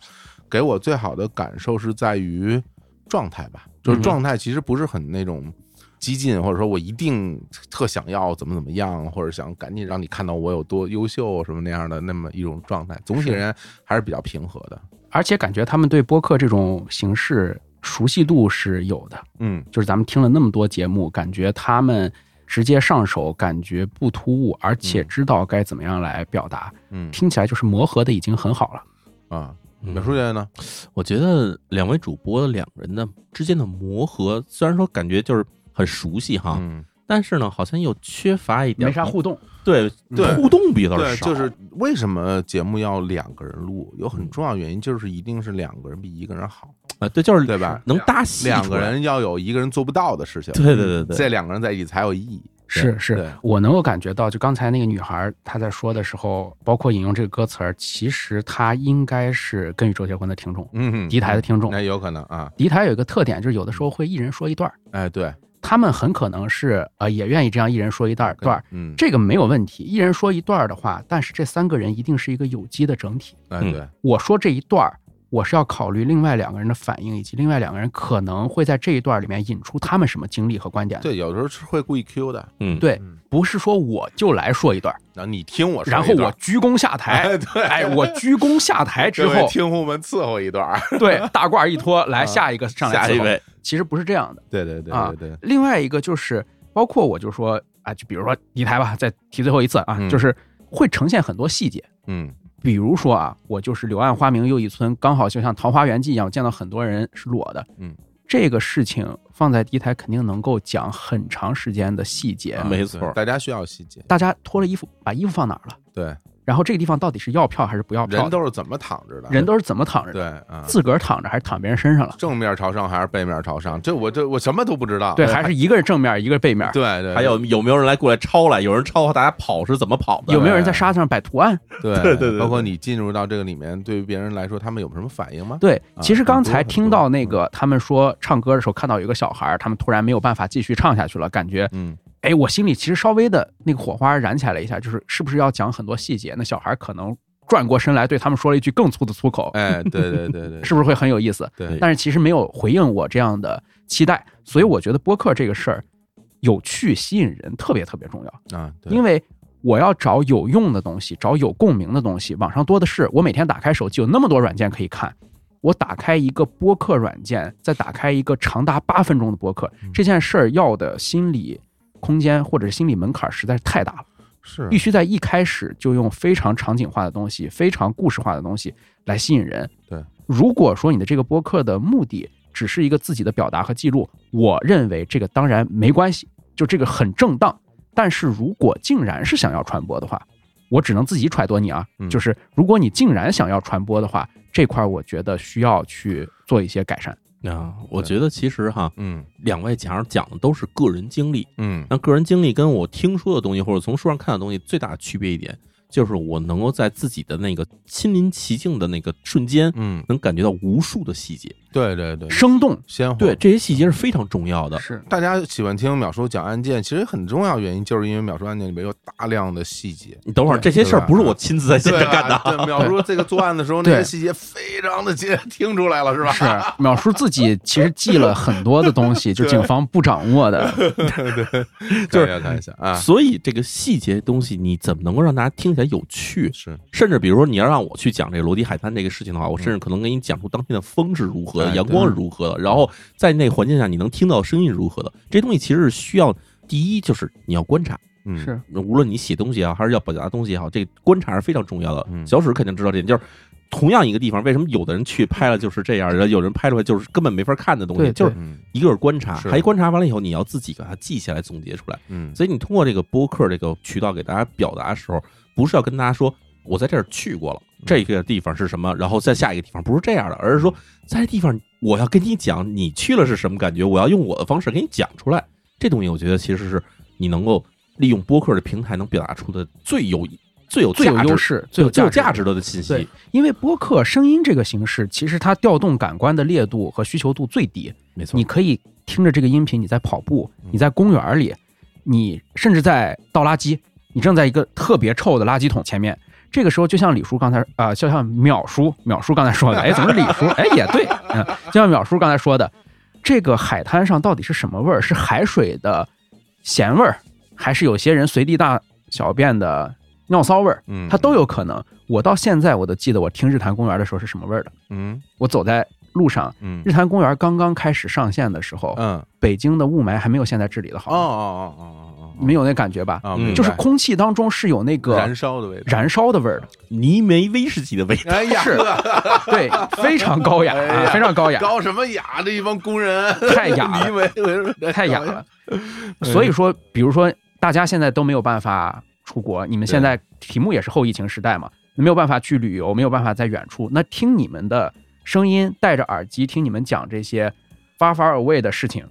Speaker 2: 给我最好的感受是在于状态吧，就
Speaker 7: 嗯
Speaker 2: 是
Speaker 7: 哼
Speaker 2: 状态其实不是很那种激进，或者说我一定特想要怎么怎么样，或者想赶紧让你看到我有多优秀什么那样的那么一种状态。总体而言还是比较平和的，
Speaker 5: 而且感觉他们对播客这种形式熟悉度是有的，
Speaker 2: 嗯，
Speaker 5: 就是咱们听了那么多节目，感觉他们直接上手，感觉不突兀，而且知道该怎么样来表达，
Speaker 2: 嗯
Speaker 5: 听起来就是磨合的已经很好了。
Speaker 2: 啊，美术界呢？
Speaker 4: 嗯我觉得两位主播两个人的之间的磨合，虽然说感觉就是很熟悉哈，
Speaker 2: 嗯
Speaker 4: 但是呢，好像又缺乏一点
Speaker 5: 没啥互动。
Speaker 4: 对
Speaker 2: 对，
Speaker 4: 互动比较
Speaker 2: 对，
Speaker 4: 少，
Speaker 2: 就是为什么节目要两个人录，有很重要原因就是一定是两个人比一个人好
Speaker 4: 嗯啊，对，就是
Speaker 2: 对吧？
Speaker 4: 能搭戏
Speaker 2: 两
Speaker 4: 出
Speaker 2: 个
Speaker 4: 来
Speaker 2: 人要有一个人做不到的事情，
Speaker 4: 对对对对
Speaker 2: 这两个人在一起才有意义。
Speaker 5: 是
Speaker 2: 对
Speaker 5: 是，我能够感觉到，就刚才那个女孩儿她在说的时候，包括引用这个歌词儿，其实她应该是《跟宇宙结婚》的听众，
Speaker 2: 嗯，
Speaker 5: 敌台的听众。
Speaker 2: 那有可能啊，
Speaker 5: 敌台有一个特点，就是有的时候会一人说一段儿
Speaker 2: 哎，对，
Speaker 5: 他们很可能是呃也愿意这样一人说一段儿段儿，
Speaker 2: 嗯
Speaker 5: 这个没有问题，一人说一段儿的话，但是这三个人一定是一个有机的整体。
Speaker 2: 哎，对，
Speaker 5: 我说这一段儿，我是要考虑另外两个人的反应，以及另外两个人可能会在这一段里面引出他们什么经历和观点。
Speaker 2: 对，有时候是会故意 Q 的，
Speaker 4: 嗯，
Speaker 5: 对，不是说我就来说一段，
Speaker 2: 然后你听我说一
Speaker 5: 然
Speaker 2: 段，
Speaker 5: 后我鞠躬下台，
Speaker 2: 对，
Speaker 5: 哎，我鞠躬下台之
Speaker 2: 各位
Speaker 5: 后，
Speaker 2: 听户们伺候一段儿， 啊
Speaker 5: 对，大褂一脱，来下一个上来
Speaker 2: 下一
Speaker 5: 伺候
Speaker 2: 位，
Speaker 5: 其实不是这样的。
Speaker 2: 对对对
Speaker 5: 啊
Speaker 2: 对对，
Speaker 5: 另外一个就是，包括我就说啊，就比如说离台吧，再提最后一次啊，就是会呈现很多细节。
Speaker 8: Hmm.
Speaker 2: 嗯，
Speaker 5: 比如说啊，我就是柳暗花明又一村，刚好就像《桃花源记》一样，我见到很多人是裸的。
Speaker 2: 嗯，
Speaker 5: 这个事情放在第一台肯定能够讲很长时间的细节。
Speaker 2: 啊对大家需要细节，
Speaker 5: 大家脱了衣服，把衣服放哪儿了？
Speaker 2: 对，
Speaker 5: 然后这个地方到底是要票还是不要票的？
Speaker 2: 人都是怎么躺着的？
Speaker 5: 人都是怎么躺着
Speaker 2: 对
Speaker 5: 的？
Speaker 2: 啊，
Speaker 5: 自个儿躺着还是躺别人身上了？
Speaker 2: 正面朝上还是背面朝上？这我这我什么都不知道，哎
Speaker 5: 对，还是一个是正面，一个是背面。
Speaker 2: 对对，
Speaker 4: 还有有没有人来过来抄来？有人抄，大家跑是怎么跑的？
Speaker 5: 有没有人在沙子上摆图案？
Speaker 2: 哎对
Speaker 4: 对对对
Speaker 2: 包括你进入到这个里面，对于别人来说，他们有什么反应吗？
Speaker 5: 对，
Speaker 2: 啊
Speaker 5: 其实刚才
Speaker 2: 很多嗯
Speaker 5: 听到那个他们说唱歌的时候，看到有一个小孩儿，他们突然没有办法继续唱下去了，感觉，
Speaker 2: 嗯，
Speaker 5: 哎，我心里其实稍微的那个火花燃起来了一下，就是是不是要讲很多细节？那小孩儿可能转过身来对他们说了一句更粗的粗口，
Speaker 2: 哎对对对对
Speaker 5: 是不是会很有意思？
Speaker 2: 对
Speaker 5: 但是其实没有回应我这样的期待，所以我觉得播客这个事儿有趣、吸引人特别特别重要。
Speaker 2: 啊，对
Speaker 5: 因为我要找有用的东西，找有共鸣的东西，网上多的是。我每天打开手机，有那么多软件可以看。我打开一个播客软件，再打开一个长达八分钟的播客，
Speaker 2: 嗯
Speaker 5: 这件事儿要的心理空间或者是心理门槛实在是啊太大了，
Speaker 2: 是
Speaker 5: 必须在一开始就用非常场景化的东西、非常故事化的东西来吸引人。
Speaker 2: 对，
Speaker 5: 如果说你的这个播客的目的只是一个自己的表达和记录，我认为这个当然没关系，就这个很正当。但是如果竟然是想要传播的话，我只能自己揣度你啊，就是如果你竟然想要传播的话，这块儿我觉得需要去做一些改善。
Speaker 4: 啊，我觉得其实哈，
Speaker 2: 嗯，
Speaker 4: 两位讲讲的都是个人经历，
Speaker 2: 嗯，
Speaker 4: 那个人经历跟我听说的东西或者从书上看的东西最大的区别一点，就是我能够在自己的那个亲临其境的那个瞬间，
Speaker 2: 嗯，
Speaker 4: 能感觉到无数的细节，
Speaker 2: 对对对，
Speaker 5: 生动
Speaker 2: 鲜活，
Speaker 4: 对这些细节是非常重要的，
Speaker 5: 是
Speaker 2: 大家喜欢听淼叔讲案件，其实很重要原因就是因为淼叔案件里面有大量的细节。
Speaker 4: 你等会儿这些事儿不是我亲自在现场
Speaker 2: 对吧啊
Speaker 4: 干的啊
Speaker 2: 对淼叔这个作案的时 候，那
Speaker 5: 对
Speaker 2: 些细节非常的接听出来了，是吧？
Speaker 5: 是淼叔自己其实记了很多的东西，就警方不掌握的。
Speaker 2: 对，
Speaker 4: 就
Speaker 2: 看一下
Speaker 4: 是
Speaker 2: 看一下啊。
Speaker 4: 所以这个细节东西，你怎么能够让大家听起来有趣？
Speaker 2: 是，
Speaker 4: 甚至比如说你要让我去讲这个罗迪海滩这个事情的话，我甚至可能给你讲出当天的风是如
Speaker 2: 嗯
Speaker 4: 何
Speaker 2: 哎
Speaker 4: 的，
Speaker 2: 对
Speaker 4: 阳光是如何的，然后在那个环境下你能听到声音是如何的。这些东西其实是需要，第一就是你要观察。
Speaker 8: Hmm.
Speaker 2: 嗯
Speaker 5: 是
Speaker 4: 无论你写东西也好，还是要表达东西也好，这个观察是非常重要的。
Speaker 2: 嗯
Speaker 4: 小史肯定知道这点，就是同样一个地方，为什么有的人去拍了就是这样，然后有人拍出来就是根本没法看的东西，
Speaker 5: 对
Speaker 4: 就是
Speaker 5: 对
Speaker 4: 一个是观察，
Speaker 5: 是
Speaker 4: 还观察完了以后，你要自己把它记下来，总结出来。
Speaker 2: 嗯
Speaker 4: 所以你通过这个播客这个渠道给大家表达的时候，不是要跟大家说我在这儿去过了，这个地方是什么，然后在下一个地方不是这样的，而是说在这地方我要跟你讲你去了是什么感觉，我要用我的方式给你讲出来。这东西我觉得其实是你能够利用播客的平台能表达出的最有最有
Speaker 5: 最有
Speaker 4: 价值
Speaker 5: 优势
Speaker 4: 最
Speaker 5: 最有价值
Speaker 4: 价值的信息
Speaker 5: 对。，因为播客声音这个形式，其实它调动感官的烈度和需求度最低。
Speaker 4: 没错嗯
Speaker 5: 你可以听着这个音频，你在跑步，你在公园里，你甚至在倒垃圾，你正在一个特别臭的垃圾桶前面。这个时候，就像李叔刚才啊、就像淼叔，淼叔刚才说的，哎，怎么是李叔？哎，也对，嗯，就像淼叔刚才说的，这个海滩上到底是什么味儿？是海水的咸味儿，还是有些人随地大小便的尿骚味儿？
Speaker 2: 嗯
Speaker 5: 它都有可能。我到现在我都记得我听日坛公园的时候是什么味儿的。
Speaker 2: 嗯
Speaker 5: 我走在路上，
Speaker 2: 嗯
Speaker 8: Hmm.
Speaker 5: 日坛公园刚刚开始上线的时候，
Speaker 2: 嗯，
Speaker 5: 北京的雾霾还没有现在治理的好，
Speaker 2: 哦哦哦哦哦，
Speaker 5: 没有那感觉吧？
Speaker 2: 啊明白
Speaker 5: 就是空气当中是有那个
Speaker 2: 燃烧的味道
Speaker 5: 燃烧的味儿的，
Speaker 4: 泥煤威士忌的味
Speaker 2: 道哎呀
Speaker 5: 是，对，非常高
Speaker 4: 啊
Speaker 5: 雅，
Speaker 2: 哎呀
Speaker 5: 非常高雅，
Speaker 2: 高什么雅？这一帮工人
Speaker 5: 太雅了
Speaker 2: 你以为为
Speaker 5: 太雅了。所
Speaker 2: 嗯
Speaker 5: 以说，比如说大家现在都没有办法出国，你们现在题目也是后疫情时代嘛，没有办法去旅游，没有办法在远处，那听你们的声音，戴着耳机听你们讲这些 far far away 的事情。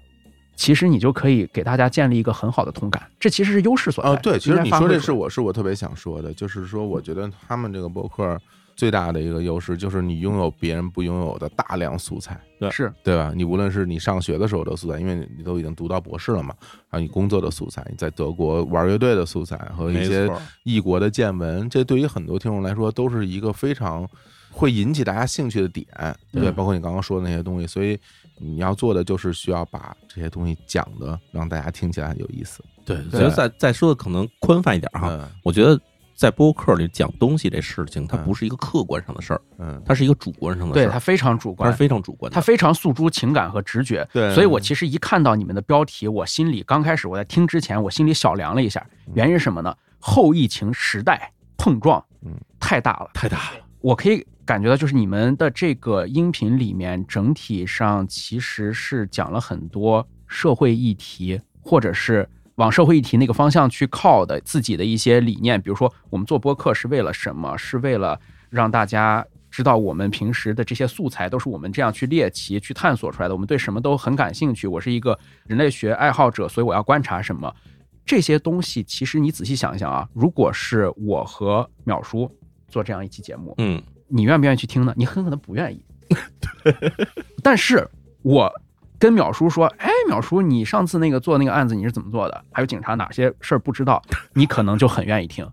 Speaker 5: 其实你就可以给大家建立一个很好的同感，这其实是优势所在。
Speaker 2: 啊，对，其实
Speaker 5: 应该
Speaker 2: 你
Speaker 5: 发
Speaker 2: 说
Speaker 5: 挥
Speaker 2: 这
Speaker 5: 出
Speaker 2: 是我是我特别想说的，就是说，我觉得他们这个博客最大的一个优势就是你拥有别人不拥有的大量素材，
Speaker 4: 对，
Speaker 5: 是
Speaker 2: 对吧？你无论是你上学的时候的素材，因为你都已经读到博士了嘛，然后你工作的素材，你在德国玩乐队的素材和一些
Speaker 4: 没错
Speaker 2: 异国的见闻，这对于很多听众来说都是一个非常会引起大家兴趣的点，对，
Speaker 4: 嗯
Speaker 2: 包括你刚刚说的那些东西，所以你要做的就是需要把这些东西讲的让大家听起来很有意思。
Speaker 4: 对，我觉得再再说的可能宽泛一点哈，
Speaker 2: 嗯
Speaker 4: 我觉得在播客里讲东西这事情，它不是一个客观上的事儿，
Speaker 2: 嗯，
Speaker 4: 它是一个主观上的事儿，
Speaker 5: 对，它非常主观，
Speaker 4: 它是非常主观的，
Speaker 5: 它非常诉诸情感和直觉。
Speaker 4: 对
Speaker 5: 所以我其实一看到你们的标题，我心里刚开始我在听之前，我心里小凉了一下，
Speaker 4: 嗯
Speaker 5: 原因是什么呢？后疫情时代碰撞，
Speaker 2: 嗯，
Speaker 5: 太大了，
Speaker 4: 太大了。
Speaker 5: 我可以感觉到，就是你们的这个音频里面，整体上其实是讲了很多社会议题，或者是往社会议题那个方向去靠的自己的一些理念，比如说我们做播客是为了什么？是为了让大家知道我们平时的这些素材都是我们这样去猎奇、去探索出来的。我们对什么都很感兴趣。我是一个人类学爱好者，所以我要观察什么。这些东西其实你仔细想一想啊，如果是我和淼叔做这样一期节目，
Speaker 4: 嗯，
Speaker 5: 你愿不愿意去听呢？你很可能不愿意。但是我跟淼叔说，哎，淼叔，你上次那个做那个案子你是怎么做的？还有警察哪些事儿不知道？你可能就很愿意听。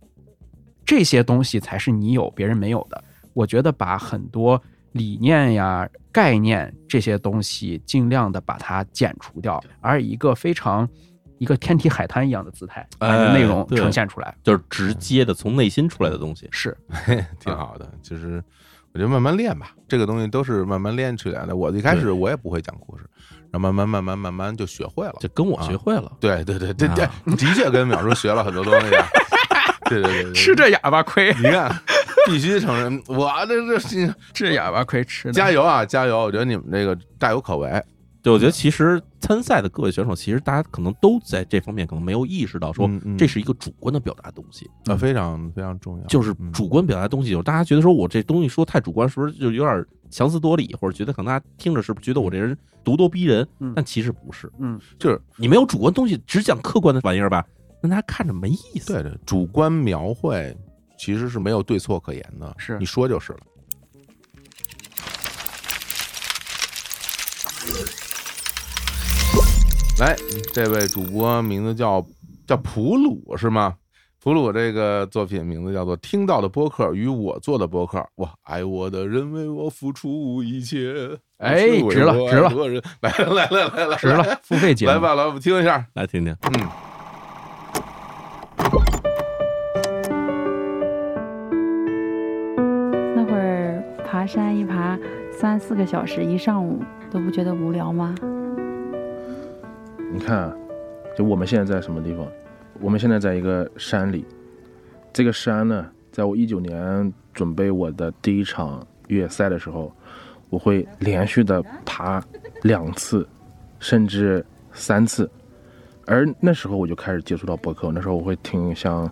Speaker 5: 这些东西才是你有别人没有的。我觉得把很多理念呀、概念这些东西，尽量的把它剪除掉，而以一个非常一个天体海滩一样的姿态，把你呃的内容
Speaker 4: 哎对
Speaker 5: 呈现出来。
Speaker 4: 就是
Speaker 2: 嗯
Speaker 4: 直接的 从内心出来的东西，
Speaker 5: 是
Speaker 2: 挺好的，就是我觉得慢慢练吧，这个东西都是慢慢练起来的。我一开始我也不会讲故事，然后慢慢慢慢慢慢就学会了，就
Speaker 4: 跟我学会了。
Speaker 2: 对对对对对，
Speaker 5: 啊
Speaker 2: 的确跟淼叔学了很多东西 啊。对对对对，
Speaker 5: 吃这哑巴亏，
Speaker 2: 你看。必须承认，我这这
Speaker 5: 这哑巴亏 吃的，
Speaker 2: 加油啊，加油！我觉得你们这个大有可为。
Speaker 4: 对，我
Speaker 2: 嗯
Speaker 4: 觉得其实参赛的各位选手，其实大家可能都在这方面可能没有意识到，说
Speaker 2: 嗯嗯
Speaker 4: 这是一个主观的表达东西嗯
Speaker 2: 啊，非常非常重要。嗯
Speaker 4: 就是主观表达东西，就是大家觉得说我这东西说太主观，是不是就有点强词夺理，或者觉得可能大家听着是不是觉得我这人咄咄逼人？但其实不是，
Speaker 5: 嗯，
Speaker 2: 就是
Speaker 4: 你没有主观东西，只讲客观的玩意儿吧，那大家看着没意思。
Speaker 2: 对对，主观描绘其实是没有对错可言的，
Speaker 5: 是
Speaker 2: 你说就是了。来，这位主播名字叫叫普鲁是吗？普鲁这个作品名字叫做《听到的播客与我做的播客》。哇，爱我的人为我付出一切。
Speaker 5: 哎
Speaker 2: 是我
Speaker 5: 值了
Speaker 2: 我
Speaker 5: 值了
Speaker 2: 爱我人 来了来了来了，
Speaker 5: 值了付费节目
Speaker 2: 来吧，来，我们听一下，
Speaker 4: 来听听，
Speaker 2: 嗯。
Speaker 1: 那会儿爬山一爬三四个小时，一上午都不觉得无聊吗？
Speaker 3: 你看啊，就我们现在在什么地方？我们现在在一个山里，这个山呢，在我一九年准备我的第一场越野赛的时候，我会连续的爬两次，甚至三次。而那时候我就开始接触到播客，那时候我会听像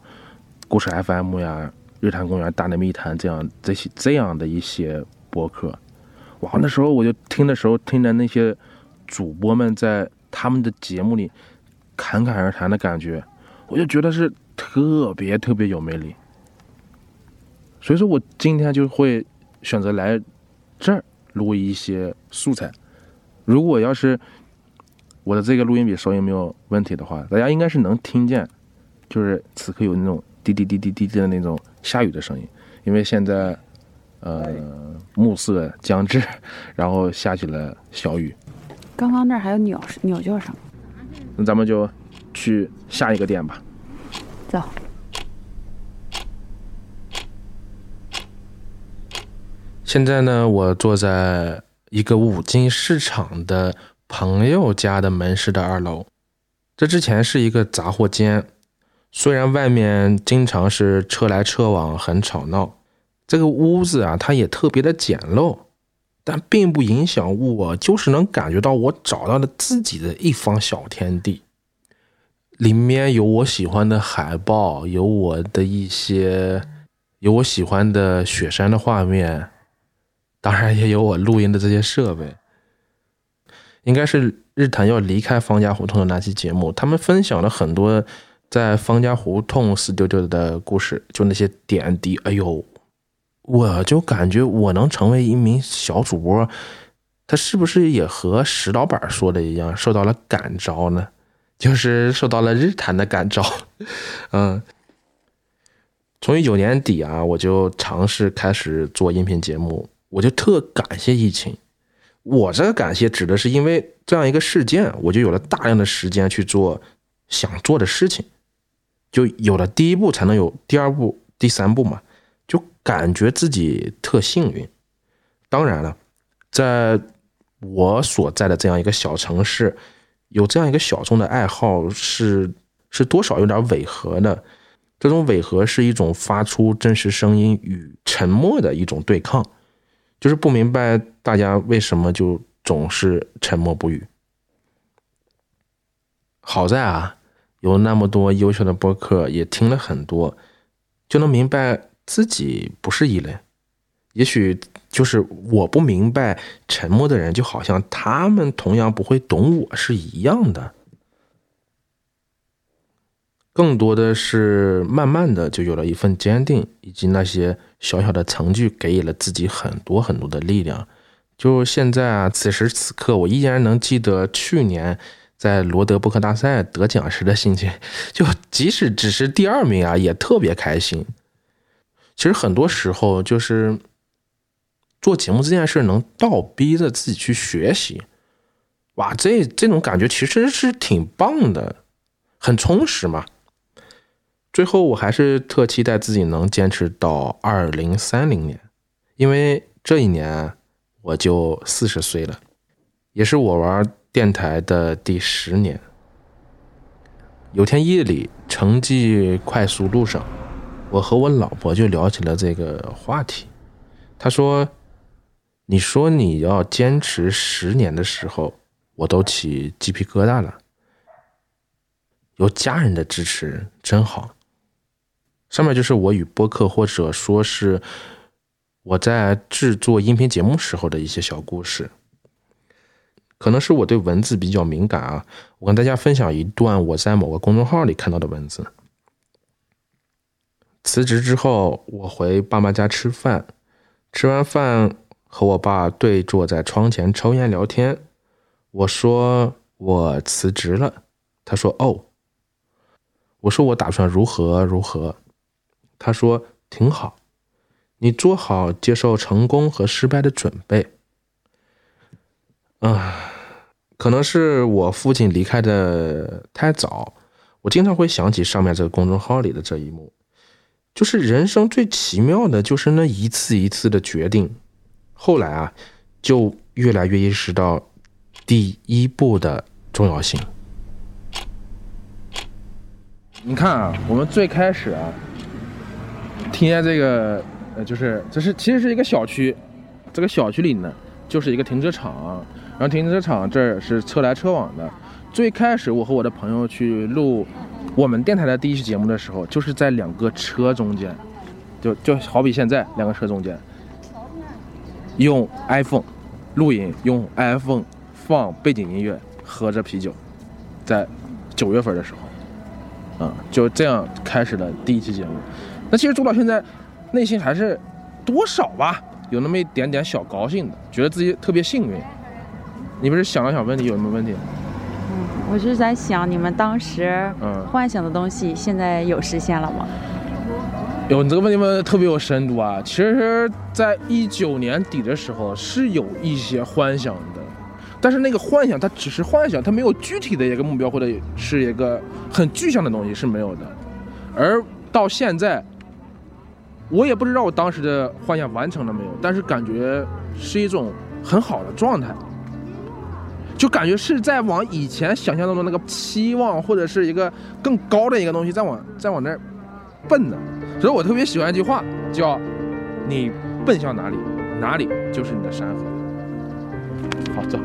Speaker 3: 故事 FM 呀、日坛公园、大内密谈这样这些这样的一些播客。哇，那时候我就听的时候，听着那些主播们在他们的节目里侃侃而谈的感觉，我就觉得是特别特别有魅力。所以说我今天就会选择来这儿录一些素材。如果要是我的这个录音笔收音没有问题的话，大家应该是能听见，就是此刻有那种滴滴滴滴滴滴的那种下雨的声音，因为现在呃暮色将至， 然后下起了小雨。
Speaker 1: 刚刚那儿还有鸟鸟叫声，
Speaker 3: 那咱们就去下一个点吧。
Speaker 1: 走。
Speaker 3: 现在呢，我坐在
Speaker 13: 一个五金市场的朋友家的门市的二楼，这之前是一个杂货间，虽然外面经常是车来车往，很吵闹，这个屋子啊，它也特别的简陋，但并不影响我，就是能感觉到我找到了自己的一方小天地。里面有我喜欢的海报，有我的一些，有我喜欢的雪山的画面，当然也有我录音的这些设备。应该是日坛要离开方家胡同的那期节目，他们分享了很多在方家胡同四丢丢的故事，就那些点滴。哎呦，
Speaker 3: 我就感觉我能成为一名小主播，他是不是也和石老板说的一样，受到了感召呢？就是受到了日坛的感召， 嗯。从一九年底啊，我就尝试开始做音频节目，我就特感谢疫情。我这个感谢指的是因为这样一个事件，我就有了大量的时间去做想做的事情，就有了第一步才能有第二步、第三步嘛，就感觉自己特幸运。当然了，在我所在的这样一个小城市，有这样一个小众的爱好是是多少有点违和的。这种违和是一种发出真实声音与沉默的一种对抗，就是不明白大家为什么就总是沉默不语。好在啊，有那么多优秀的播客，也听了很多，就能明白自己不是异类。也许就是我不明白沉默的人，就好像他们同样不会懂我是一样的。更多的是慢慢的就有了一份坚定，以及那些小小的成就给予了自己很多很多的力量。就现在啊，此时此刻，我依然能记得去年在罗德布克大赛得奖时的心情，就即使只是第二名啊，也特别开心。其实很多时候就是做节目这件事，能倒逼着自己去学习，哇，这这种感觉其实是挺棒的，很充实嘛。最后，我还是特期待自己能坚持到二零三零年，因为这一年我就四十岁了，也是我玩电台的第十年。有天夜里，城际快速路上，我和我老婆就聊起了这个话题。她说：“你说你要坚持十年的时候，我都起鸡皮疙瘩了。有家人的支持真好。”上面就是我与播客或者说是我在制作音频节目时候的一些小故事。可能是我对文字比较敏感啊，我跟大家分享一段我在某个公众号里看到的文字。辞职之后，我回爸妈家吃饭，吃完饭和我爸对坐在窗前抽烟聊天。我说我辞职了，他说哦。我说我打算如何如何，他说挺好，你做好接受成功和失败的准备。啊，可能是我父亲离开的太早，我经常会想起上面这个公众号里的这一幕，就是人生最奇妙的就是那一次一次的决定。后来啊，就越来越意识到第一步的重要性。你看啊，我们最开始啊，听见这个呃，就是这是其实是一个小区，这个小区里呢就是一个停车场，然后停车场这儿是车来车往的。最开始我和我的朋友去录我们电台的第一期节目的时候，就是在两个车中间，就就好比现在两个车中间，用 iPhone 录音，用 iPhone 放背景音乐，喝着啤酒，在九月份的时候。啊、就这样开始了第一期节目。那其实做到现在，内心还是多少吧，有那么一点点小高兴的，觉得自己特别幸运。你不是想了想问题有什么问题？
Speaker 1: 我是在想，你们当时
Speaker 3: 嗯
Speaker 1: 幻想的东西，现在有实现了吗？
Speaker 3: 有，你这个问题问的特别有深度啊！其实，在一九年底的时候是有一些幻想的，但是那个幻想它只是幻想，它没有具体的一个目标或者是一个很具象的东西是没有的。而到现在，我也不知道我当时的幻想完成了没有，但是感觉是一种很好的状态，就感觉是在往以前想象当中那个期望或者是一个更高的一个东西在往在往那儿奔的。所以我特别喜欢一句话，叫“你奔向哪里，哪里就是你的山河”。好，走。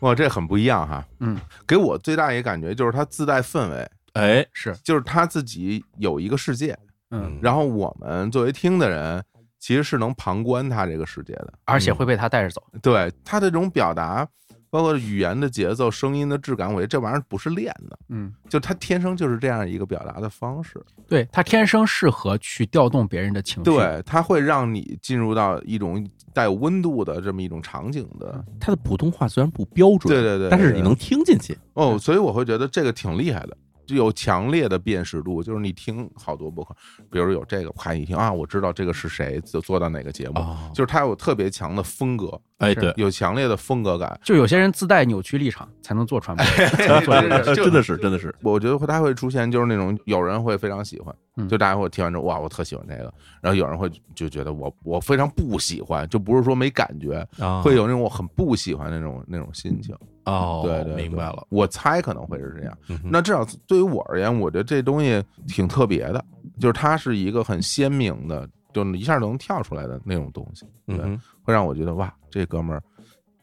Speaker 2: 哇，这很不一样哈。
Speaker 5: 嗯，
Speaker 2: 给我最大一个感觉就是它自带氛围，
Speaker 4: 哎，
Speaker 5: 是，
Speaker 2: 就是他自己有一个世界，
Speaker 5: 嗯，
Speaker 2: 然后我们作为听的人其实是能旁观他这个世界的，
Speaker 5: 而且会被他带着走。
Speaker 2: 对他这种表达，包括语言的节奏、声音的质感，我觉得这玩意儿不是练的，
Speaker 5: 嗯，
Speaker 2: 就他天生就是这样一个表达的方式。
Speaker 5: 对他天生适合去调动别人的情绪。
Speaker 2: 对，它会让你进入到一种带有温度的这么一种场景的。
Speaker 5: 嗯
Speaker 4: 他的普通话虽然不标准，
Speaker 2: 对对对，
Speaker 4: 但是你能听进去。
Speaker 2: 哦，所以我会觉得这个挺厉害的，就有强烈的辨识度。就是你听好多播客，比如有这个，啪一听啊，我知道这个是谁，就做到哪个节目，就是它有特别强的风格，
Speaker 4: 哦哎对
Speaker 2: 有强烈的风格感。
Speaker 5: 就有些人自带扭曲立场才能做传 播，才能做这个事
Speaker 2: 就
Speaker 5: 情
Speaker 4: 真的是，
Speaker 2: 我觉得它会出现就是那种有人会非常喜欢，
Speaker 4: 嗯
Speaker 2: 就大家会听完之后哇，我特喜欢这个，然后有人会就觉得我我非常不喜欢，就不是说没感觉，
Speaker 4: 啊
Speaker 2: 会有那种我很不喜欢那种那种心情。
Speaker 4: 哦
Speaker 2: 对对，
Speaker 4: 明白了。嗯
Speaker 2: 我猜可能会是这样。那至少对于我而言，我觉得这东西挺特别的，就是它是一个很鲜明的，就一下能跳出来的那种东西，对，
Speaker 4: 嗯哼
Speaker 2: 会让我觉得哇，这哥们儿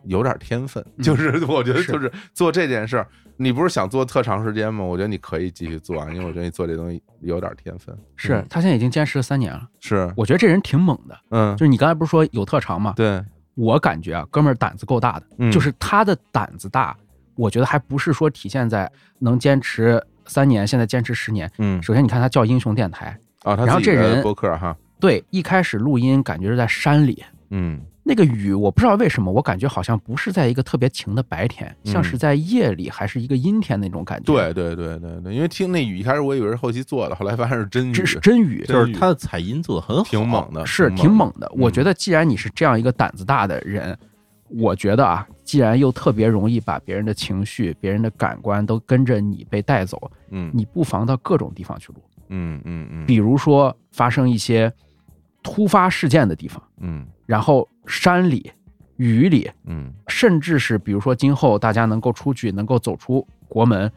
Speaker 2: 有点天分，
Speaker 4: 嗯
Speaker 2: 就是我觉得
Speaker 4: 是
Speaker 2: 就是 做这件事儿，你不是想做特长时间吗？我觉得你可以继续做，啊因为我觉得你做这东西有点天分。
Speaker 5: 是
Speaker 2: 嗯
Speaker 5: 他现在已经坚持了三年了。
Speaker 2: 是，
Speaker 5: 我觉得这人挺猛的，
Speaker 2: 嗯
Speaker 5: 就是你刚才不是说有特长嘛？
Speaker 2: 对，
Speaker 5: 我感觉啊，哥们儿胆子够大的，
Speaker 2: 嗯
Speaker 5: 就是他的胆子大，我觉得还不是说体现在能坚持三年，现在坚持十年。
Speaker 2: 嗯
Speaker 5: 首先你看他叫英雄电台
Speaker 2: 啊，他
Speaker 5: 然后
Speaker 2: 自己
Speaker 5: 这
Speaker 2: 的
Speaker 5: 人嗯
Speaker 2: 播客哈，
Speaker 5: 对一开始录音感觉是在山里，
Speaker 2: 嗯
Speaker 5: 那个雨我不知道为什么，我感觉好像不是在一个特别晴的白天，
Speaker 2: 嗯
Speaker 5: 像是在夜里还是一个阴天那种感觉。
Speaker 2: 对对对对对，因为听那雨一开始我以为是后期做的，后来发现是真雨，
Speaker 5: 这是真雨，
Speaker 2: 真
Speaker 4: 的采音做的很好，
Speaker 2: 挺猛的，
Speaker 5: 哦
Speaker 2: 嗯
Speaker 5: 是挺猛的。我觉得既然你是这样一个胆子大的人，我觉得啊，既然又特别容易把别人的情绪、别人的感官都跟着你被带走，
Speaker 2: 嗯
Speaker 5: 你不妨到各种地方去录，
Speaker 2: 嗯嗯嗯，
Speaker 5: 比如说发生一些突发事件的地方，
Speaker 2: 嗯
Speaker 5: 然后山里、雨里，
Speaker 2: 嗯
Speaker 5: 甚至是比如说今后大家能够出去，能够走出国门，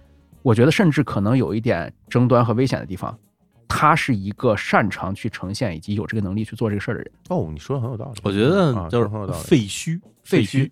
Speaker 5: 我觉得甚至可能有一点争端和危险的地方，他是一个擅长去呈现以及有这个能力去做这个事儿的人。
Speaker 2: 哦，你说的很有道理。
Speaker 4: 我觉得
Speaker 2: 啊
Speaker 4: 就是
Speaker 2: 很有道理
Speaker 4: 废墟，
Speaker 5: 废
Speaker 4: 墟嗯
Speaker 5: 墟，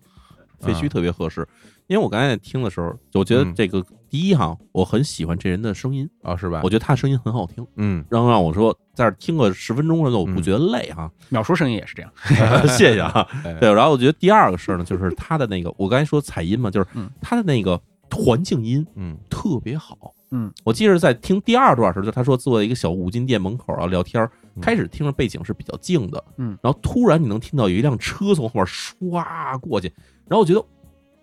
Speaker 4: 废墟
Speaker 2: 啊
Speaker 4: 特别合适。因为我刚才听的时候，我觉得
Speaker 2: 嗯
Speaker 4: 这个第一哈，我很喜欢这人的声音
Speaker 2: 啊，是吧？
Speaker 4: 我觉得他声音很好听，
Speaker 2: 嗯，
Speaker 4: 然后让我说在这儿听个十分钟的时候，我不觉得累哈。，
Speaker 5: 秒叔声音也是这样
Speaker 4: 谢谢啊
Speaker 5: 哎。
Speaker 4: 对，然后我觉得第二个事儿呢，就是他的那个，我刚才说采音嘛，就是
Speaker 5: 嗯
Speaker 4: 他的那个环境音，
Speaker 2: 嗯，
Speaker 4: 特别好。
Speaker 5: 嗯，
Speaker 4: 我记得在听第二段时候，就他说坐在一个小五金店门口啊聊天儿，开始听着背景是比较静的，
Speaker 5: 嗯，
Speaker 4: 然后突然你能听到有一辆车从后面唰过去，然后我觉得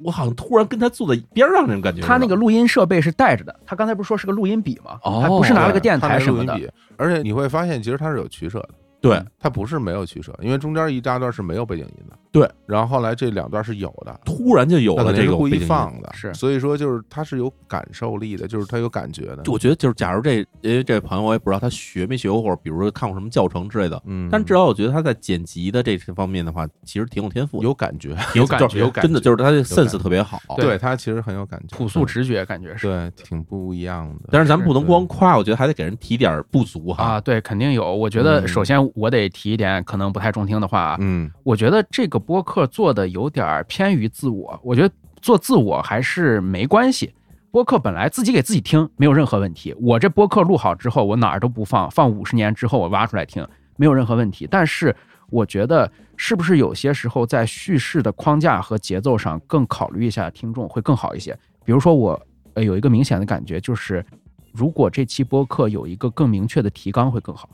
Speaker 4: 我好像突然跟他坐在边儿上那种感觉似的。
Speaker 5: 他那个录音设备是带着的，他刚才不是说是个录音笔吗？
Speaker 4: 哦
Speaker 5: 还不是拿了个
Speaker 2: 对
Speaker 5: 电台
Speaker 2: 它那
Speaker 5: 什么
Speaker 2: 录音笔
Speaker 5: 的。
Speaker 2: 而且你会发现，其实它是有取舍的。
Speaker 4: 对，
Speaker 2: 它不是没有取舍，因为中间一大段是没有背景音的。
Speaker 4: 对，
Speaker 2: 然后后来这两段是有的，
Speaker 4: 突然就有
Speaker 2: 那
Speaker 4: 了
Speaker 2: 肯定
Speaker 4: 这
Speaker 2: 是
Speaker 4: 个
Speaker 2: 故
Speaker 4: 背
Speaker 2: 意
Speaker 4: 景音
Speaker 2: 放的，
Speaker 4: 是
Speaker 2: 所以说就是它是有感受力的，就是它有感觉的。
Speaker 4: 我觉得就是，假如这因为这位朋友我也不知道他学没学过，或者比如说看过什么教程之类的，
Speaker 2: 嗯
Speaker 4: 但至少我觉得他在剪辑的这方面的话，其实挺有天赋的，
Speaker 2: 有感觉，
Speaker 4: 有
Speaker 2: 感
Speaker 4: 就是
Speaker 2: 觉有感
Speaker 4: 真的
Speaker 2: 觉
Speaker 4: 就是他的
Speaker 2: 有感
Speaker 4: sense
Speaker 2: 觉
Speaker 4: 特别好，
Speaker 2: 对它其实很有感觉，嗯
Speaker 5: 朴素直觉感觉是。
Speaker 2: 对，挺不一样的。
Speaker 4: 但是咱们不能光夸，我觉得还得给人提点儿不足哈。
Speaker 5: 啊，对，肯定有。我觉得
Speaker 4: 嗯
Speaker 5: 首先我得提一点，可能不太中听的话，啊
Speaker 2: 嗯，
Speaker 5: 我觉得这个播客做的有点儿偏于自我。我觉得做自我还是没关系，播客本来自己给自己听没有任何问题。我这播客录好之后，我哪儿都不放，放五十年之后我挖出来听没有任何问题。但是我觉得是不是有些时候在叙事的框架和节奏上更考虑一下听众会更好一些？比如说我呃有一个明显的感觉就是，如果这期播客有一个更明确的提纲会更好。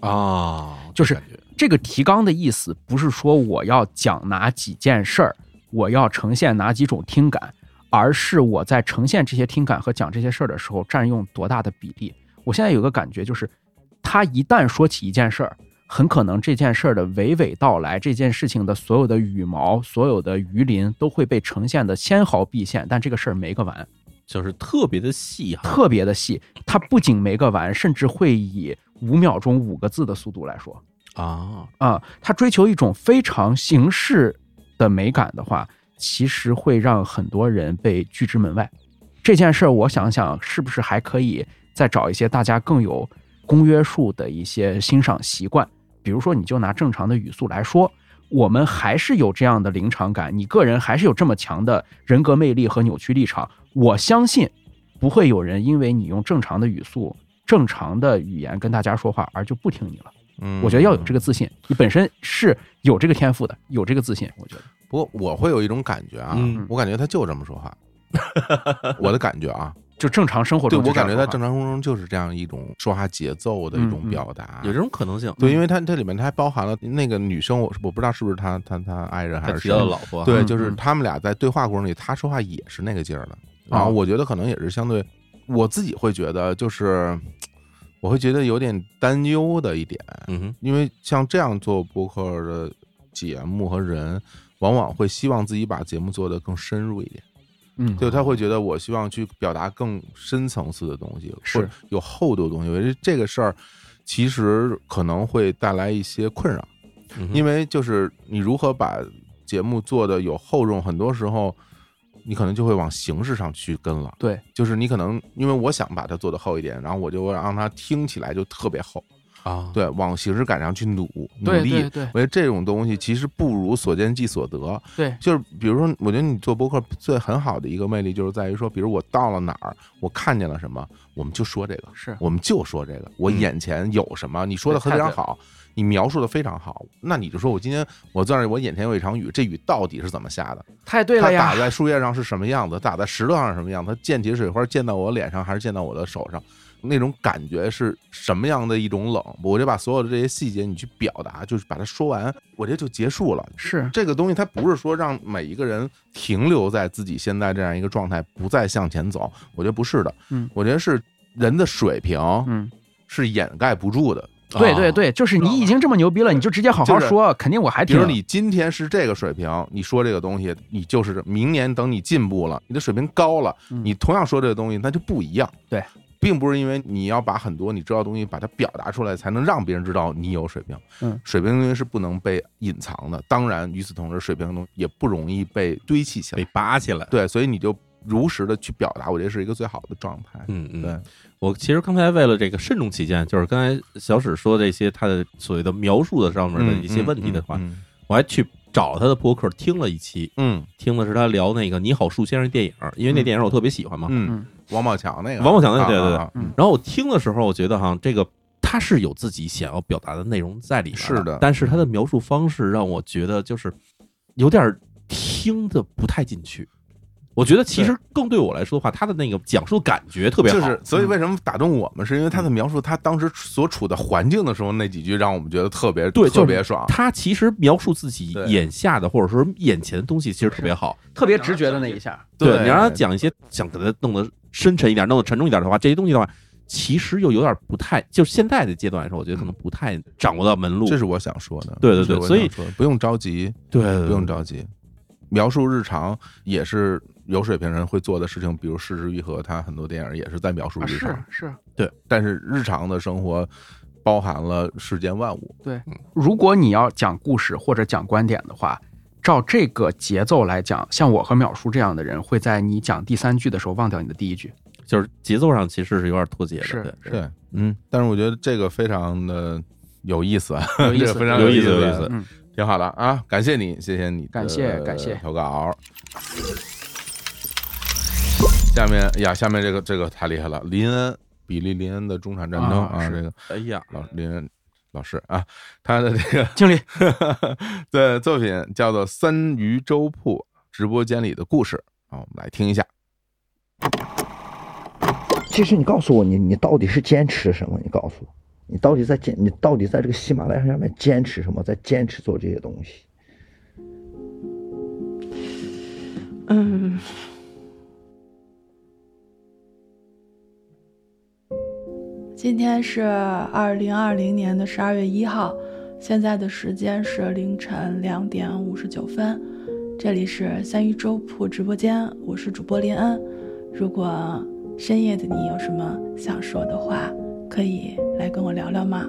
Speaker 4: 啊，
Speaker 5: 就是这个提纲的意思，不是说我要讲哪几件事儿，我要呈现哪几种听感，而是我在呈现这些听感和讲这些事儿的时候，占用多大的比例。我现在有个感觉就是，他一旦说起一件事儿，很可能这件事儿的娓娓道来，这件事情的所有的羽毛、所有的鱼鳞都会被呈现的纤毫毕现，但这个事儿没个完。
Speaker 4: 就是特别的细哈，
Speaker 5: 特别的细，它不仅没个完，甚至会以五秒钟五个字的速度来说，
Speaker 4: 啊
Speaker 5: 啊，他追求一种非常形式的美感的话，其实会让很多人被拒之门外。这件事儿，我想想是不是还可以再找一些大家更有公约数的一些欣赏习惯，比如说你就拿正常的语速来说，我们还是有这样的临场感，你个人还是有这么强的人格魅力和扭曲立场，我相信不会有人因为你用正常的语速、正常的语言跟大家说话而就不听你了。
Speaker 2: 嗯
Speaker 5: 我觉得要有这个自信，你本身是有这个天赋的，有这个自信，我觉得。
Speaker 2: 不过我会有一种感觉啊，
Speaker 4: 嗯
Speaker 2: 我感觉他就这么说 话，我的感觉啊，
Speaker 5: 就正常生活
Speaker 2: 对
Speaker 5: 中
Speaker 2: 我
Speaker 5: 就这
Speaker 2: 感
Speaker 5: 样
Speaker 2: 觉他
Speaker 5: 说话
Speaker 2: 正常生活中就是这样一种说话节奏的一种
Speaker 5: 嗯嗯
Speaker 2: 表达，
Speaker 4: 有这种可能性。
Speaker 2: 对，因为它这里面它还包含了那个女生，我我不知道是不是她她她爱人还
Speaker 4: 她
Speaker 2: 是
Speaker 4: 提到
Speaker 2: 谁
Speaker 4: 了老婆
Speaker 2: 对，
Speaker 4: 嗯
Speaker 2: 就是
Speaker 4: 嗯
Speaker 2: 他们俩在对话过程里，她说话也是那个劲儿的。然后
Speaker 4: 哦
Speaker 2: 我觉得可能也是相对，我自己会觉得就是，我会觉得有点担忧的一点，
Speaker 4: 嗯，
Speaker 2: 因为像这样做播客的节目和人，往往会希望自己把节目做得更深入一点。
Speaker 5: 嗯
Speaker 2: 就他会觉得我希望去表达更深层次的东西，
Speaker 5: 是
Speaker 2: 或者有厚度的东西。我觉得这个事儿其实可能会带来一些困扰，
Speaker 5: 嗯
Speaker 2: 因为就是你如何把节目做的有厚重，很多时候你可能就会往形式上去跟了。
Speaker 5: 对，
Speaker 2: 就是你可能因为我想把它做的厚一点，然后我就让它听起来就特别厚。
Speaker 4: 啊，
Speaker 2: 对，往形式感上去努努
Speaker 5: 对
Speaker 2: 力，
Speaker 5: 对对
Speaker 2: 我觉得这种东西其实不如所见即所得。
Speaker 5: 对
Speaker 2: 就是比如说，我觉得你做播客最很好的一个魅力就是在于说，比如我到了哪儿，我看见了什么，我们就说这个，
Speaker 5: 是
Speaker 2: 我们就说这个，我眼前有什么，你说的
Speaker 5: 对
Speaker 2: 非
Speaker 5: 太
Speaker 2: 常
Speaker 5: 对了
Speaker 2: 好。你描述的非常好，那你就说我今天我在那儿我眼前有一场雨，这雨到底是怎么下的？
Speaker 5: 太对了呀
Speaker 2: 它打在树叶上是什么样子？打在石头上是什么样子？它溅起水花溅到我脸上还是溅到我的手上？那种感觉是什么样的一种冷？我就把所有的这些细节你去表达，就是把它说完，我这就结束了。
Speaker 5: 是
Speaker 2: 这个东西，它不是说让每一个人停留在自己现在这样一个状态，不再向前走。我觉得不是的，
Speaker 5: 嗯
Speaker 2: 我觉得是人的水平，
Speaker 5: 嗯，
Speaker 2: 是掩盖不住的。
Speaker 5: 对对对，就是你已经这么牛逼了，你就直接好好
Speaker 2: 就是
Speaker 5: 说，肯定我还
Speaker 2: 比
Speaker 5: 听。
Speaker 2: 如你今天是这个水平，你说这个东西，你就是这明年等你进步了，你的水平高了，你同样说这个东西，那就不一样。
Speaker 5: 嗯对，
Speaker 2: 并不是因为你要把很多你知道的东西把它表达出来，才能让别人知道你有水平。
Speaker 5: 嗯，
Speaker 2: 水平的东西是不能被隐藏的。当然，与此同时，水平的东西也不容易被堆砌起来、被
Speaker 4: 拔起来。
Speaker 2: 对，所以你就如实的去表达，我觉得是一个最好的状态。
Speaker 4: 嗯嗯，
Speaker 2: 对。
Speaker 4: 我其实刚才为了这个慎重起见，就是刚才小史说这些他的所谓的描述的上面的
Speaker 2: 嗯
Speaker 4: 一些问题的话，
Speaker 2: 嗯嗯
Speaker 4: 我还去找他的播客听了一期，
Speaker 2: 嗯，
Speaker 4: 听的是他聊那个《你好，树先生》电影，因为那电影我特别喜欢嘛，
Speaker 2: 嗯，王宝强那个，
Speaker 4: 王宝强那个，对
Speaker 2: 啊
Speaker 4: 对
Speaker 2: 啊啊
Speaker 4: 对。然后我听的时候，我觉得哈，这个他是有自己想要表达的内容在里面，
Speaker 2: 是的
Speaker 4: 但是他的描述方式让我觉得就是有点听的不太进去。我觉得其实更对我来说的话，他的那个讲述感觉特别好，嗯
Speaker 2: 就是所以为
Speaker 4: 么
Speaker 2: 什么打动我们，是因为他的描述他当时所处的环境的时候那几句，让我们觉得特别
Speaker 4: 对
Speaker 2: 特别爽。
Speaker 4: 他其实描述自己眼下的或者说眼前的东西，其实特别好。
Speaker 5: 特别直觉的那一下，
Speaker 4: 对，你让他讲一些想给他弄得深沉一点、弄得沉重一点的话，这些东西的话，其实又有点不太，就是现在的阶段来说，我觉得可能不太掌握到门路。
Speaker 2: 这是我想说的。
Speaker 4: 对对
Speaker 2: 这
Speaker 4: 对
Speaker 2: 是，我
Speaker 4: 所以
Speaker 2: 想说的不用着急，
Speaker 4: 对对对
Speaker 2: 不用着急。描述日常也是有水平人会做的事情，比如《失之愈合》，他很多电影也是在描述
Speaker 5: 啊
Speaker 2: 日常
Speaker 5: 是。是，
Speaker 2: 对，但是日常的生活包含了世间万物。
Speaker 5: 对，
Speaker 4: 嗯
Speaker 5: 如果你要讲故事或者讲观点的话，照这个节奏来讲，像我和淼叔这样的人，会在你讲第三句的时候忘掉你的第一句。
Speaker 4: 就是节奏上其实是有点脱节的，
Speaker 5: 是
Speaker 4: 对
Speaker 2: 对，嗯，但是我觉得这个非常的有意思啊，
Speaker 5: 有意思
Speaker 2: 这个非常
Speaker 4: 有意
Speaker 2: 意
Speaker 4: 思
Speaker 2: 思，
Speaker 4: 有意思
Speaker 5: 嗯，
Speaker 2: 挺好的啊，感谢你，谢谢你的，
Speaker 5: 感谢感谢
Speaker 2: 投稿。下面呀，下面这个这个太厉害了，林恩，比利林恩的中产战争
Speaker 4: 啊
Speaker 2: 啊，
Speaker 4: 是
Speaker 2: 这个，
Speaker 4: 哎呀，
Speaker 2: 老林恩老师啊，他的这个
Speaker 5: 经理
Speaker 2: 的作品叫做《三鱼粥铺直播间里的故事》啊，我们来听一下。
Speaker 6: 其实你告诉我，你你到底是坚持什么？你告诉我，你到底在坚，你到底在这个喜马拉雅上面坚持什么？在坚持做这些东西？
Speaker 17: 嗯，
Speaker 9: 今天是二零二零年的十二月一号，现在的时间是凌晨两点五十九分，这里是三一粥铺直播间，我是主播林恩。如果深夜的你有什么想说的话，可以来跟我聊聊吗？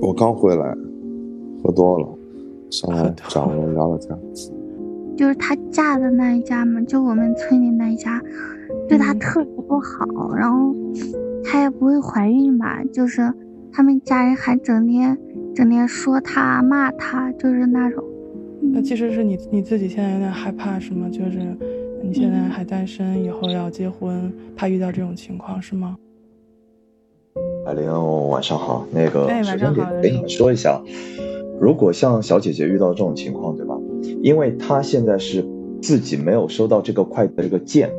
Speaker 23: 我刚回来，喝多了，上来找人聊聊天。
Speaker 24: 就是他嫁的那一家嘛，就我们村里那一家，对他特别不好，然后她也不会怀孕吧，就是他们家人还整天整天说他骂他，就是那种。
Speaker 25: 那其实是你你自己现在有点害怕是吗？就是你现在还单身，以后要结婚，怕遇到这种情况是吗？
Speaker 26: 海玲，晚上哎好。那个，
Speaker 25: 哎晚
Speaker 26: 首
Speaker 25: 上
Speaker 26: 先给
Speaker 25: 好
Speaker 26: 给你们说一下，如果像小姐姐遇到这种情况，对吧？因为她现在是自己没有收到这个快递的这个件，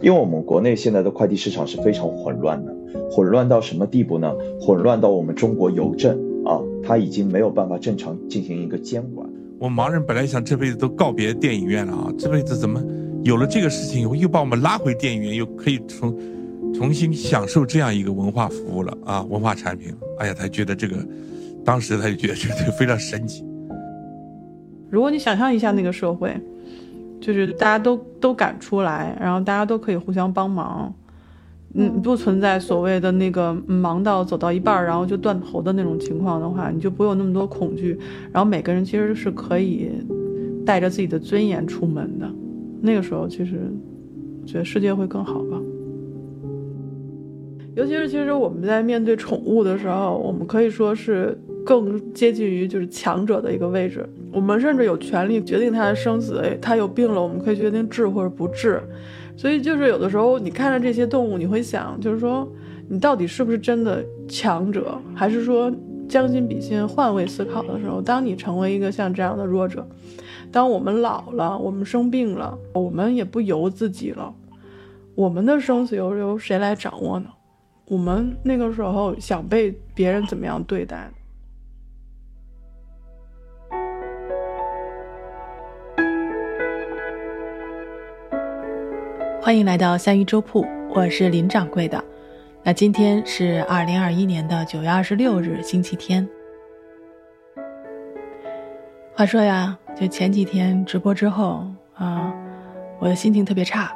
Speaker 26: 因为我们国内现在的快递市场是非常混乱的，混乱到什么地步呢？混乱到我们中国邮政啊，它已经没有办法正常进行一个监管。
Speaker 4: 我盲人本来想这辈子都告别电影院了啊，这辈子怎么有了这个事情以后，又把我们拉回电影院，又可以重重新享受这样一个文化服务了啊，文化产品。哎呀，他觉得这个，当时他就觉得这个非常神奇。
Speaker 25: 如果你想象一下那个社会，就是大家都都敢出来，然后大家都可以互相帮忙，嗯，不存在所谓的那个忙到走到一半儿然后就断头的那种情况的话，你就不会有那么多恐惧。然后每个人其实是可以带着自己的尊严出门的，那个时候其实觉得世界会更好吧。尤其是其实我们在面对宠物的时候，我们可以说是更接近于就是强者的一个位置。我们甚至有权利决定它的生死。哎，它有病了，我们可以决定治或者不治。所以就是有的时候你看着这些动物，你会想，就是说你到底是不是真的强者，还是说将心比心、换位思考的时候，当你成为一个像这样的弱者，当我们老了，我们生病了，我们也不由自己了，我们的生死由由谁来掌握呢？我们那个时候想被别人怎么样对待？
Speaker 9: 欢迎来到三鱼粥铺，我是林掌柜的。那今天是二零二一年的九月二十六日，星期天。话说呀，就前几天直播之后啊、我的心情特别差，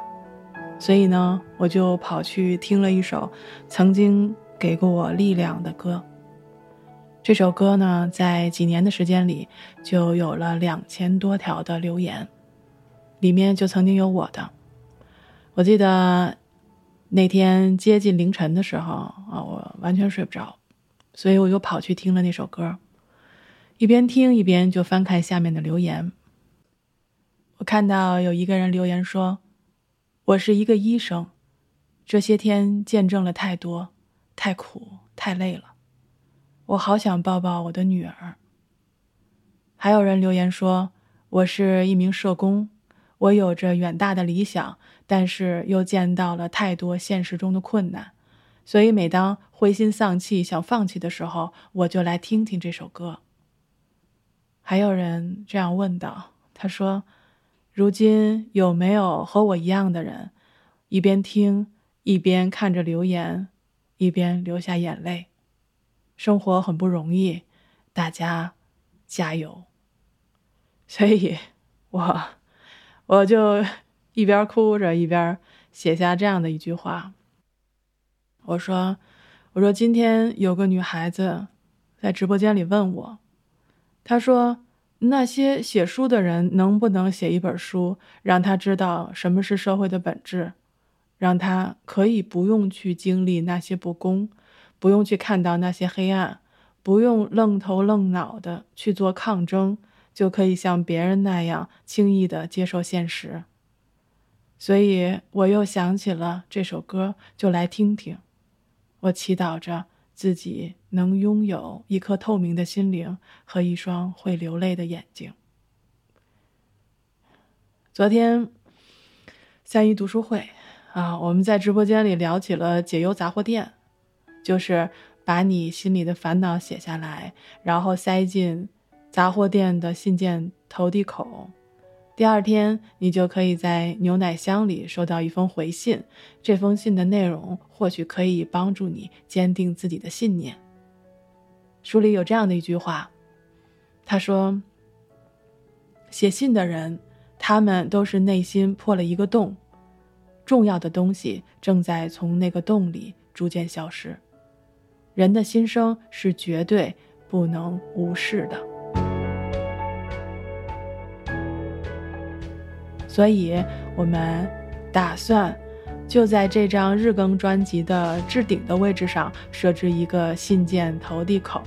Speaker 9: 所以呢，我就跑去听了一首曾经给过我力量的歌。这首歌呢，在几年的时间里，就有了两千多条的留言，里面就曾经有我的。我记得那天接近凌晨的时候啊，我完全睡不着，所以我又跑去听了那首歌，一边听一边就翻看下面的留言。我看到有一个人留言说：“我是一个医生，这些天见证了太多，太苦太累了，我好想抱抱我的女儿。”还有人留言说：“我是一名社工，我有着远大的理想，但是又见到了太多现实中的困难，所以每当灰心丧气、想放弃的时候，我就来听听这首歌。还有人这样问道：“他说，如今有没有和我一样的人，一边听一边看着留言，一边流下眼泪？生活很不容易，大家加油。”所以，我我就一边哭着一边写下这样的一句话。我说：“我说今天有个女孩子在直播间里问我，她说那些写书的人能不能写一本书，让她知道什么是社会的本质，让她可以不用去经历那些不公，不用去看到那些黑暗，不用愣头愣脑的去做抗争，就可以像别人那样轻易的接受现实。”所以我又想起了这首歌，就来听听。我祈祷着自己能拥有一颗透明的心灵和一双会流泪的眼睛。昨天三一读书会啊，我们在直播间里聊起了解忧杂货店，就是把你心里的烦恼写下来，然后塞进杂货店的信件投递口，第二天，你就可以在牛奶箱里收到一封回信。这封信的内容或许可以帮助你坚定自己的信念。书里有这样的一句话，他说：“写信的人，他们都是内心破了一个洞，重要的东西正在从那个洞里逐渐消失。人的心声是绝对不能无视的。”所以我们打算就在这张日更专辑的置顶的位置上设置一个信件投递口，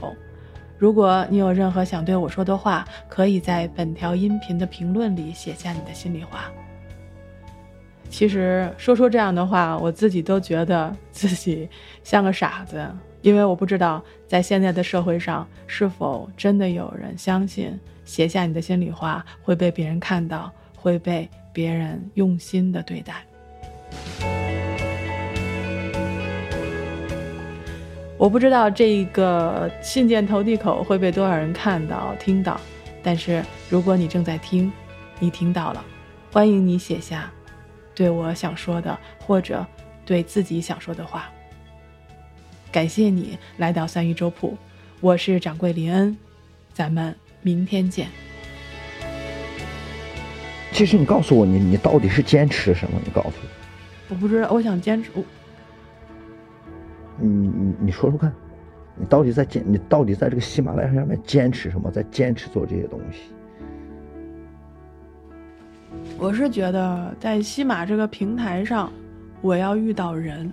Speaker 9: 如果你有任何想对我说的话，可以在本条音频的评论里写下你的心里话。其实说出这样的话，我自己都觉得自己像个傻子，因为我不知道在现在的社会上，是否真的有人相信写下你的心里话会被别人看到，会被别人用心的对待。我不知道这个信件投递口会被多少人看到、听到，但是如果你正在听，你听到了，欢迎你写下对我想说的或者对自己想说的话。感谢你来到三鱼粥铺，我是掌柜林恩，咱们明天见。
Speaker 27: 其实你告诉我，你你到底是坚持什么？你告诉我。
Speaker 9: 我不知道，我想坚持，我
Speaker 27: 你你你说说看，你到底在坚，你到底在这个喜马拉雅上面坚持什么，在坚持做这些东西？
Speaker 9: 我是觉得在西马这个平台上，我要遇到人，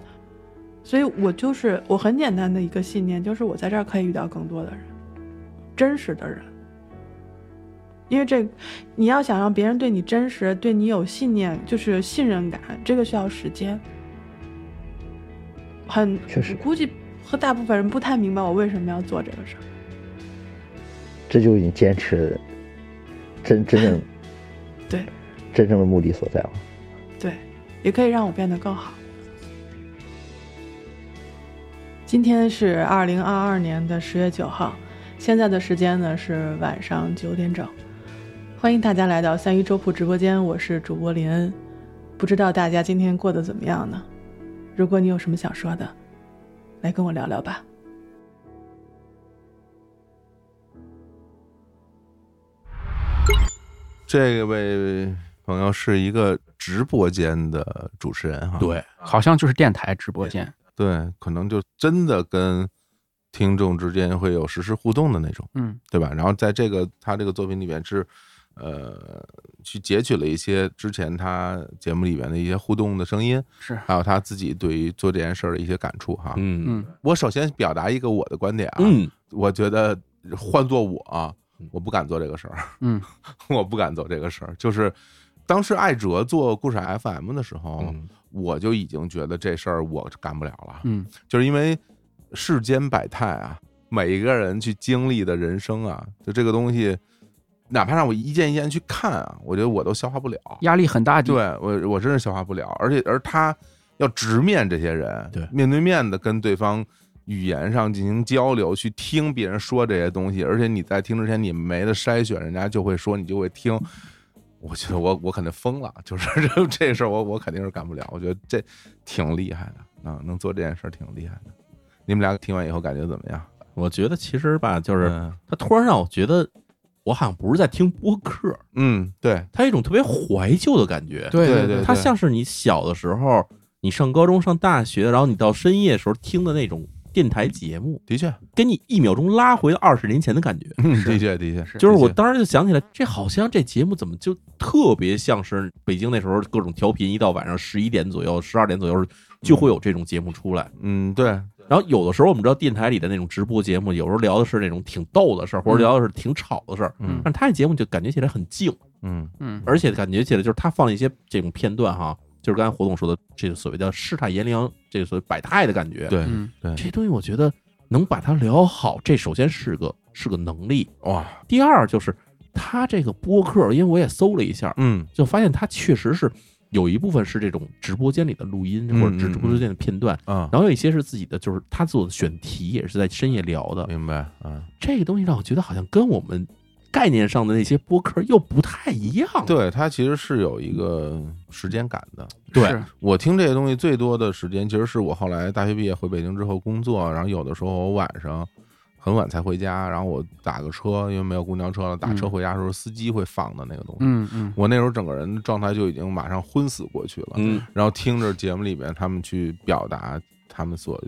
Speaker 9: 所以我就是我很简单的一个信念，就是我在这儿可以遇到更多的人，真实的人。因为这，你要想让别人对你真实，对你有信念，就是信任感，这个需要时间。很，
Speaker 27: 确实
Speaker 9: 我估计和大部分人不太明白我为什么要做这个事儿。
Speaker 27: 这就是你坚持真真正
Speaker 9: 对
Speaker 27: 真正的目的所在了。
Speaker 9: 对，也可以让我变得更好。今天是二零二二年的十月九号，现在的时间呢是晚上九点整。欢迎大家来到三一粥铺直播间，我是主播林恩。不知道大家今天过得怎么样呢？如果你有什么想说的，来跟我聊聊吧。
Speaker 2: 这位朋友是一个直播间的主持
Speaker 4: 啊
Speaker 2: 人哈，啊
Speaker 5: 对，好像就是电台直播间。
Speaker 2: 对，可能就真的跟听众之间会有实时互动的那种，
Speaker 5: 嗯，
Speaker 2: 对吧？然后在这个他这个作品里面是，呃，去截取了一些之前他节目里面的一些互动的声音，
Speaker 5: 是
Speaker 2: 还有他自己对于做这件事儿的一些感触哈，
Speaker 4: 嗯
Speaker 5: 嗯，
Speaker 2: 我首先表达一个我的观点啊，
Speaker 4: 嗯，
Speaker 2: 我觉得换做我啊、我不敢做这个事儿，
Speaker 5: 嗯，
Speaker 2: 我不敢做这个事儿。就是当时艾哲做故事 FM 的时候，
Speaker 4: 嗯
Speaker 2: 我就已经觉得这事儿我干不了了，
Speaker 5: 嗯，
Speaker 2: 就是因为世间百态啊，每一个人去经历的人生啊，就这个东西，哪怕让我一件一件去看啊，我觉得我都消化不了，
Speaker 5: 压力很大的。
Speaker 2: 对我，我真是消化不了，而且而他要直面这些人，对，面对面的跟对方语言上进行交流，去听别人说这些东西，而且你在听之前你没得筛选，人家就会说，你就会听。我觉得我我肯定疯了，就是 这这事儿我我肯定是干不了。我觉得这挺厉害的啊，能做这件事儿挺厉害的。你们俩听完以后感觉怎么样？
Speaker 4: 我觉得其实吧，就是
Speaker 2: 嗯
Speaker 4: 他突然让我觉得，我好像不是在听播客，
Speaker 2: 嗯，对，
Speaker 4: 他有一种特别怀旧的感觉，
Speaker 2: 对对对对对
Speaker 4: 他像是你小的时候，你上高中、上大学，然后你到深夜的时候听的那种电台节目，
Speaker 2: 的确
Speaker 4: 给你一秒钟拉回到二十年前 的感觉，
Speaker 2: 嗯，的确的确，
Speaker 4: 就是
Speaker 2: 的
Speaker 4: 我
Speaker 2: 确
Speaker 4: 当时就想起来，这好像这节目怎么就特别像是北京那时候各种调频，一到晚上十一点左右、十二点左右就会有这种节目出来。
Speaker 2: 嗯，对。
Speaker 4: 然后有的时候我们知道电台里的那种直播节目，有时候聊的是那种挺逗的事儿，或者聊的是挺吵的事儿。
Speaker 2: 嗯
Speaker 4: 但他这节目就感觉起来很静，
Speaker 2: 嗯
Speaker 5: 嗯
Speaker 4: 而且感觉起来就是他放一些这种片段哈，就是刚才胡总说的这个所谓的世态炎凉，这个所谓百态的感觉。
Speaker 2: 对嗯对
Speaker 4: 这东西我觉得能把它聊好，这首先是个是个能力
Speaker 2: 哇。
Speaker 4: 第二就是他这个播客，因为我也搜了一下，
Speaker 2: 嗯，
Speaker 4: 就发现他确实是。有一部分是这种直播间里的录音，或者直
Speaker 2: 嗯嗯嗯
Speaker 4: 播间的片段，
Speaker 2: 啊
Speaker 4: 然后有一些是自己的，就是他做的选题也是在深夜聊的。
Speaker 2: 明白，嗯，
Speaker 4: 这个东西让我觉得好像跟我们概念上的那些播客又不太一样。
Speaker 2: 对，它其实是有一个时间感的。
Speaker 4: 对是
Speaker 2: 我听这些东西最多的时间，其实是我后来大学毕业回北京之后工作，然后有的时候我晚上很晚才回家，然后我打个车，因为没有公交车了，打车
Speaker 5: 嗯
Speaker 2: 回家的时候司机会放的那个东西。
Speaker 5: 嗯嗯
Speaker 2: 我那时候整个人的状态就已经马上昏死过去了。
Speaker 4: 嗯，
Speaker 2: 然后听着节目里面他们去表达他们所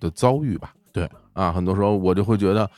Speaker 2: 的遭遇吧。
Speaker 4: 对
Speaker 2: 啊，很多时候我就会觉得，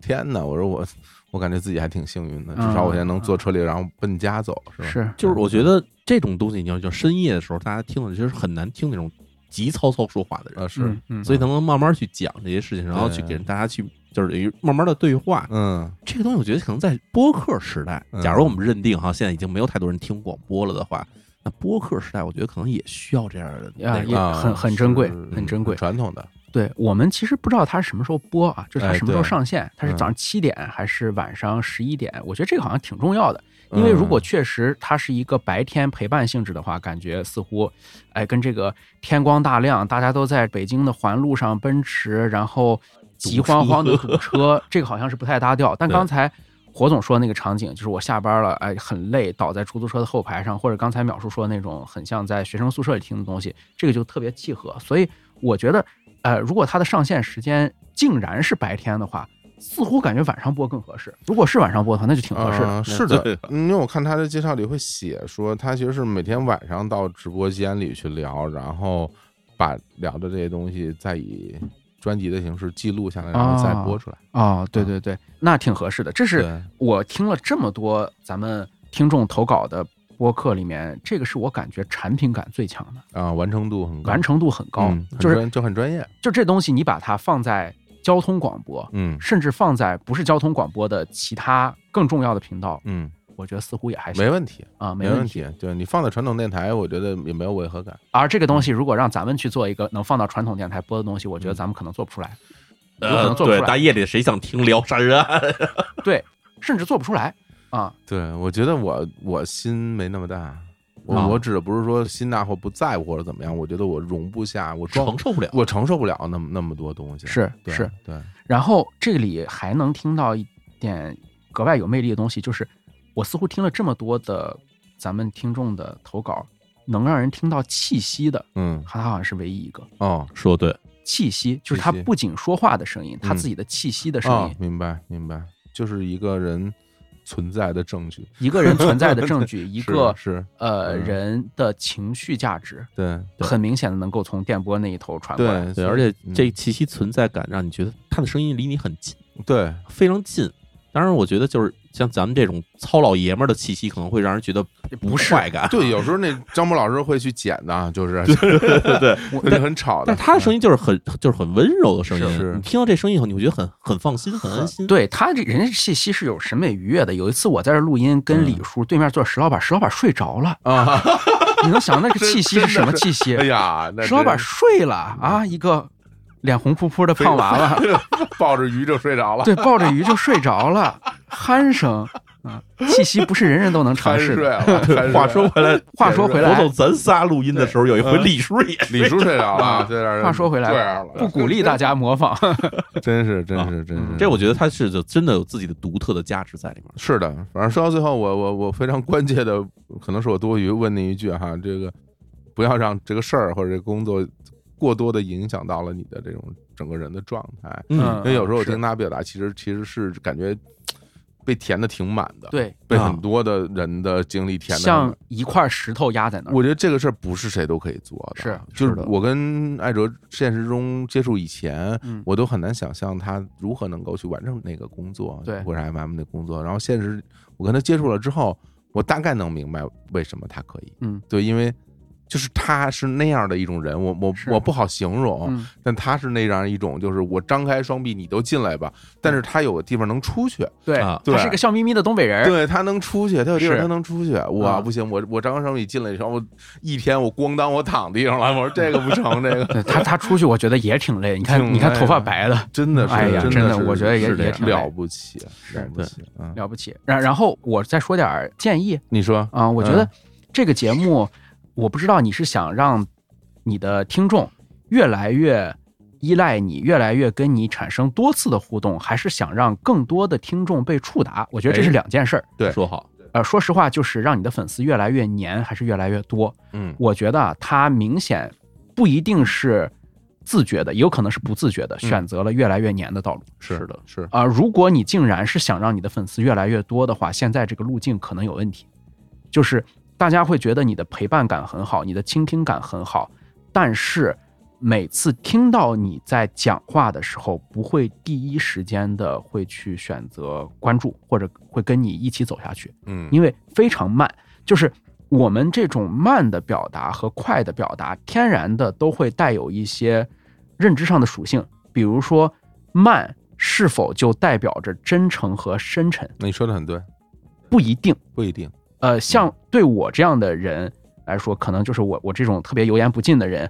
Speaker 2: 天哪！我说我我感觉自己还挺幸运的，至
Speaker 5: 嗯
Speaker 2: 少我现在能坐车里然后奔家走，是吧？
Speaker 4: 就是我觉得这种东西，你要就深夜的时候，大家听的其实很难听那种急操操说话的人，
Speaker 2: 是嗯嗯
Speaker 4: 所以能不能慢慢去讲这些事情，然后去
Speaker 2: 对
Speaker 4: 给人大家去就是等于慢慢的对话。
Speaker 2: 嗯，
Speaker 4: 这个东西我觉得可能在播客时代，假如我们认定哈，现在已经没有太多人听广播了的话，那播客时代我觉得可能也需要这样的
Speaker 5: 啊，
Speaker 4: 内
Speaker 5: 也
Speaker 4: 容
Speaker 5: 很很珍贵，很珍贵，
Speaker 2: 传统的。
Speaker 5: 对我们其实不知道它是什么时候播啊，就是它
Speaker 4: 哎
Speaker 5: 什么时候
Speaker 4: 对
Speaker 5: 上线，它是
Speaker 4: 嗯
Speaker 5: 早上七点还是晚上十一点？我觉得这个好像挺重要的，因为如果确实它是一个白天陪伴性质的话，感觉似乎，哎，跟这个天光大亮，大家都在北京的环路上奔驰，然后急慌慌的堵车， 这个好像是不太搭调。但
Speaker 4: 对
Speaker 5: 刚才火总说那个场景，就是我下班了，哎，很累，倒在出租车的后排上，或者刚才淼叔说的那种很像在学生宿舍里听的东西，这个就特别契合。所以我觉得，呃，如果它的上线时间竟然是白天的话，似乎感觉晚上播更合适。如果是晚上播的话，那就挺合适的。
Speaker 2: 啊是的，因为我看他的介绍里会写说，他其实是每天晚上到直播间里去聊，然后把聊的这些东西再以专辑的形式记录下来，然后再播出来。嗯
Speaker 5: 啊、哦对对对，那挺合适的。这是
Speaker 2: 对
Speaker 5: 我听了这么多咱们听众投稿的播客里面，这个是我感觉产品感最强的，
Speaker 2: 啊，完成度很高，
Speaker 5: 完成度很高，
Speaker 2: 嗯
Speaker 5: 就是
Speaker 2: 很专就很专业。
Speaker 5: 就这东西，你把它放在交通广播，
Speaker 2: 嗯
Speaker 5: 甚至放在不是交通广播的其他更重要的频道，
Speaker 2: 嗯，
Speaker 5: 我觉得似乎也还行
Speaker 2: 没问题
Speaker 5: 啊，
Speaker 2: 没
Speaker 5: 问
Speaker 2: 问。题。对你放在传统电台，我觉得也没有违和感。嗯
Speaker 5: 而这个东西，如果让咱们去做一个能放到传统电台播的东西，我觉得咱们可能做不出来，有可
Speaker 4: 呃，
Speaker 5: 能做不
Speaker 4: 对
Speaker 5: 出，
Speaker 4: 大
Speaker 5: 来，
Speaker 4: 夜里谁想听聊杀人啊案？
Speaker 5: 对，甚至做不出来啊。
Speaker 2: 对，我觉得我我心没那么大。我、
Speaker 5: 啊
Speaker 2: 我指的不是说心大或不在乎或者怎么样，我觉得我容不下，我承
Speaker 4: 受不了，
Speaker 2: 我承受不了那么那么多东西。
Speaker 5: 是
Speaker 2: 对
Speaker 5: 是
Speaker 2: 对，
Speaker 5: 然后这里还能听到一点格外有魅力的东西，就是我似乎听了这么多的咱们听众的投稿，能让人听到气息的，
Speaker 2: 嗯，
Speaker 5: 他好像是唯一一个
Speaker 2: 哦，
Speaker 4: 说对，
Speaker 5: 气息，嗯就是他
Speaker 2: 气息
Speaker 5: 不仅说话的声音，他
Speaker 2: 嗯
Speaker 5: 自己的气息的
Speaker 2: 啊，
Speaker 5: 声音，
Speaker 2: 明白明白，就是一个人存在的证据，
Speaker 5: 一个人存在的证 据，一个
Speaker 2: 是是
Speaker 5: 呃
Speaker 2: 嗯
Speaker 5: 人的情绪价值，
Speaker 2: 对对
Speaker 5: 很明显的能够从电波那一头传过来，
Speaker 4: 对，而且
Speaker 2: 嗯
Speaker 4: 这气息存在感让你觉得他的声音离你很近，
Speaker 2: 对，
Speaker 4: 非常近。当然，我觉得就是像咱们这种糙老爷们儿的气息，可能会让人觉得不快感。
Speaker 2: 对，有时候那张波老师会去剪的，啊就是
Speaker 4: 对
Speaker 2: 就是很吵的嗯
Speaker 4: 但。他的声音就是很就是很温柔的声音，
Speaker 5: 是
Speaker 4: 你听到这声音以后，你会觉得很很放心，很安心。
Speaker 5: 对他这人家气息是有审美愉悦的。有一次我在这录音，跟李叔对面坐石老板，石老板睡着了
Speaker 2: 啊。
Speaker 5: 你能想到那个气息
Speaker 2: 真
Speaker 5: 是
Speaker 2: 的
Speaker 5: 什么气息？
Speaker 2: 是哎 呀那嗯
Speaker 5: 石老板
Speaker 2: 真是
Speaker 5: 睡了啊，一个脸红扑扑的胖娃 娃，
Speaker 2: 抱着鱼就睡着 了，
Speaker 5: 对，抱着鱼就睡着了，鼾声啊，气息不是人人都能尝试的
Speaker 2: 鼾睡了鼾睡 了。
Speaker 4: 话说回来，
Speaker 5: 话说回来，
Speaker 4: 罗总，咱仨录音的时候有一回，
Speaker 5: 嗯
Speaker 4: 李叔也
Speaker 2: 李叔睡着了在这儿
Speaker 5: 话说回
Speaker 2: 这
Speaker 5: 来
Speaker 2: 样了，
Speaker 5: 不鼓励大家模仿。
Speaker 2: 真是真是真是，
Speaker 4: 这我觉得他是就真的有自己的独特的价值在里面。
Speaker 2: 是的，反正说到最后，我我我非常关切的，可能是我多余问你一句哈，这个不要让这个事儿或者这个工作过多的影响到了你的这种整个人的状态。
Speaker 5: 嗯
Speaker 2: 因为有时候我
Speaker 5: 是
Speaker 2: 听他表达，其实其实是感觉被填的挺满的，
Speaker 5: 对
Speaker 2: 被
Speaker 5: 啊
Speaker 2: 很多的人的经历填的
Speaker 5: 像一块石头压在那儿，
Speaker 2: 我觉得这个事儿不是谁都可以做的，
Speaker 5: 是
Speaker 2: 就是
Speaker 5: 是的
Speaker 2: 我跟艾哲现实中接触以前
Speaker 5: 嗯，
Speaker 2: 我都很难想象他如何能够去完成那个工作，
Speaker 5: 对
Speaker 2: 或者 MM 的工作。然后现实，我跟他接触了之后，我大概能明白为什么他可以，
Speaker 5: 嗯，
Speaker 2: 对，因为就是他是那样的一种人，我我我不好形容
Speaker 5: 嗯，
Speaker 2: 但他是那样一种，就是我张开双臂你都进来吧，但是他有个地方能出去，
Speaker 5: 对，
Speaker 2: 对
Speaker 5: 他是一个笑眯眯的东北人，
Speaker 2: 对他能出去，他有地方
Speaker 5: 是
Speaker 2: 他能出去。我
Speaker 5: 啊
Speaker 2: 不行，我我张双臂进来以后，我一天我咣当我躺地上了，我说这个不成，这
Speaker 5: 对
Speaker 2: 个
Speaker 5: 他他出去，我觉得也挺累。你看，
Speaker 2: 挺
Speaker 5: 你看
Speaker 2: 累
Speaker 5: 头发
Speaker 2: 的
Speaker 5: 白的，
Speaker 2: 真的是
Speaker 5: 哎呀，
Speaker 2: 真的
Speaker 5: 真的，
Speaker 2: 是
Speaker 5: 我觉得也
Speaker 2: 是这
Speaker 5: 也
Speaker 2: 样
Speaker 5: 挺累
Speaker 2: 了不起了不起嗯
Speaker 5: 了不起。然然后我再说点儿建议
Speaker 2: 你说
Speaker 5: 啊，我觉得
Speaker 2: 嗯
Speaker 5: 这个节目，我不知道你是想让你的听众越来越依赖你，越来越跟你产生多次的互动，还是想让更多的听众被触达？我觉得这是
Speaker 4: 哎
Speaker 5: 两件事儿。
Speaker 2: 对，
Speaker 4: 说好，
Speaker 5: 呃，说实话，就是让你的粉丝越来越黏，还是越来越多？
Speaker 2: 嗯
Speaker 5: 我觉得啊，他明显不一定是自觉的，也有可能是不自觉的，
Speaker 2: 嗯
Speaker 5: 选择了越来越黏的道路。
Speaker 2: 是的，是
Speaker 5: 啊、如果你竟然是想让你的粉丝越来越多的话，现在这个路径可能有问题，就是大家会觉得你的陪伴感很好，你的倾听感很好，但是每次听到你在讲话的时候，不会第一时间的会去选择关注，或者会跟你一起走下去。
Speaker 2: 嗯
Speaker 5: 因为非常慢，就是我们这种慢的表达和快的表达，天然的都会带有一些认知上的属性，比如说慢是否就代表着真诚和深沉？
Speaker 2: 你说的很对，
Speaker 5: 不一定，
Speaker 2: 不一定。嗯
Speaker 5: 呃，像对我这样的人来说，可能就是我我这种特别油盐不进的人，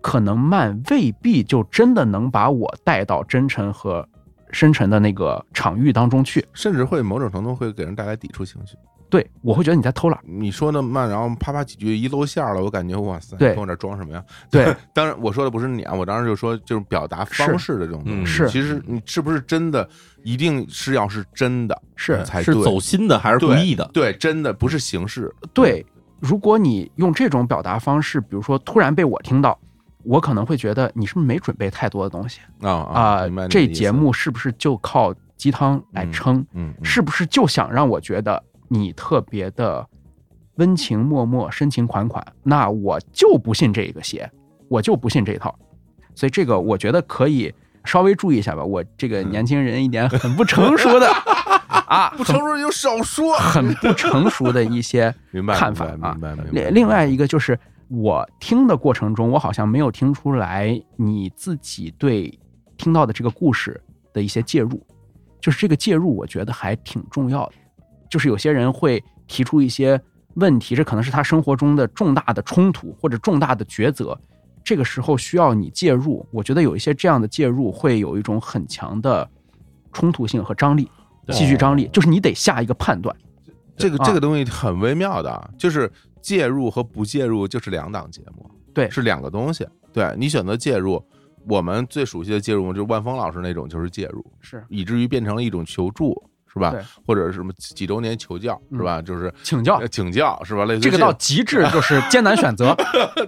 Speaker 5: 可能慢未必就真的能把我带到真诚和深沉的那个场域当中去，
Speaker 2: 甚至会某种程度会给人带来抵触情绪。
Speaker 5: 对，我会觉得你在偷懒。
Speaker 2: 你说那慢，然后啪啪几句一露馅儿了，我感觉哇塞，
Speaker 5: 对
Speaker 2: 跟我这装什么呀？
Speaker 5: 对，
Speaker 2: 当然我说的不是你啊，我当时就说就是表达方式的这种东西。
Speaker 5: 是嗯是
Speaker 2: 其实你是不是真的，一定是要是真的，
Speaker 5: 是
Speaker 2: 才
Speaker 5: 是
Speaker 2: 对
Speaker 5: 走
Speaker 4: 心的还是
Speaker 5: 故意的
Speaker 2: 对，对真的不是形式。
Speaker 5: 对，如果你用这种表达方式，比如说突然被我听到，我可能会觉得你是不是没准备太多的东西
Speaker 2: 啊
Speaker 5: 啊、
Speaker 2: 明白你的
Speaker 5: 这
Speaker 2: 意思
Speaker 5: 节目是不是就靠鸡汤来撑？
Speaker 2: 嗯
Speaker 5: 是不是就想让我觉得你特别的温情脉脉、深情款款？那我就不信这个邪，我就不信这套。所以这个我觉得可以稍微注意一下吧。我这个年轻人一点很不成熟 的啊，
Speaker 2: 嗯不成熟就少说，
Speaker 5: 很不成熟的一些
Speaker 2: 明白
Speaker 5: 看法啊。
Speaker 2: 明白明白
Speaker 5: 另另外一个就是，我听的过程中，我好像没有听出来你自己对听到的这个故事的一些介入，就是这个介入，我觉得还挺重要的。就是有些人会提出一些问题，这可能是他生活中的重大的冲突或者重大的抉择，这个时候需要你介入。我觉得有一些这样的介入会有一种很强的冲突性和张力，
Speaker 2: 对
Speaker 5: 戏剧张力，就是你得下一个判断。
Speaker 2: 这个
Speaker 5: 啊
Speaker 2: 这个东西很微妙的，啊，就是介入和不介入就是两档节目，
Speaker 5: 对，
Speaker 2: 是两个东西。对你选择介入，我们最熟悉的介入就是万峰老师那种，就是介入，
Speaker 5: 是
Speaker 2: 以至于变成了一种求助，是吧
Speaker 5: 对？嗯
Speaker 2: 或者是什么几几周年求教，是吧？就是呃
Speaker 5: 请教，
Speaker 2: 请教，是吧？类似于
Speaker 5: 这个
Speaker 2: 种
Speaker 5: 到极致就是艰难选 择。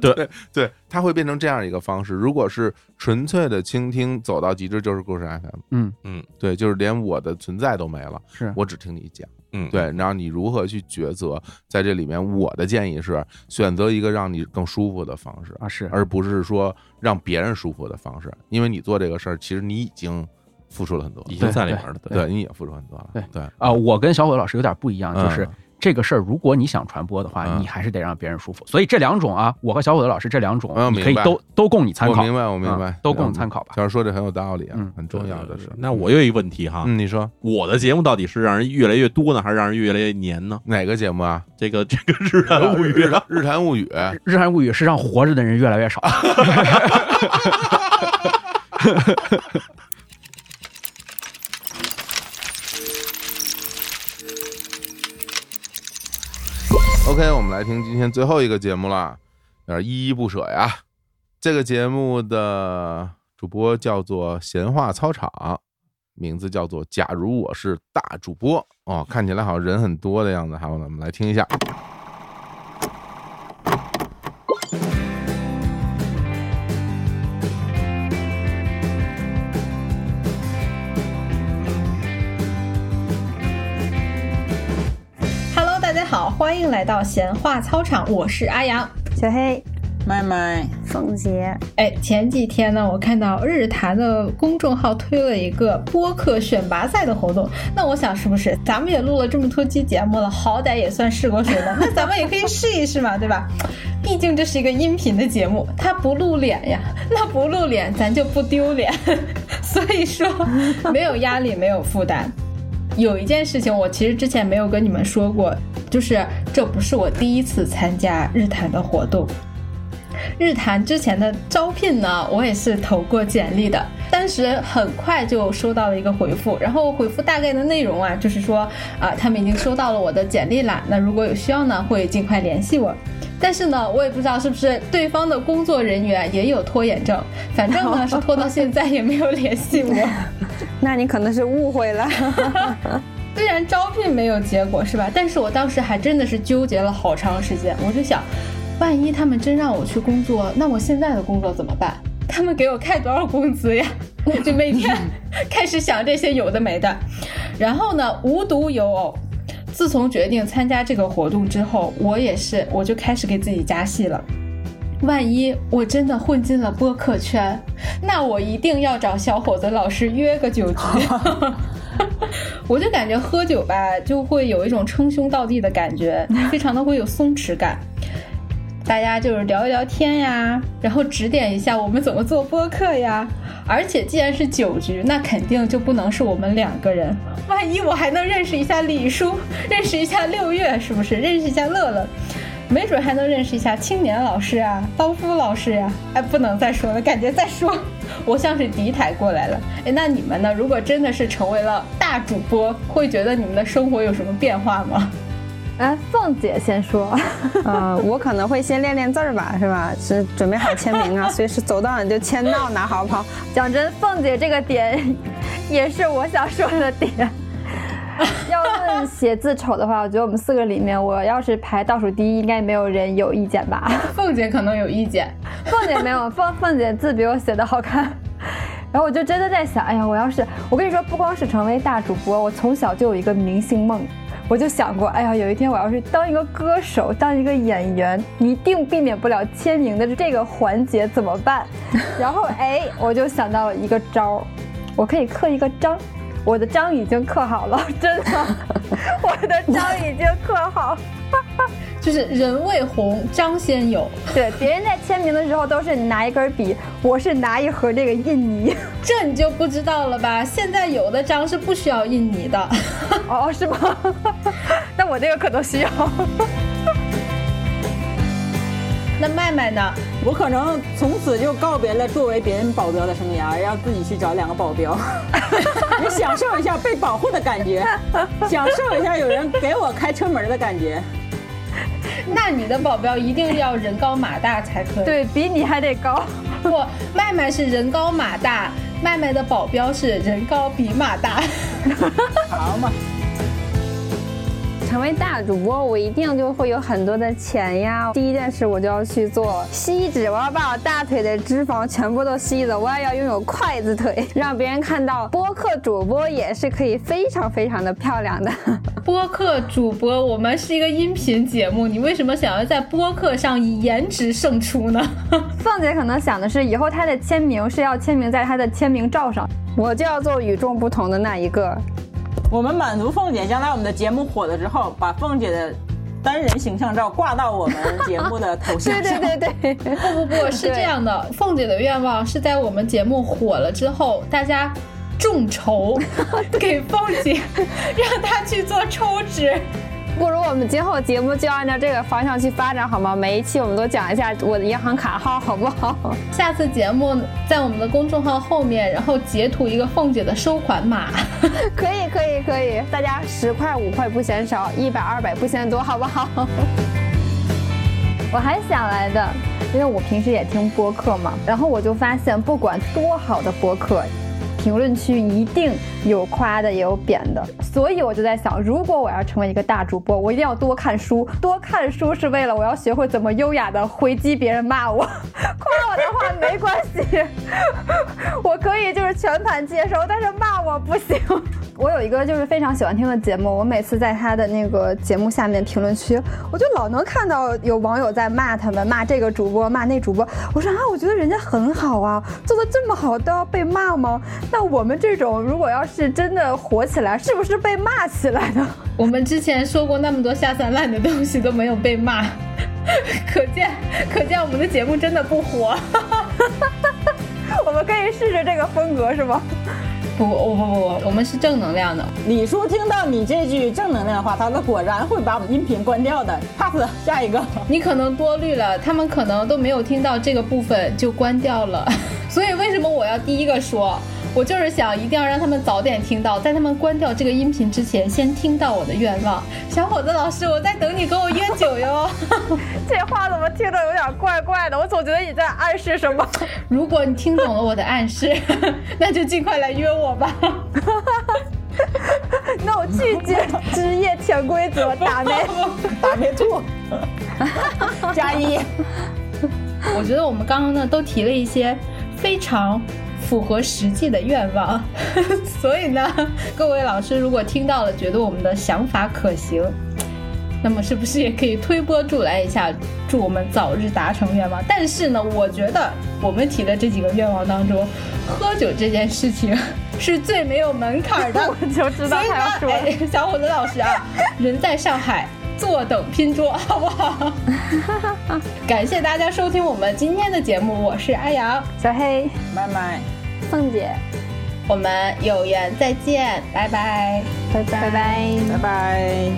Speaker 2: 对对，它会变成这样一个方式。如果是纯粹的倾听，走到极致就是故事 FM。
Speaker 5: 嗯
Speaker 4: 嗯，
Speaker 2: 对，就是连我的存在都没了，
Speaker 5: 是
Speaker 2: 我只听你讲。
Speaker 4: 嗯
Speaker 2: 对，然后你如何去抉择？在这里面，我的建议是选择一个让你更舒服的方式
Speaker 5: 啊，是，
Speaker 2: 而不是说让别人舒服的方式，因为你做这个事儿，其实你已经付出了很多了，
Speaker 4: 已经在里面了
Speaker 2: 对，
Speaker 4: 对
Speaker 2: 你也付出很多了，
Speaker 5: 对
Speaker 2: 对，
Speaker 5: 啊、我跟小伙老师有点不一样，
Speaker 2: 嗯
Speaker 5: 就是这个事儿，如果你想传播的话，你还是得让别人舒服。所以这两种啊，我和小伙老师这两种，
Speaker 2: 嗯
Speaker 5: 你可以
Speaker 2: 明白
Speaker 5: 都都供你参考。
Speaker 2: 我明白，我明白，嗯
Speaker 5: 啊都供你参考。嗯
Speaker 2: 吧。小时说这很有道理啊，很重要的是。
Speaker 4: 那我又有一问题哈，
Speaker 2: 嗯你说
Speaker 4: 我的节目到底是让人越来越多呢，还是让人越来越黏呢？
Speaker 2: 哪个节目啊？
Speaker 4: 这个这个日韩物语，
Speaker 2: 日谈物语，
Speaker 5: 日韩物语是让活着的人越来越 少。
Speaker 2: OK，我们来听今天最后一个节目啦，有点依依不舍呀。这个节目的主播叫做闲话操场，名字叫做“假如我是大主播”哦，看起来好像人很多的样子。好，我们来听一下。
Speaker 28: Hello，大家好，欢迎来到闲话操场，我是阿阳，小黑，麦麦，凤姐。哎，前几天呢，我看到日坛的公众号推了一个播客选拔赛的活动，那我想是不是咱们也录了这么多期节目了，好歹也算试过水 了，那咱们也可以试一试嘛，对吧？毕竟这是一个音频的节目，它不露脸呀，那不露脸咱就不丢脸， 所以说没有压力，没有负担。有一件事情，我其实之前没有跟你们说过，就是这不是我第一次参加日坛的活动。日坛之前的招聘呢，我也是投过简历的，当时很快就收到了一个回复，然后回复大概的内容啊，就是说啊、他们已经收到了我的简历啦，那如果有需要呢，会尽快联系我。但是呢，我也不知道是不是对方的工作人员也有拖延症，反正呢是拖到现在也没有联系我。那你可能是误会了。 虽然招聘没有结果是吧？但是我当时还真的是纠结了好长时间，我就想，万一他们真让我去工作，那我现在的工作怎么办？他们给我开多少工资呀？ 我就每 天开始想这些有的没的。然后呢，无独有偶，自从决定参加这个活动之后，我也是，我就开始给自己加戏了。万一我真的混进了播客圈，那我一定要找小伙子老师约个酒局。我就感觉喝酒吧，就会有一种称兄道弟的感觉，非常的会有松弛感。大家就是聊一聊天呀，然后指点一下我们怎么做播客呀。而且既然是酒局，那肯定就不能是我们两个人。万一我还能认识一下李叔，认识一下六月，是不是？认识一下乐乐，没准还能认识一下青年老师啊，刀夫老师呀、哎，不能再说了，感觉再说 我像是敌台过来了。哎，那你们呢？如果真的是成为了大主播，会觉得你们的生活有什么变化吗？
Speaker 15: 哎，凤姐先说，
Speaker 21: 呃，我可能会先练练字儿吧，是吧？是准备好签名 啊，随时走到哪就签到哪，好不好？
Speaker 15: 讲真，凤姐这个点也是我想说的 点。要论写字丑的话，我觉得我们四个里面，我要是排倒数第一，应该没有人有意 见吧？
Speaker 28: 凤姐可能有意见，
Speaker 15: 凤姐没有，凤凤姐字比我写的好看。然后我就真的在想，哎呀，我要是我跟你说，不光是成为大主播，我从小就有一个明星梦。我就想过，哎呀，有一天我要是当一个歌手，当一个演员，一定避免不了签名的这个环节，怎么办？ 然后哎，我就想到了一个招儿，我可以刻一个章，我的章已经刻好了，真的， 我的章已经刻好。
Speaker 28: 就是人未红，章先有。
Speaker 15: 对，别人在签名的时候都是拿一根笔，我是拿一盒这个印泥。
Speaker 28: 这你就不知道了吧？现在有的章是不需要印泥的。
Speaker 15: 哦，是吗？ 那我这个可能需要。
Speaker 28: 那麦麦呢？
Speaker 21: 我可能从此就告别了作为别人保镖的生涯，让自己去找两个保镖，也享受一下被保护的感觉，享受一下有人给我开车门的感觉。
Speaker 28: 那你的保镖一定要人高马大才可以，
Speaker 15: 对比你还得高。
Speaker 28: 不，麦麦是人高马大，麦麦的保镖是人高比马大。
Speaker 21: 好嘛。成为大主播，我一定就会有很多的钱呀。第一件事，我就要去做吸脂，我要把我大腿的脂肪全部都吸走，我也要拥有筷子腿，让别人看到播客主播也是可以非常非常的漂亮的。
Speaker 28: 播客主播，我们是一个音频节目，你为什么想要在播客上以颜值胜出呢？
Speaker 15: 凤姐可能想的是，以后她的签名是要签名在她的签名照上，
Speaker 21: 我就要做与众不同的那一个。
Speaker 4: 我们满足凤姐，将来我们的节目火了之后，把凤姐的单人形象照挂到我们节目的头像
Speaker 15: 对对 对
Speaker 28: 对，不不不是这样的，凤姐的愿望是在我们节目火了之后，大家众 筹给凤姐，让她去做抽脂。
Speaker 21: 不如我们今后节目就按照这个方向去发展好吗？每一期我们都讲一下我的银行卡号，好不好？
Speaker 28: 下次节目在我们的公众号后面，然后截图一个凤姐的收款码。
Speaker 21: 可以可以可以，大家十块五块不嫌少，一百二百不嫌多，好不好？
Speaker 15: 我还想来的，因为我平时也听播客嘛，然后我就发现，不管多好的播客。评论区一定有夸的，也有贬的，所以我就在想，如果我要成为一个大主播，我一定要多看书。多看书是为了我要学会怎么优雅的回击别人骂我， 夸我的话没关系，我可以就是全盘接收，但是骂我不行。 我有一个就是非常喜欢听的节目，我每次在他的那个节目下面评论区，我就老能看到有网友在骂他们，骂这个主播，骂那主播。我说啊，我觉得人家很好啊，做的这么好都要被骂吗？那我们这种如果要是真的火起来，是不是被骂起来呢？
Speaker 28: 我们之前说过那么多下三滥的东西都没有被骂， 可见可见我们的节目真的 不火。
Speaker 15: 我们可以试试这个风格是吗？
Speaker 28: 不不不不，我们是正能量的。
Speaker 4: 李叔听到你这句正能量的话，他说果然会把我们音频关掉的。pass 下一个，
Speaker 28: 你可能多虑了，他们可能都没有听到这个部分就关掉了。 所以为什么我要第一个说？我就是想一定要让他们早点听到，在他们关掉这个音频之前，先听到我的愿望。小伙子老师，我在等你跟我约酒哟。
Speaker 15: 这话怎么听着有点怪怪的？我总觉得你在暗示什么。
Speaker 28: 如果你听懂了我的暗示， 那就尽快来约我吧。
Speaker 15: 那我拒 绝职业潜规则，打没
Speaker 4: 打没吐， 加一。
Speaker 28: 我觉得我们刚刚呢都提了一些非常。符合实际的愿望， 所以呢，各位老师如果听到了，觉得我们的想法可行，那么是不是也可以推波助澜一下，祝我们早日达成愿望？但是呢，我觉得我们提的这几个愿望当中，喝酒这件事情 是最没有门槛 的。
Speaker 15: 我就知道他要说、
Speaker 28: 哎，小伙子老师啊，人在上海。坐等拼桌，好不好？ 感谢大家收听我们今天的节目，我是阿阳，
Speaker 15: 小黑，
Speaker 4: 麦麦。
Speaker 15: 凤姐，
Speaker 12: 我们有缘再见，拜拜，
Speaker 15: 拜拜，拜拜，
Speaker 18: 拜拜。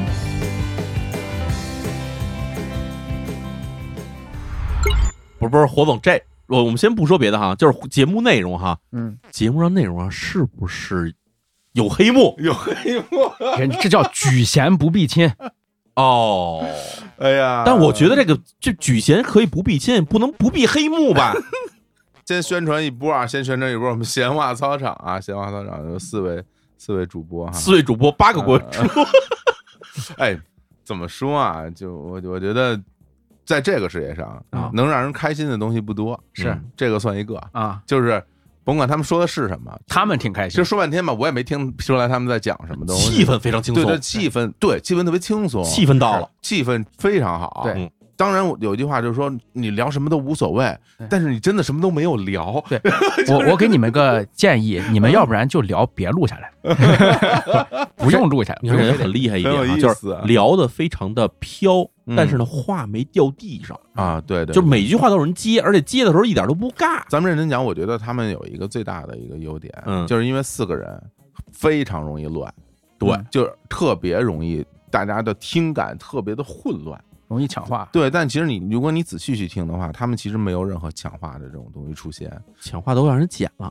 Speaker 4: 不是不是，火总这我我们先不说别的哈，就是节目内容哈，
Speaker 5: 嗯，
Speaker 4: 节目上内容上啊是不是有黑幕？
Speaker 2: 有黑幕，
Speaker 5: 人这叫举贤不避亲。
Speaker 4: 哦，
Speaker 2: 哎呀
Speaker 4: 但我觉得这个这举贤可以不避亲，不能不避黑幕吧？
Speaker 2: 先宣传一波啊，先宣传一波我们闲话操场啊，闲话操场有四位四位主播哈，
Speaker 4: 四位主播八个
Speaker 2: 啊
Speaker 4: 国主，
Speaker 2: 嗯 哎，怎么说啊？就我我觉得。在这个世界上，
Speaker 4: 啊
Speaker 2: 能让人开心的东西不多，
Speaker 5: 是
Speaker 2: 嗯这个算一个
Speaker 5: 啊，
Speaker 2: 就是甭管他们说的是什么，
Speaker 5: 他们挺开
Speaker 2: 心。其实说半天吧，我也没听出来他们在讲什么东西，
Speaker 4: 气氛非常轻松
Speaker 2: 对对，气氛对气氛特别轻松，
Speaker 4: 气氛到了
Speaker 2: 是，气氛非常好。
Speaker 4: 对，
Speaker 2: 当然我有一句话就是说，你聊什么都无所谓，但是你真的什么都没有聊。
Speaker 5: 对，我我给你们个建议，你
Speaker 2: 嗯
Speaker 5: 们要不然就聊，别录 下来，不用录下来。
Speaker 4: 你看人很厉害一点啊，就是聊的非常的飘，但是呢话没掉地上
Speaker 2: 啊，嗯对对，
Speaker 4: 就每句话都有人接，而且接的时候一点都不尬。
Speaker 2: 咱们认真讲，我觉得他们有一个最大的一个优点，
Speaker 4: 嗯
Speaker 2: 就是因为四个人非常容易乱，嗯
Speaker 4: 对
Speaker 2: 就是特别容易，大家的听感特别的混乱。
Speaker 5: 容易抢话，
Speaker 2: 对，但其实你如果你仔细去听的话，他们其实没有任何抢话的这种东西出现，
Speaker 4: 抢话都让人剪了。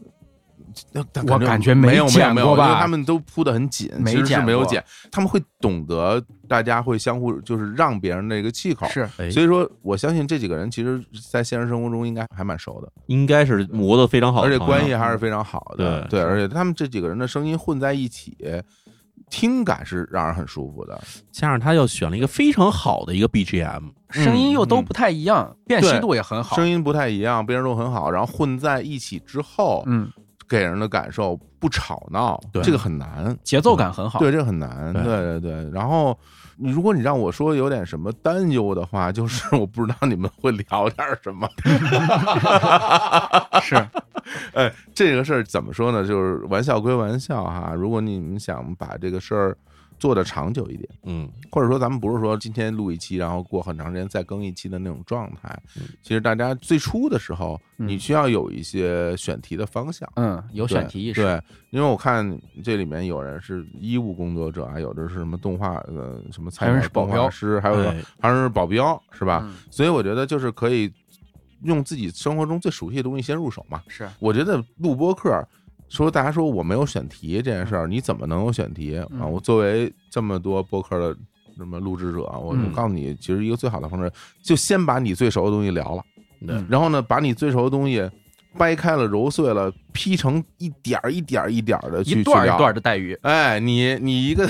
Speaker 2: 但
Speaker 5: 我感觉
Speaker 2: 没
Speaker 5: 没
Speaker 2: 有
Speaker 5: 剪
Speaker 2: 没有没有
Speaker 5: 过吧
Speaker 2: 因为他们都铺的很紧，
Speaker 5: 没
Speaker 2: 其实是
Speaker 5: 剪
Speaker 2: 没有
Speaker 5: 过
Speaker 2: 剪，他们会懂得大家会相互就是让别人的一个气口，
Speaker 5: 是
Speaker 4: 哎
Speaker 2: 所以说我相信这几个人其实，在现实生活中应该还蛮熟的，
Speaker 4: 应该是磨得非常好，嗯
Speaker 2: 而且关系还是非常好的，
Speaker 4: 对
Speaker 2: 对，而且他们这几个人的声音混在一起，听感是让人很舒服的，
Speaker 4: 加上他又选了一个非常好的一个 BGM，
Speaker 5: 声音又都不太一样，辨
Speaker 2: 嗯对
Speaker 5: 识度也很好。
Speaker 2: 声音不太一样，辨识度很好，然后混在一起之后，
Speaker 5: 嗯，
Speaker 2: 给人的感受不吵闹，
Speaker 5: 对
Speaker 2: 这个很难，
Speaker 5: 节奏感很好
Speaker 2: 对，这个很难，对对对。然后，你如果你让我说有点什么担忧的话，就是我不知道你们会聊点什么。
Speaker 5: 是，
Speaker 2: 哎，这个事儿怎么说呢？就是玩笑归玩笑哈，如果你们想把这个事儿做的长久一点，
Speaker 4: 嗯，
Speaker 2: 或者说咱们不是说今天录一期，然后过很长时间再更一期的那种状态。
Speaker 5: 嗯
Speaker 2: 其实大家最初的时候，你需要有一些选题的方向，
Speaker 5: 嗯有选题意识
Speaker 2: 对，因为我看这里面有人是医务工作者啊，有的是什么动画呃什么菜
Speaker 5: 还有
Speaker 2: 鸟
Speaker 5: 人是保
Speaker 2: 动画
Speaker 5: 镖嗯
Speaker 2: 师，还有
Speaker 5: 哎
Speaker 2: 还有人是保镖是吧？所以我觉得就是可以用自己生活中最熟悉的东西先入手嘛。
Speaker 5: 是
Speaker 2: 我觉得录播课说大家说我没有选题这件事儿，你怎么能有选题啊？
Speaker 5: 嗯
Speaker 2: 我作为这么多播客的什么录制者，啊我
Speaker 5: 嗯
Speaker 2: 告诉你，其实一个最好的方式，就先把你最熟的东西聊了，
Speaker 5: 嗯
Speaker 4: 对
Speaker 2: 然后呢，把你最熟的东西。掰开了揉碎了，劈成一点儿一点儿一点儿的去
Speaker 5: 一段儿
Speaker 2: 去聊
Speaker 5: 一段儿的带鱼。
Speaker 2: 哎，你 你一个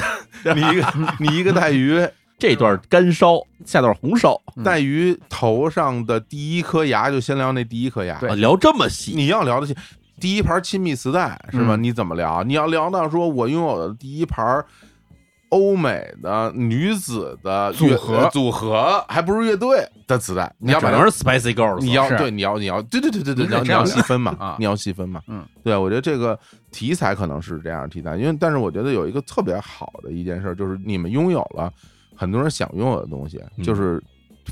Speaker 2: 你一个你一个带鱼， 嗯
Speaker 4: 这段干烧，下段红烧，
Speaker 2: 带鱼头上的第一颗牙就先聊那第一颗牙，
Speaker 4: 啊聊这么细，
Speaker 2: 你要聊的细。第一盘亲密磁带是吧？
Speaker 4: 嗯
Speaker 2: 你怎么聊？你要聊到说我拥有的第一盘欧美的女子的
Speaker 4: 组
Speaker 2: 乐
Speaker 4: 合
Speaker 2: 呃组合，还不是乐队的磁带，你要把它
Speaker 4: 整个 Spicy Girls，
Speaker 2: 你要
Speaker 4: 是
Speaker 2: 对你要你要对对对对对，
Speaker 4: 你
Speaker 2: 你
Speaker 4: 得
Speaker 2: 要你
Speaker 4: 这样
Speaker 2: 要细分
Speaker 4: 啊
Speaker 2: 嘛，你要细分嘛，
Speaker 5: 嗯，
Speaker 2: 对，啊我觉得这个题材可能是这样的题材，因为但是我觉得有一个特别好的一件事，就是你们拥有了很多人想拥有的东西，就是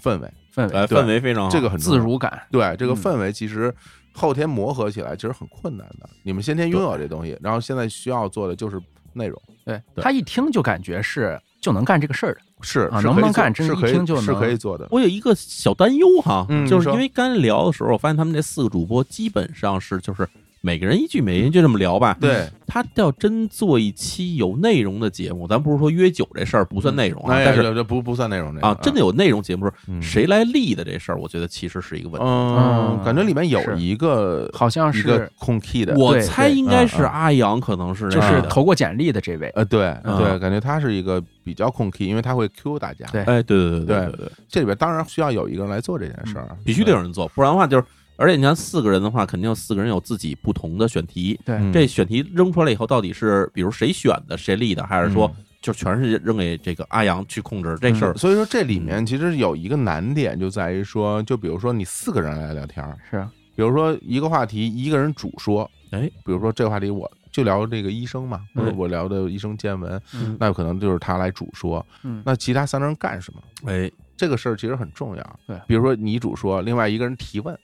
Speaker 2: 氛围，
Speaker 5: 嗯氛围哎
Speaker 2: 对
Speaker 5: 氛围非常好
Speaker 2: 这个很重要
Speaker 5: 自如感
Speaker 2: 对，这个
Speaker 5: 嗯
Speaker 2: 氛围其实后天磨合起来其实很困难的，你们先天拥有这东西，然后现在需要做的就是内容，
Speaker 5: 对他一听就感觉是就能干这个事儿的，
Speaker 2: 是
Speaker 5: 啊，
Speaker 2: 是
Speaker 5: 能
Speaker 2: 可
Speaker 5: 不
Speaker 2: 以
Speaker 5: 能
Speaker 2: 做
Speaker 5: 干？真
Speaker 2: 是
Speaker 5: 一
Speaker 2: 可以
Speaker 5: 听就是能
Speaker 2: 可以做的
Speaker 4: 我有一个小担忧哈，
Speaker 2: 嗯
Speaker 4: 就是
Speaker 2: 你说
Speaker 4: 因为刚才聊的时候，我发现他们这四个主播基本上是就是每个人一句，每人就这么聊吧。
Speaker 2: 对，
Speaker 4: 他要真做一期有内容的节目，咱不是说约酒这事儿不算内容啊，
Speaker 2: 哎
Speaker 4: 但
Speaker 2: 这
Speaker 4: 是
Speaker 2: 这不不算内容这个
Speaker 4: 啊，真的有内容节目时候，
Speaker 2: 嗯
Speaker 4: 谁来立的这事儿，我觉得其实是一个问题。
Speaker 2: 嗯，感觉里面有一个
Speaker 5: 好像
Speaker 2: 一个
Speaker 5: 是
Speaker 2: 空 key 的，
Speaker 4: 我猜应该是
Speaker 2: 嗯嗯
Speaker 4: 阿阳，可能是
Speaker 5: 就是
Speaker 4: 那个
Speaker 5: 投过简历的这位，
Speaker 2: 啊呃，对
Speaker 5: 嗯
Speaker 2: 对，感觉他是一个比较控 key，因为他会 Q 大家。
Speaker 5: 对
Speaker 4: 哎对对对
Speaker 2: 对
Speaker 4: 对嗯对，
Speaker 2: 这里边当然需要有一个人来做这件事儿，啊
Speaker 4: 必须得有人做，不然的话就是，而且你看四个人的话，肯定有四个人有自己不同的选题。
Speaker 5: 对
Speaker 4: 这选题扔出来以后，到底是比如谁选的，谁立的，还是说就全是扔给这个阿阳去控制这事儿？
Speaker 2: 嗯
Speaker 4: 嗯
Speaker 2: 所以说这里面其实有一个难点就在于说，就比如说你四个人来聊天儿，
Speaker 5: 是
Speaker 2: 比如说一个话题一个人主说，
Speaker 4: 啊哎，
Speaker 2: 比如说这个话题我就聊这个医生嘛，或者
Speaker 4: 嗯
Speaker 2: 我聊的医生见闻
Speaker 4: 嗯，
Speaker 2: 那有可能就是他来主说
Speaker 5: 嗯，
Speaker 2: 那其他三个人干什么？
Speaker 4: 哎，
Speaker 2: 这个事儿其实很重要。
Speaker 5: 对
Speaker 2: 比如说你主说，另外一个人提问，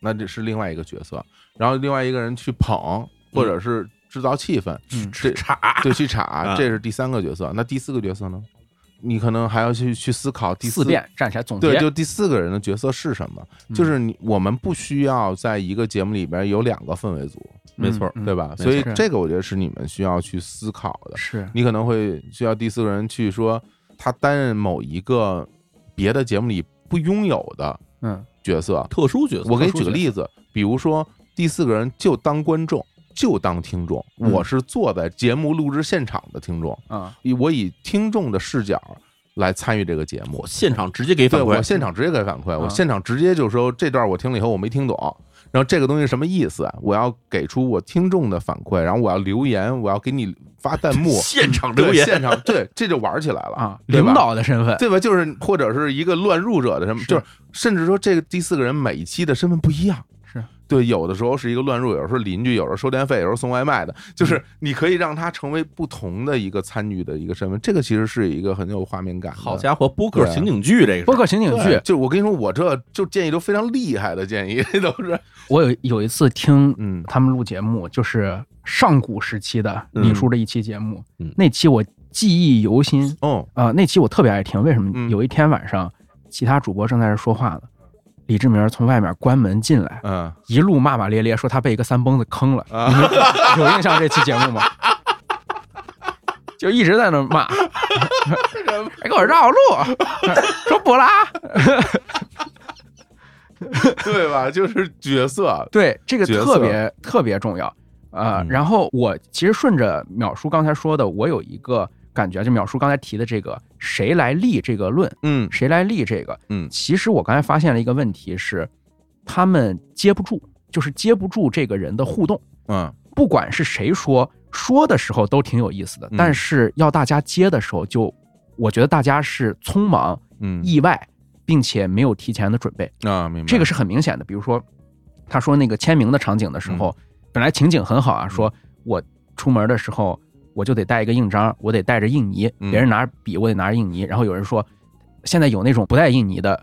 Speaker 2: 那这是另外一个角色，然后另外一个人去捧，
Speaker 5: 嗯
Speaker 2: 或者是制造气氛，这
Speaker 4: 查
Speaker 2: 对 去查，这是第三个角色。那第四个角色呢？你可能还要去去思考第
Speaker 5: 四遍站起来总结嗯
Speaker 2: 对，就第四个人的角色是什么？就是你我们不需要在一个节目里边有两个氛围组，
Speaker 5: 嗯
Speaker 4: 没错
Speaker 2: 对吧？所以这个我觉得是你们需要去思考的。
Speaker 5: 是
Speaker 2: 你可能会需要第四个人去说他担任某一个别的节目里不拥有的
Speaker 5: 嗯
Speaker 2: 角色，
Speaker 4: 特殊角色
Speaker 2: 我给你
Speaker 4: 特
Speaker 2: 举
Speaker 4: 殊
Speaker 2: 个
Speaker 4: 角
Speaker 2: 例
Speaker 4: 色
Speaker 2: 子，比如说第四个人就当观众，就当听众，
Speaker 4: 嗯
Speaker 2: 我是坐在节目录制现场的听众
Speaker 5: 啊，
Speaker 2: 以我以听众的视角。来参与这个节目，
Speaker 4: 现场直接给反
Speaker 2: 对我
Speaker 4: 馈
Speaker 2: 现场直接给反馈，我
Speaker 4: 啊
Speaker 2: 现场直接就说这段我听了以后我没听懂，然后这个东西什么意思？我要给出我听众的反馈，然后我要留言，我要给你发弹幕，
Speaker 4: 现场
Speaker 2: 对
Speaker 4: 留言
Speaker 2: 现场对，这就玩起来了啊
Speaker 5: 领导的身份
Speaker 2: 对吧？就是或者是一个乱入者的身份，就是甚至说这个第四个人每一期的身份不一样，
Speaker 5: 是
Speaker 2: 对，有的时候是一个乱入，有时候邻居，有时候收电费，有时候送外卖的，就是你可以让他成为不同的一个参与的一个身份，这个其实是一个很有画面感的。
Speaker 4: 好家伙播客
Speaker 2: 对
Speaker 4: 情景剧这个播
Speaker 5: 客情景剧
Speaker 2: 对就我跟你说，我这就建议都非常厉害的建议，都是
Speaker 5: 我有有一次听
Speaker 2: 嗯
Speaker 5: 他们录节目，就是上古时期的
Speaker 2: 嗯
Speaker 5: 李叔的一期节目，那期我记忆犹新。
Speaker 2: 哦，嗯
Speaker 5: 呃，那期我特别爱听，为什么？有一天晚上，其他主播正在这说话呢，李志明从外面关门进来，
Speaker 2: 嗯，啊
Speaker 5: 一路骂骂咧咧，说他被一个三蹦子坑了。你们 有 印象这期节目吗？ 就一直在那骂，哎还给我绕路，说不拉。
Speaker 2: 对吧？就是角色，
Speaker 5: 对，这个
Speaker 2: 角色嗯
Speaker 5: 特别特别重要啊、呃然后我其实顺着淼叔刚才说的，我有一个感觉，就淼叔刚才提的这个“谁来立”这个论，
Speaker 2: 嗯，
Speaker 5: 谁来立这个，
Speaker 2: 嗯，
Speaker 5: 其实我刚才发现了一个问题是，他们接不住，就是接不住这个人的互动，
Speaker 2: 嗯，
Speaker 5: 不管是谁说说的时候都挺有意思
Speaker 2: 嗯
Speaker 5: 的，但是要大家接的时候就，我觉得大家是匆忙、
Speaker 2: 嗯
Speaker 5: 意外，并且没有提前的准备
Speaker 2: 啊，明白
Speaker 5: 这个是很明显的。比如说，他说那个签名的场景的时候，本来情景很好啊，说我出门的时候我就得带一个印章，我得带着印泥，别人拿着笔我得拿着印泥，然后有人说现在有那种不带印泥的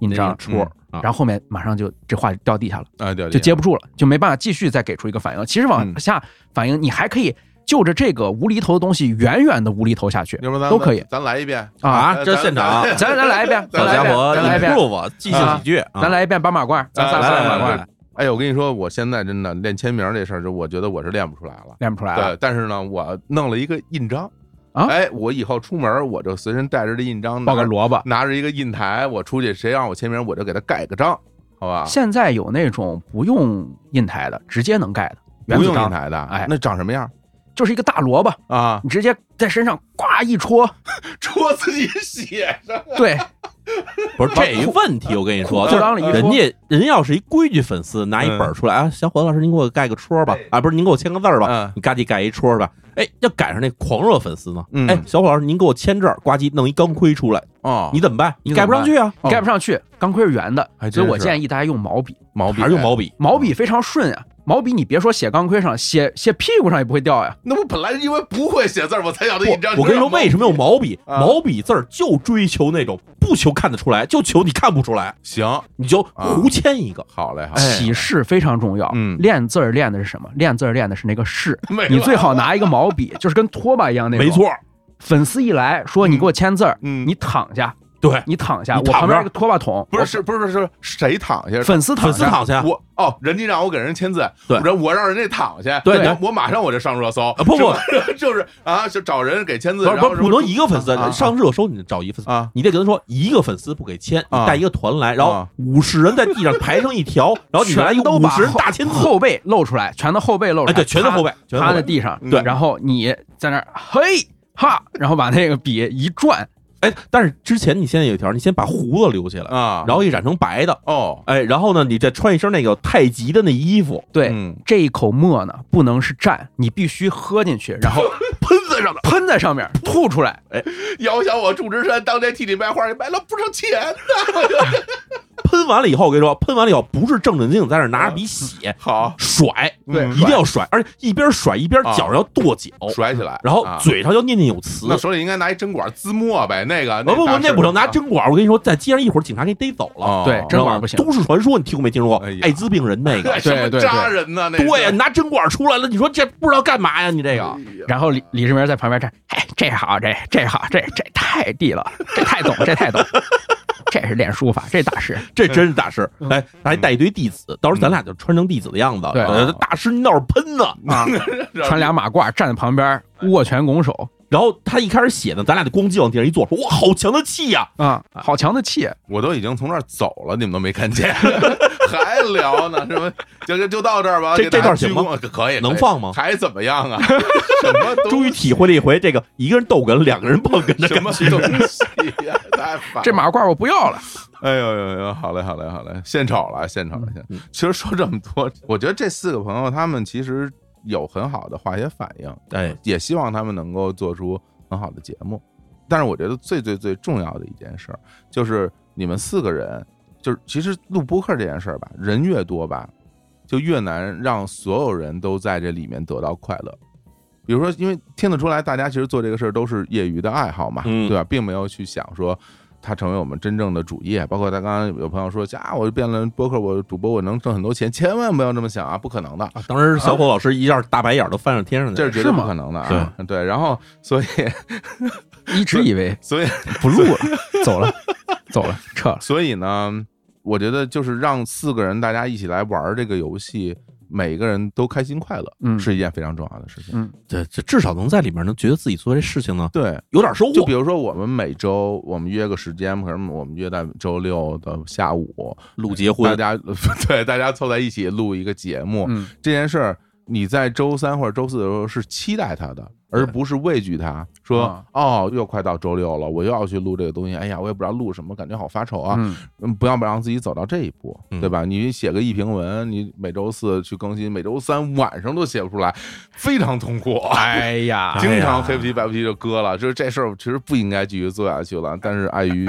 Speaker 5: 印章
Speaker 2: 戳嗯啊
Speaker 5: 然后后面马上就这话就掉地下了。
Speaker 2: 啊，对，
Speaker 5: 就接不住了，就没办法继续再给出一个反应了。其实往下反应，你还可以就着这个无厘头的东西，远远的无厘头下去
Speaker 2: 要不然，咱
Speaker 5: 都可以。
Speaker 2: 咱来一遍
Speaker 5: 啊
Speaker 2: 咱
Speaker 5: 这现场咱咱来一遍咱来一遍咱来一遍 improve，即兴喜剧啊咱来一遍八马褂咱仨来八马褂
Speaker 2: 来来哎，我跟你说，我现在真的练签名这事儿，就我觉得我是练不出来了，
Speaker 5: 练不出来
Speaker 4: 啊
Speaker 5: 了
Speaker 2: 对，但是呢，我弄了一个印章。
Speaker 5: 啊！
Speaker 2: 哎，我以后出门我就随身带着这印章，
Speaker 5: 抱个萝卜，
Speaker 2: 拿着一个印台，我出去谁让我签名，我就给他盖个章，好吧？
Speaker 5: 现在有那种不用印台的，直接能盖的，原
Speaker 2: 不
Speaker 5: 子
Speaker 2: 用
Speaker 5: 章
Speaker 2: 印台的，哎，那长什么样？
Speaker 5: 就是一个大萝卜
Speaker 2: 啊，
Speaker 5: 你直接在身上呱一戳，
Speaker 2: 戳自己血 上。
Speaker 5: 对，
Speaker 4: 不是
Speaker 5: 把
Speaker 4: 这一
Speaker 5: 裤
Speaker 4: 问题，我跟你说，
Speaker 5: 裤
Speaker 4: 就是
Speaker 5: 裆里一
Speaker 4: 人
Speaker 5: 戳
Speaker 4: 家人家要是一规矩粉丝，拿一本儿出来啊，小伙子老师您给我盖个戳儿吧，啊不是您给我签个字儿吧，你嘎叽盖一戳儿吧，哎要赶上那狂热粉丝呢，哎小伙老师您给我签字儿，呱唧弄一钢盔出来，
Speaker 2: 哦，
Speaker 4: 你怎么办？
Speaker 5: 你
Speaker 4: 盖不上去啊，
Speaker 5: 你盖不上去，钢盔是圆的，
Speaker 4: 还真
Speaker 5: 所以我
Speaker 4: 是
Speaker 5: 建议大家用毛笔，
Speaker 2: 哎毛笔哎
Speaker 4: 还是用毛笔，
Speaker 5: 毛笔非常顺啊，毛笔你别说写钢盔上，写写屁股上也不会掉呀。
Speaker 2: 那不本来因为不会写字儿，我才要这印章。
Speaker 4: 我跟你说，为什么用毛笔？
Speaker 2: 啊
Speaker 4: 毛笔字儿就追求那种不求看得出来，就求你看不出来。
Speaker 2: 行，
Speaker 4: 你就
Speaker 5: 啊
Speaker 4: 胡签一个。哎
Speaker 2: 好嘞，好
Speaker 5: 起势非常重要。嗯，练字儿练的是什么？练字儿练的是那个势
Speaker 2: 没了。
Speaker 5: 你最好拿一个毛笔， 就是跟拖把一样那种。
Speaker 4: 没错。
Speaker 5: 粉丝一来说你给我签字儿，
Speaker 2: 嗯，
Speaker 5: 你躺下，
Speaker 4: 对
Speaker 5: 你躺下，
Speaker 2: 你
Speaker 5: 我
Speaker 2: 躺
Speaker 5: 旁边
Speaker 2: 着
Speaker 5: 有个拖把桶，
Speaker 2: 不是是不是是谁躺下？
Speaker 5: 粉丝躺下粉丝躺下
Speaker 2: 我哦，人家让我给人签字，
Speaker 4: 对
Speaker 2: 然后我让人家躺下，
Speaker 4: 对
Speaker 2: 我
Speaker 4: 对
Speaker 2: 我马上我就上热搜，
Speaker 4: 不不
Speaker 2: 是吧， 就是啊，就找人给签字，
Speaker 4: 不是
Speaker 2: 然后
Speaker 4: 不是不能一个粉
Speaker 2: 啊啊
Speaker 4: 丝上热搜，你就找一个粉
Speaker 5: 啊
Speaker 2: 丝，
Speaker 4: 你得跟他说一个粉丝不给签，你带一个团来，然后五十人在地上排成一条，然后你来
Speaker 5: 全都
Speaker 4: 五
Speaker 5: 把
Speaker 4: 十人大签字，
Speaker 5: 后背露出来，全都后背露出来，
Speaker 4: 哎对全都后背
Speaker 5: 趴
Speaker 4: 全都后背
Speaker 5: 趴在地上，嗯
Speaker 4: 对
Speaker 5: 然后你在那儿嘿哎哈，然后把那个笔一转，
Speaker 4: 哎，但是之前你现在有一条，你先把胡子留起来
Speaker 2: 啊，
Speaker 4: 然后一染成白的
Speaker 2: 哦，
Speaker 4: 哎，然后呢，你再穿一身那个太极的那衣服，嗯
Speaker 5: 对，这一口沫呢不能是蘸，你必须喝进去，然 后
Speaker 2: 喷在上面，
Speaker 5: 喷在上面，吐出来，
Speaker 4: 哎，
Speaker 2: 遥想我祝枝山当年替你卖花，你卖了不少钱。
Speaker 4: 喷完了以后，我跟你说，喷完了以后不是正正经经在那儿拿
Speaker 5: 嗯
Speaker 4: 着笔写，
Speaker 2: 好
Speaker 4: 甩，
Speaker 2: 对
Speaker 4: 一定要甩，而且一边甩一边
Speaker 5: 啊
Speaker 4: 脚上要跺脚，
Speaker 2: 甩起来，
Speaker 4: 然后
Speaker 2: 啊
Speaker 4: 嘴上要念念有词。
Speaker 2: 那手里应该拿一针管滋墨呗，那个
Speaker 4: 哦不不，那不成，拿
Speaker 2: 针
Speaker 4: 针管儿。我跟你说，在街上一会儿警察给你逮走了。
Speaker 2: 对针管儿不，
Speaker 4: 行。都市传说，你听过没听说过？艾滋病人那个
Speaker 2: 哎 什么扎人呢？那哎
Speaker 4: 对呀，啊拿针管儿出来了，你说这不知道干嘛呀？你这 个，
Speaker 5: 然后李李世民在旁边站，哎，这好，这这好，这这太地了，这太懂，这 太懂，这是练书法，这大师，
Speaker 4: 这真是大师。哎，还带一堆弟子，到时候
Speaker 2: 嗯
Speaker 4: 咱俩就穿成弟子的样子。
Speaker 5: 嗯对
Speaker 4: 呃大师您倒是喷呢
Speaker 5: 啊穿俩马褂站在旁边，
Speaker 2: 哎
Speaker 5: 握拳拱手。
Speaker 4: 然后他一开始写呢，咱俩就咣叽往地上一坐，说哇，好强的气呀！
Speaker 5: 啊，好强的气！
Speaker 2: 我都已经从那儿走了，你们都没看见，还聊呢？是吧？ 就就就到这儿吧。
Speaker 4: 这
Speaker 2: 给大
Speaker 4: 这
Speaker 2: 家
Speaker 4: 段行
Speaker 2: 鞠
Speaker 4: 吗
Speaker 2: 躬可可以，
Speaker 4: 能
Speaker 2: 可以
Speaker 4: 放吗
Speaker 2: 还怎么样啊？
Speaker 4: 终于体会了一回这个一个人逗哏，两个人捧哏的
Speaker 2: 什
Speaker 4: 感
Speaker 2: 么
Speaker 4: 觉。
Speaker 2: 东西哎呀？太烦了！
Speaker 5: 这马褂我不要了。
Speaker 2: 哎呦呦呦！好嘞，好嘞，好嘞！现炒了，现炒了，现。其实说这么多，我觉得这四个朋友他们其实有很好的化学反应，
Speaker 4: 哎，
Speaker 2: 也希望他们能够做出很好的节目。但是我觉得最最最重要的一件事儿，就是你们四个人，就是其实录播客这件事儿吧，人越多吧，就越难让所有人都在这里面得到快乐。比如说，因为听得出来，大家其实做这个事儿都是业余的爱好嘛，对吧？并没有去想说它成为我们真正的主业。包括他刚刚有朋友说，啊，我变了播客，我主播，我能挣很多钱，千万不要这么想啊，不可能的。啊
Speaker 4: 当时小伙老师一下大白眼儿都翻上天上去
Speaker 2: 这
Speaker 4: 了，
Speaker 2: 是绝对不可能的啊！对，然后所以
Speaker 5: 一直以为，
Speaker 2: 所以
Speaker 5: 不录了，走 了，走了，撤了。
Speaker 2: 所以呢，我觉得就是让四个人大家一起来玩儿这个游戏，每个人都开心快乐，
Speaker 4: 嗯
Speaker 2: 是一件非常重要的事情。
Speaker 5: 嗯，
Speaker 4: 对，这至少能在里面能觉得自己做这事情呢，
Speaker 2: 对，
Speaker 4: 有点收获。
Speaker 2: 就比如说我们每周我们约个时间，可能我们约在周六的下午
Speaker 4: 录结婚
Speaker 2: 大家 对大家凑在一起录一个节目，
Speaker 4: 嗯
Speaker 2: 这件事儿你在周三或者周四的时候是期待它的，而不是畏惧它，说、
Speaker 4: 啊
Speaker 2: 哦又快到周六了，我又要去录这个东西，哎呀我也不知道录什么，感觉好发愁啊，
Speaker 4: 嗯
Speaker 2: 嗯不要不让自己走到这一步，对吧？你写个一评文，你每周四去更新，每周三晚上都写不出来，非常痛苦，
Speaker 5: 哎呀
Speaker 2: 经
Speaker 5: 哎
Speaker 2: 常
Speaker 5: 呀
Speaker 2: 黑不提白不提就割了，就是这事儿其实不应该继续做下去了，但是碍于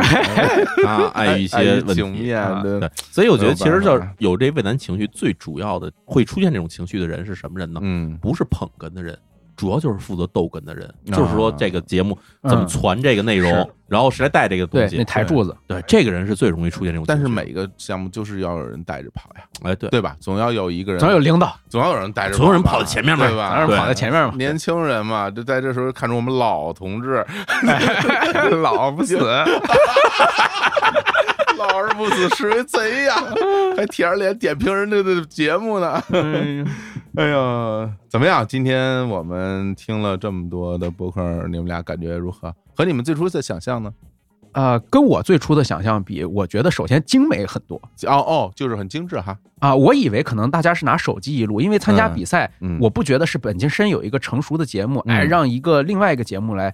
Speaker 4: 啊，碍于一些问题
Speaker 2: 情面
Speaker 4: 啊
Speaker 2: 对
Speaker 4: 对，所以我觉得
Speaker 2: 没有
Speaker 4: 其实
Speaker 2: 办
Speaker 4: 就
Speaker 2: 法
Speaker 4: 是有这畏难情绪，最主要的会出现这种情绪的人是什么人呢？
Speaker 2: 嗯，
Speaker 4: 不是捧哏的人，主要就是负责逗哏的人，
Speaker 5: 啊
Speaker 4: 就是说这个节目
Speaker 5: 嗯
Speaker 4: 怎么传这个内容
Speaker 5: 是，
Speaker 4: 然后谁来带这个东西，
Speaker 5: 对那台柱子
Speaker 4: 对，这个人是最容易出现这种情
Speaker 2: 但
Speaker 4: 绪。
Speaker 2: 是每个项目就是要有人带着跑呀，
Speaker 4: 哎，对
Speaker 2: 对吧？总要有一个人，
Speaker 5: 总要有领导，
Speaker 2: 总要有人带着吧，
Speaker 4: 总有人跑在前面嘛
Speaker 2: 对吧？
Speaker 4: 总有人跑在前面嘛
Speaker 2: 年轻人嘛，就在这时候看出我们老同志，老不死，老而不死是为贼哎呀，还舔着脸点评人家的节目呢。 哎呀，怎么样？今天我们听了这么多的播客，你们俩感觉如何？和你们最初的想象呢？
Speaker 5: 呃，跟我最初的想象比，我觉得首 先精美很多
Speaker 2: 哦哦，就是很精致哈。
Speaker 5: 啊、我以为可能大家是拿手机一录，因为参加比赛，
Speaker 2: 嗯嗯
Speaker 5: 我不觉得是本身有一个成熟的节目，哎，
Speaker 2: 嗯
Speaker 5: 让一个另外一个节目来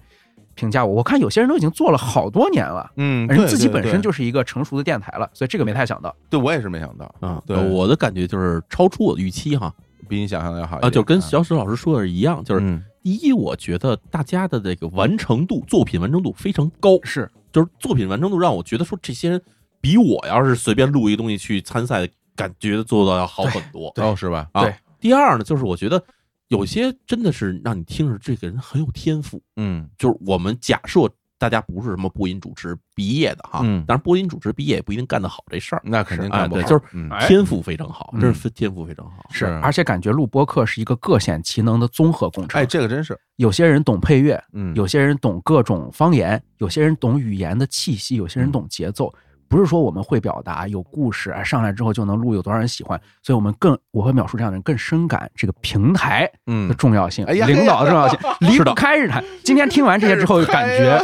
Speaker 5: 评价我。我看有些人都已经做了好多年了，
Speaker 2: 嗯
Speaker 5: 人
Speaker 2: 对
Speaker 5: 自己
Speaker 2: 对
Speaker 5: 本身
Speaker 2: 对
Speaker 5: 就是一个成熟的电台了，所以这个没太想到。
Speaker 2: 对我也是没想到
Speaker 4: 啊，
Speaker 2: 对
Speaker 4: 呃我的感觉就是超出我的预期哈，
Speaker 2: 比你想象的要好一
Speaker 4: 啊，
Speaker 2: 点
Speaker 4: 就跟小史老师说的一样，就是
Speaker 2: 嗯
Speaker 4: 第一，我觉得大家的这个完成度、作品完成度非常高，
Speaker 5: 是，
Speaker 4: 就是作品完成度让我觉得说这些人比我要是随便录一东西去参赛，感觉做到要好很多，
Speaker 2: 对对哦是吧
Speaker 4: 啊
Speaker 2: 对，
Speaker 4: 第二呢，就是我觉得有些真的是让你听着这个人很有天赋，
Speaker 2: 嗯，
Speaker 4: 就是我们假设大家不是什么播音主持毕业的哈，
Speaker 2: 嗯
Speaker 4: 当然播音主持毕业也不一定干得好这事儿，
Speaker 2: 那肯定
Speaker 4: 啊
Speaker 2: 干不
Speaker 4: 对，
Speaker 2: 好
Speaker 4: 就是
Speaker 2: 嗯
Speaker 4: 天赋非常好，
Speaker 5: 嗯
Speaker 4: 真是天赋非常好，
Speaker 5: 是，而且感觉录播客是一个各显其能的综合工程。
Speaker 2: 哎，这个真是，
Speaker 5: 有些人懂配乐，
Speaker 2: 嗯
Speaker 5: 有些人懂各种方言，有些人懂语言的气息，有些
Speaker 2: 嗯
Speaker 5: 人懂节奏。不是说我们会表达有故事，哎，上来之后就能录，有多少人喜欢？所以我们更我和淼叔这样的人更深感这个平台
Speaker 2: 嗯
Speaker 5: 的重要性，
Speaker 2: 哎呀
Speaker 5: 领导的重要 性
Speaker 2: 哎呀，
Speaker 5: 离不开日坛。今天听完这些之 后，感觉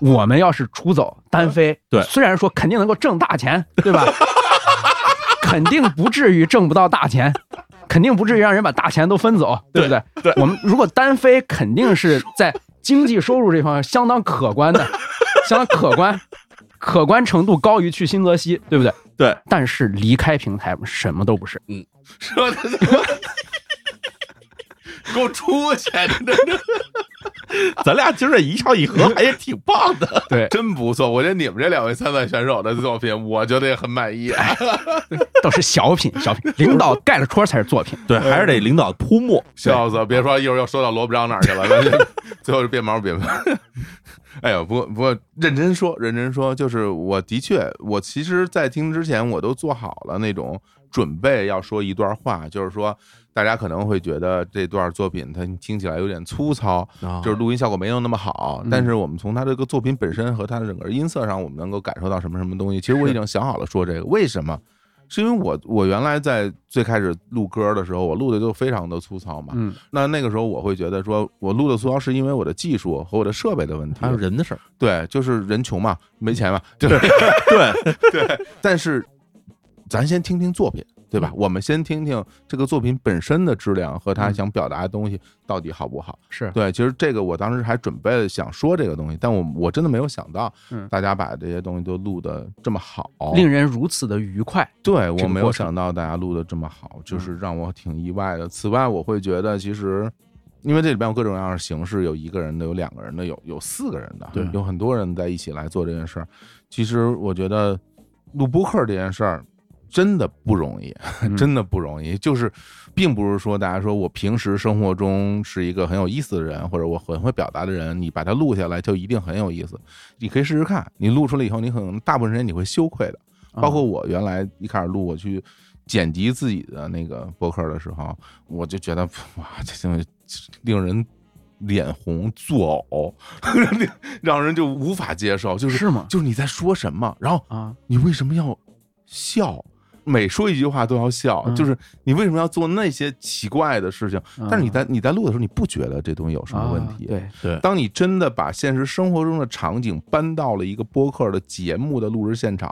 Speaker 5: 我们要是出走单飞，
Speaker 4: 对
Speaker 5: 虽然说肯定能够挣大钱，对吧？ 肯定不至于挣不到大钱，肯定不至于让人把大钱都分走，对不对？对我们如果单飞，肯定是在经济收入这方面相当可观 的，相当可观，可观程度高于去新泽西，对不对？
Speaker 4: 对。
Speaker 5: 但是离开平台，什么都不是。
Speaker 4: 嗯，
Speaker 2: 说的给我出去！你这
Speaker 4: 咱俩今儿这一唱一和还
Speaker 2: 哎
Speaker 4: 也挺棒的，
Speaker 5: 对，
Speaker 2: 真不错。我觉得你们这两位参赛选手的作品，我觉得也很 满意。
Speaker 5: 都是小品，小品，领导盖了戳才是作品。
Speaker 4: 对，还是得领导铺墨。
Speaker 2: 笑死！别说一会儿又说到罗部长哪儿去了，咱就 最后就变毛变毛。哎呦，不过不过认真说，认真说，就是我的确，我其实，在听之前我都做好了那种准备，要说一段话，就是说大家可能会觉得这段作品它听起来有点粗糙，就是录音效果没有那么好，但是我们从它这个作品本身和它的整个音色上，我们能够感受到什么什么东西。其实我已经想好了说这个，为什么？是因为我我原来在最开始录歌的时候，我录的就非常的粗糙嘛。
Speaker 5: 嗯，
Speaker 2: 那那个时候我会觉得说，我录的粗糙是因为我的技术和我的设备的问题，
Speaker 4: 还有人的事儿。
Speaker 2: 对，就是人穷嘛，没钱嘛，对对对。但是咱先听听作品，对吧？我们先听听这个作品本身的质量和他想表达的东西到底好不好。
Speaker 5: 是
Speaker 2: 对，其实这个我当时还准备了想说这个东西，但我我真的没有想到
Speaker 5: 嗯，
Speaker 2: 大家把这些东西都录的这么好，
Speaker 5: 令人如此的愉快。
Speaker 2: 对
Speaker 5: 这
Speaker 2: 我
Speaker 5: 个
Speaker 2: 没有
Speaker 5: 过程嗯
Speaker 2: 想到大家录的这么好，就是让我挺意外的。此外，我会觉得其实，因为这里边有各种各样的形式，有一个人的，有两个人的，有有四个人的，
Speaker 4: 对
Speaker 2: 有很多人在一起来做这件事儿。其实我觉得录播客这件事儿真的不容易， 真的不容易。就是，并不是说大家说我平时生活中是一个很有意思的人，或者我很会表达的人，你把它录下来就一定很有意思。你可以试试看，你录出来以后，你可能大部分时间你会羞愧的。包括我原来一开始录，我去剪辑自己的那个博客的时候，我就觉得哇，这东西令人脸红作呕， 让人就无法接受。就是
Speaker 5: 吗？
Speaker 2: 就是你在说什么，然后
Speaker 5: 啊，
Speaker 2: 你为什么要笑？每说一句话都要笑，
Speaker 5: 嗯
Speaker 2: 就是你为什么要做那些奇怪的事情？
Speaker 5: 嗯啊
Speaker 2: 但是你在你在录的时候，你不觉得这东西有什么问题？
Speaker 5: 对
Speaker 4: 对
Speaker 2: 当你真的把现实生活中的场景搬到了一个播客的节目的录制现场，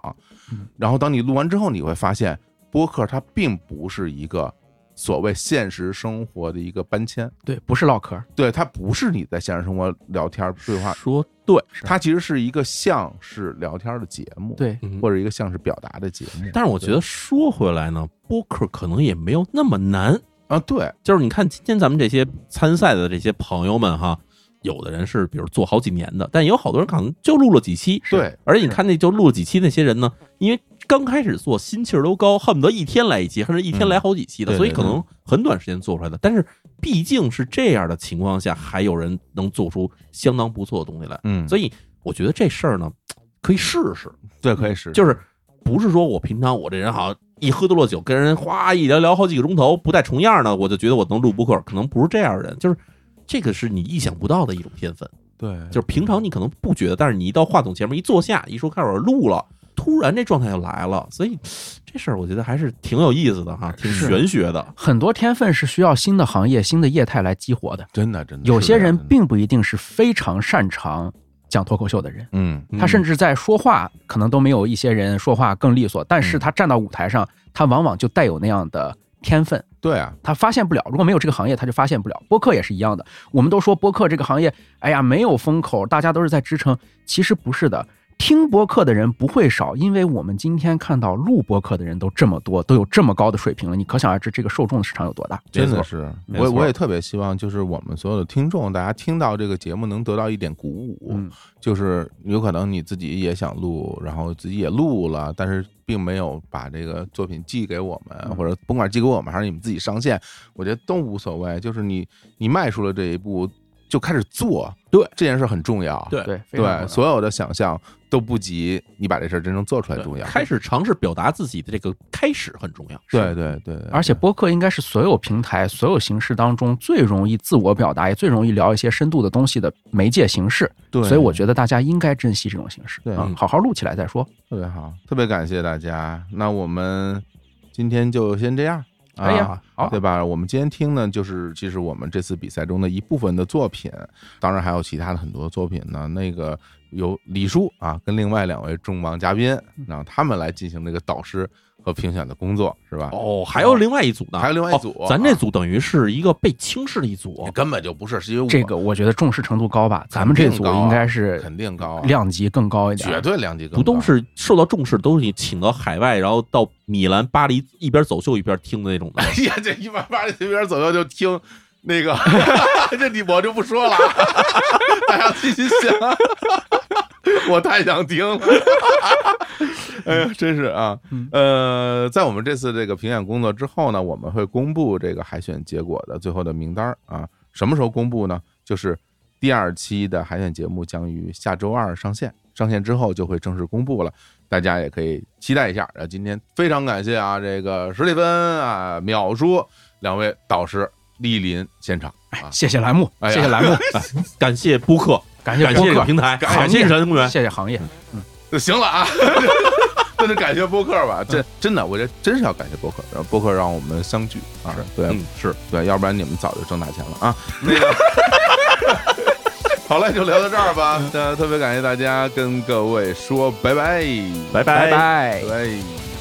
Speaker 2: 然后当你录完之后，你会发现播客它并不是一个所谓现实生活的一个搬迁，
Speaker 5: 对，不是唠嗑，
Speaker 2: 对，它不是你在现实生活聊天对话
Speaker 4: 说
Speaker 2: 对，它其实是一个像是聊天的节目，
Speaker 5: 对，
Speaker 2: 或者一个像是表达的节目。
Speaker 4: 嗯但是我觉得说回来呢，播客可能也没有那么难
Speaker 2: 啊。对，
Speaker 4: 就是你看今天咱们这些参赛的这些朋友们哈，有的人是比如做好几年的，但也有好多人可能就录了几期。
Speaker 2: 对，
Speaker 4: 而且你看那就录了几期那些人呢，因为刚开始做心气儿都高，恨不得一天来一期，甚至一天来好几期
Speaker 2: 嗯
Speaker 4: 的，
Speaker 2: 对
Speaker 4: 所以
Speaker 2: 对
Speaker 4: 可
Speaker 2: 对
Speaker 4: 能很短时间做出来的。但是毕竟是这样的情况下，还有人能做出相当不错的东西来。
Speaker 2: 嗯
Speaker 4: 所以我觉得这事儿呢，可以试试。
Speaker 2: 对，可以试试
Speaker 4: 就是不是说我平常我这人好像一喝多了酒，跟人哗一聊聊好几个钟头，不带重样的，我就觉得我能录播客，可能不是这样的人，就是这个是你意想不到的一种天分。
Speaker 2: 对
Speaker 4: 就是平常你可能不觉得，但是你一到话筒前面一坐下，一说开始录了，突然这状态就来了，所以这事儿我觉得还是挺有意思的哈，挺
Speaker 5: 是
Speaker 4: 玄学的。
Speaker 5: 很多天分是需要新的行业、新的业态来激活的。
Speaker 2: 真的，真的
Speaker 5: 有些人并不一定是非常擅长讲脱口秀的人，
Speaker 2: 嗯
Speaker 5: 他甚至在说话可能都没有一些人说话更利索，但
Speaker 2: 嗯
Speaker 5: 是他站到舞台上，他往往就带有那样的天分。
Speaker 2: 对啊，
Speaker 5: 他发现不了，如果没有这个行业，他就发现不了。播客也是一样的，我们都说播客这个行业，哎呀，没有风口，大家都是在支撑，其实不是的。听播客的人不会少，因为我们今天看到录播客的人都这么多，都有这么高的水平了，你可想而知这个受众的市场有多大。
Speaker 2: 真的是，
Speaker 5: 没错
Speaker 2: 我我也特别希望，就是我们所有的听众，大家听到这个节目能得到一点鼓舞，
Speaker 4: 嗯
Speaker 2: 就是有可能你自己也想录，然后自己也录了，但是并没有把这个作品寄给我们，
Speaker 4: 嗯
Speaker 2: 或者甭管寄给我们还是你们自己上线，我觉得都无所谓。就是你你迈出了这一步，就开始做，
Speaker 4: 对
Speaker 2: 这件事很重要，
Speaker 4: 对对非常重要
Speaker 2: 对，所有的想象都不及你把这事儿真正做出来重要。
Speaker 4: 开始尝试表达自己的这个开始很重要。
Speaker 2: 对对对对，
Speaker 5: 而且播客应该是所有平台、所有形式当中最容易自我表达，也最容易聊一些深度的东西的媒介形式。
Speaker 2: 对
Speaker 5: 所以我觉得大家应该珍惜这种形式，
Speaker 2: 对
Speaker 5: 啊，好好录起来再说。
Speaker 2: 特别好，特别感谢大家。那我们今天就先这样。啊
Speaker 5: 哎呀好
Speaker 2: 对吧？我们今天听呢，就是其实我们这次比赛中的一部分的作品，当然还有其他的很多作品呢。那个由李叔啊，跟另外两位重磅嘉宾，让他们来进行这个导师和评选的工作，是吧？
Speaker 4: 哦，还有另外一组呢，
Speaker 2: 还有另外一组啊
Speaker 4: 哦咱这组等于是一个被轻视的一组，
Speaker 2: 根本就不是，是因为
Speaker 5: 这个我觉得重视程度高吧，咱们这组应该是
Speaker 2: 肯定高啊，
Speaker 5: 量级更高一点，
Speaker 2: 绝对量级更
Speaker 4: 不
Speaker 2: 高。
Speaker 4: 都是受到重视，都是你请到海外，然后 到米兰、巴黎一边走秀一边听的那种 的。
Speaker 2: 哎呀，这一般般随便左右就听，那个， 这你我就不说了 啊，大家自己想。 我太想听了， 哎呀，真是啊，
Speaker 4: 嗯
Speaker 2: 呃，在我们这次这个评选工作之后呢，我们会公布这个海选结果的最后的名单儿啊。什么时候公布呢？就是第二期的海选节目将于下周二上线，上线之后就会正式公布了，大家也可以期待一下。啊，今天非常感谢啊，这个史蒂芬啊、淼叔两位导师莅临现场啊，
Speaker 5: 谢谢栏目，
Speaker 2: 哎呀
Speaker 5: 谢谢 栏目，
Speaker 4: 感谢播客，
Speaker 5: 感谢
Speaker 4: 感谢
Speaker 5: 播
Speaker 4: 这
Speaker 5: 客
Speaker 4: 个平台
Speaker 5: 行业
Speaker 4: 感谢人工源
Speaker 5: 谢谢行业。
Speaker 2: 行了 啊，真是感谢播客吧，真真的，我这真是要感谢播客，然后播客让我们相聚啊，对，是对，要不然你们早就挣大钱了啊。 那个，好了，就聊到这儿吧。那特别感谢大家，跟各位说拜拜，
Speaker 4: 拜拜
Speaker 2: 拜拜。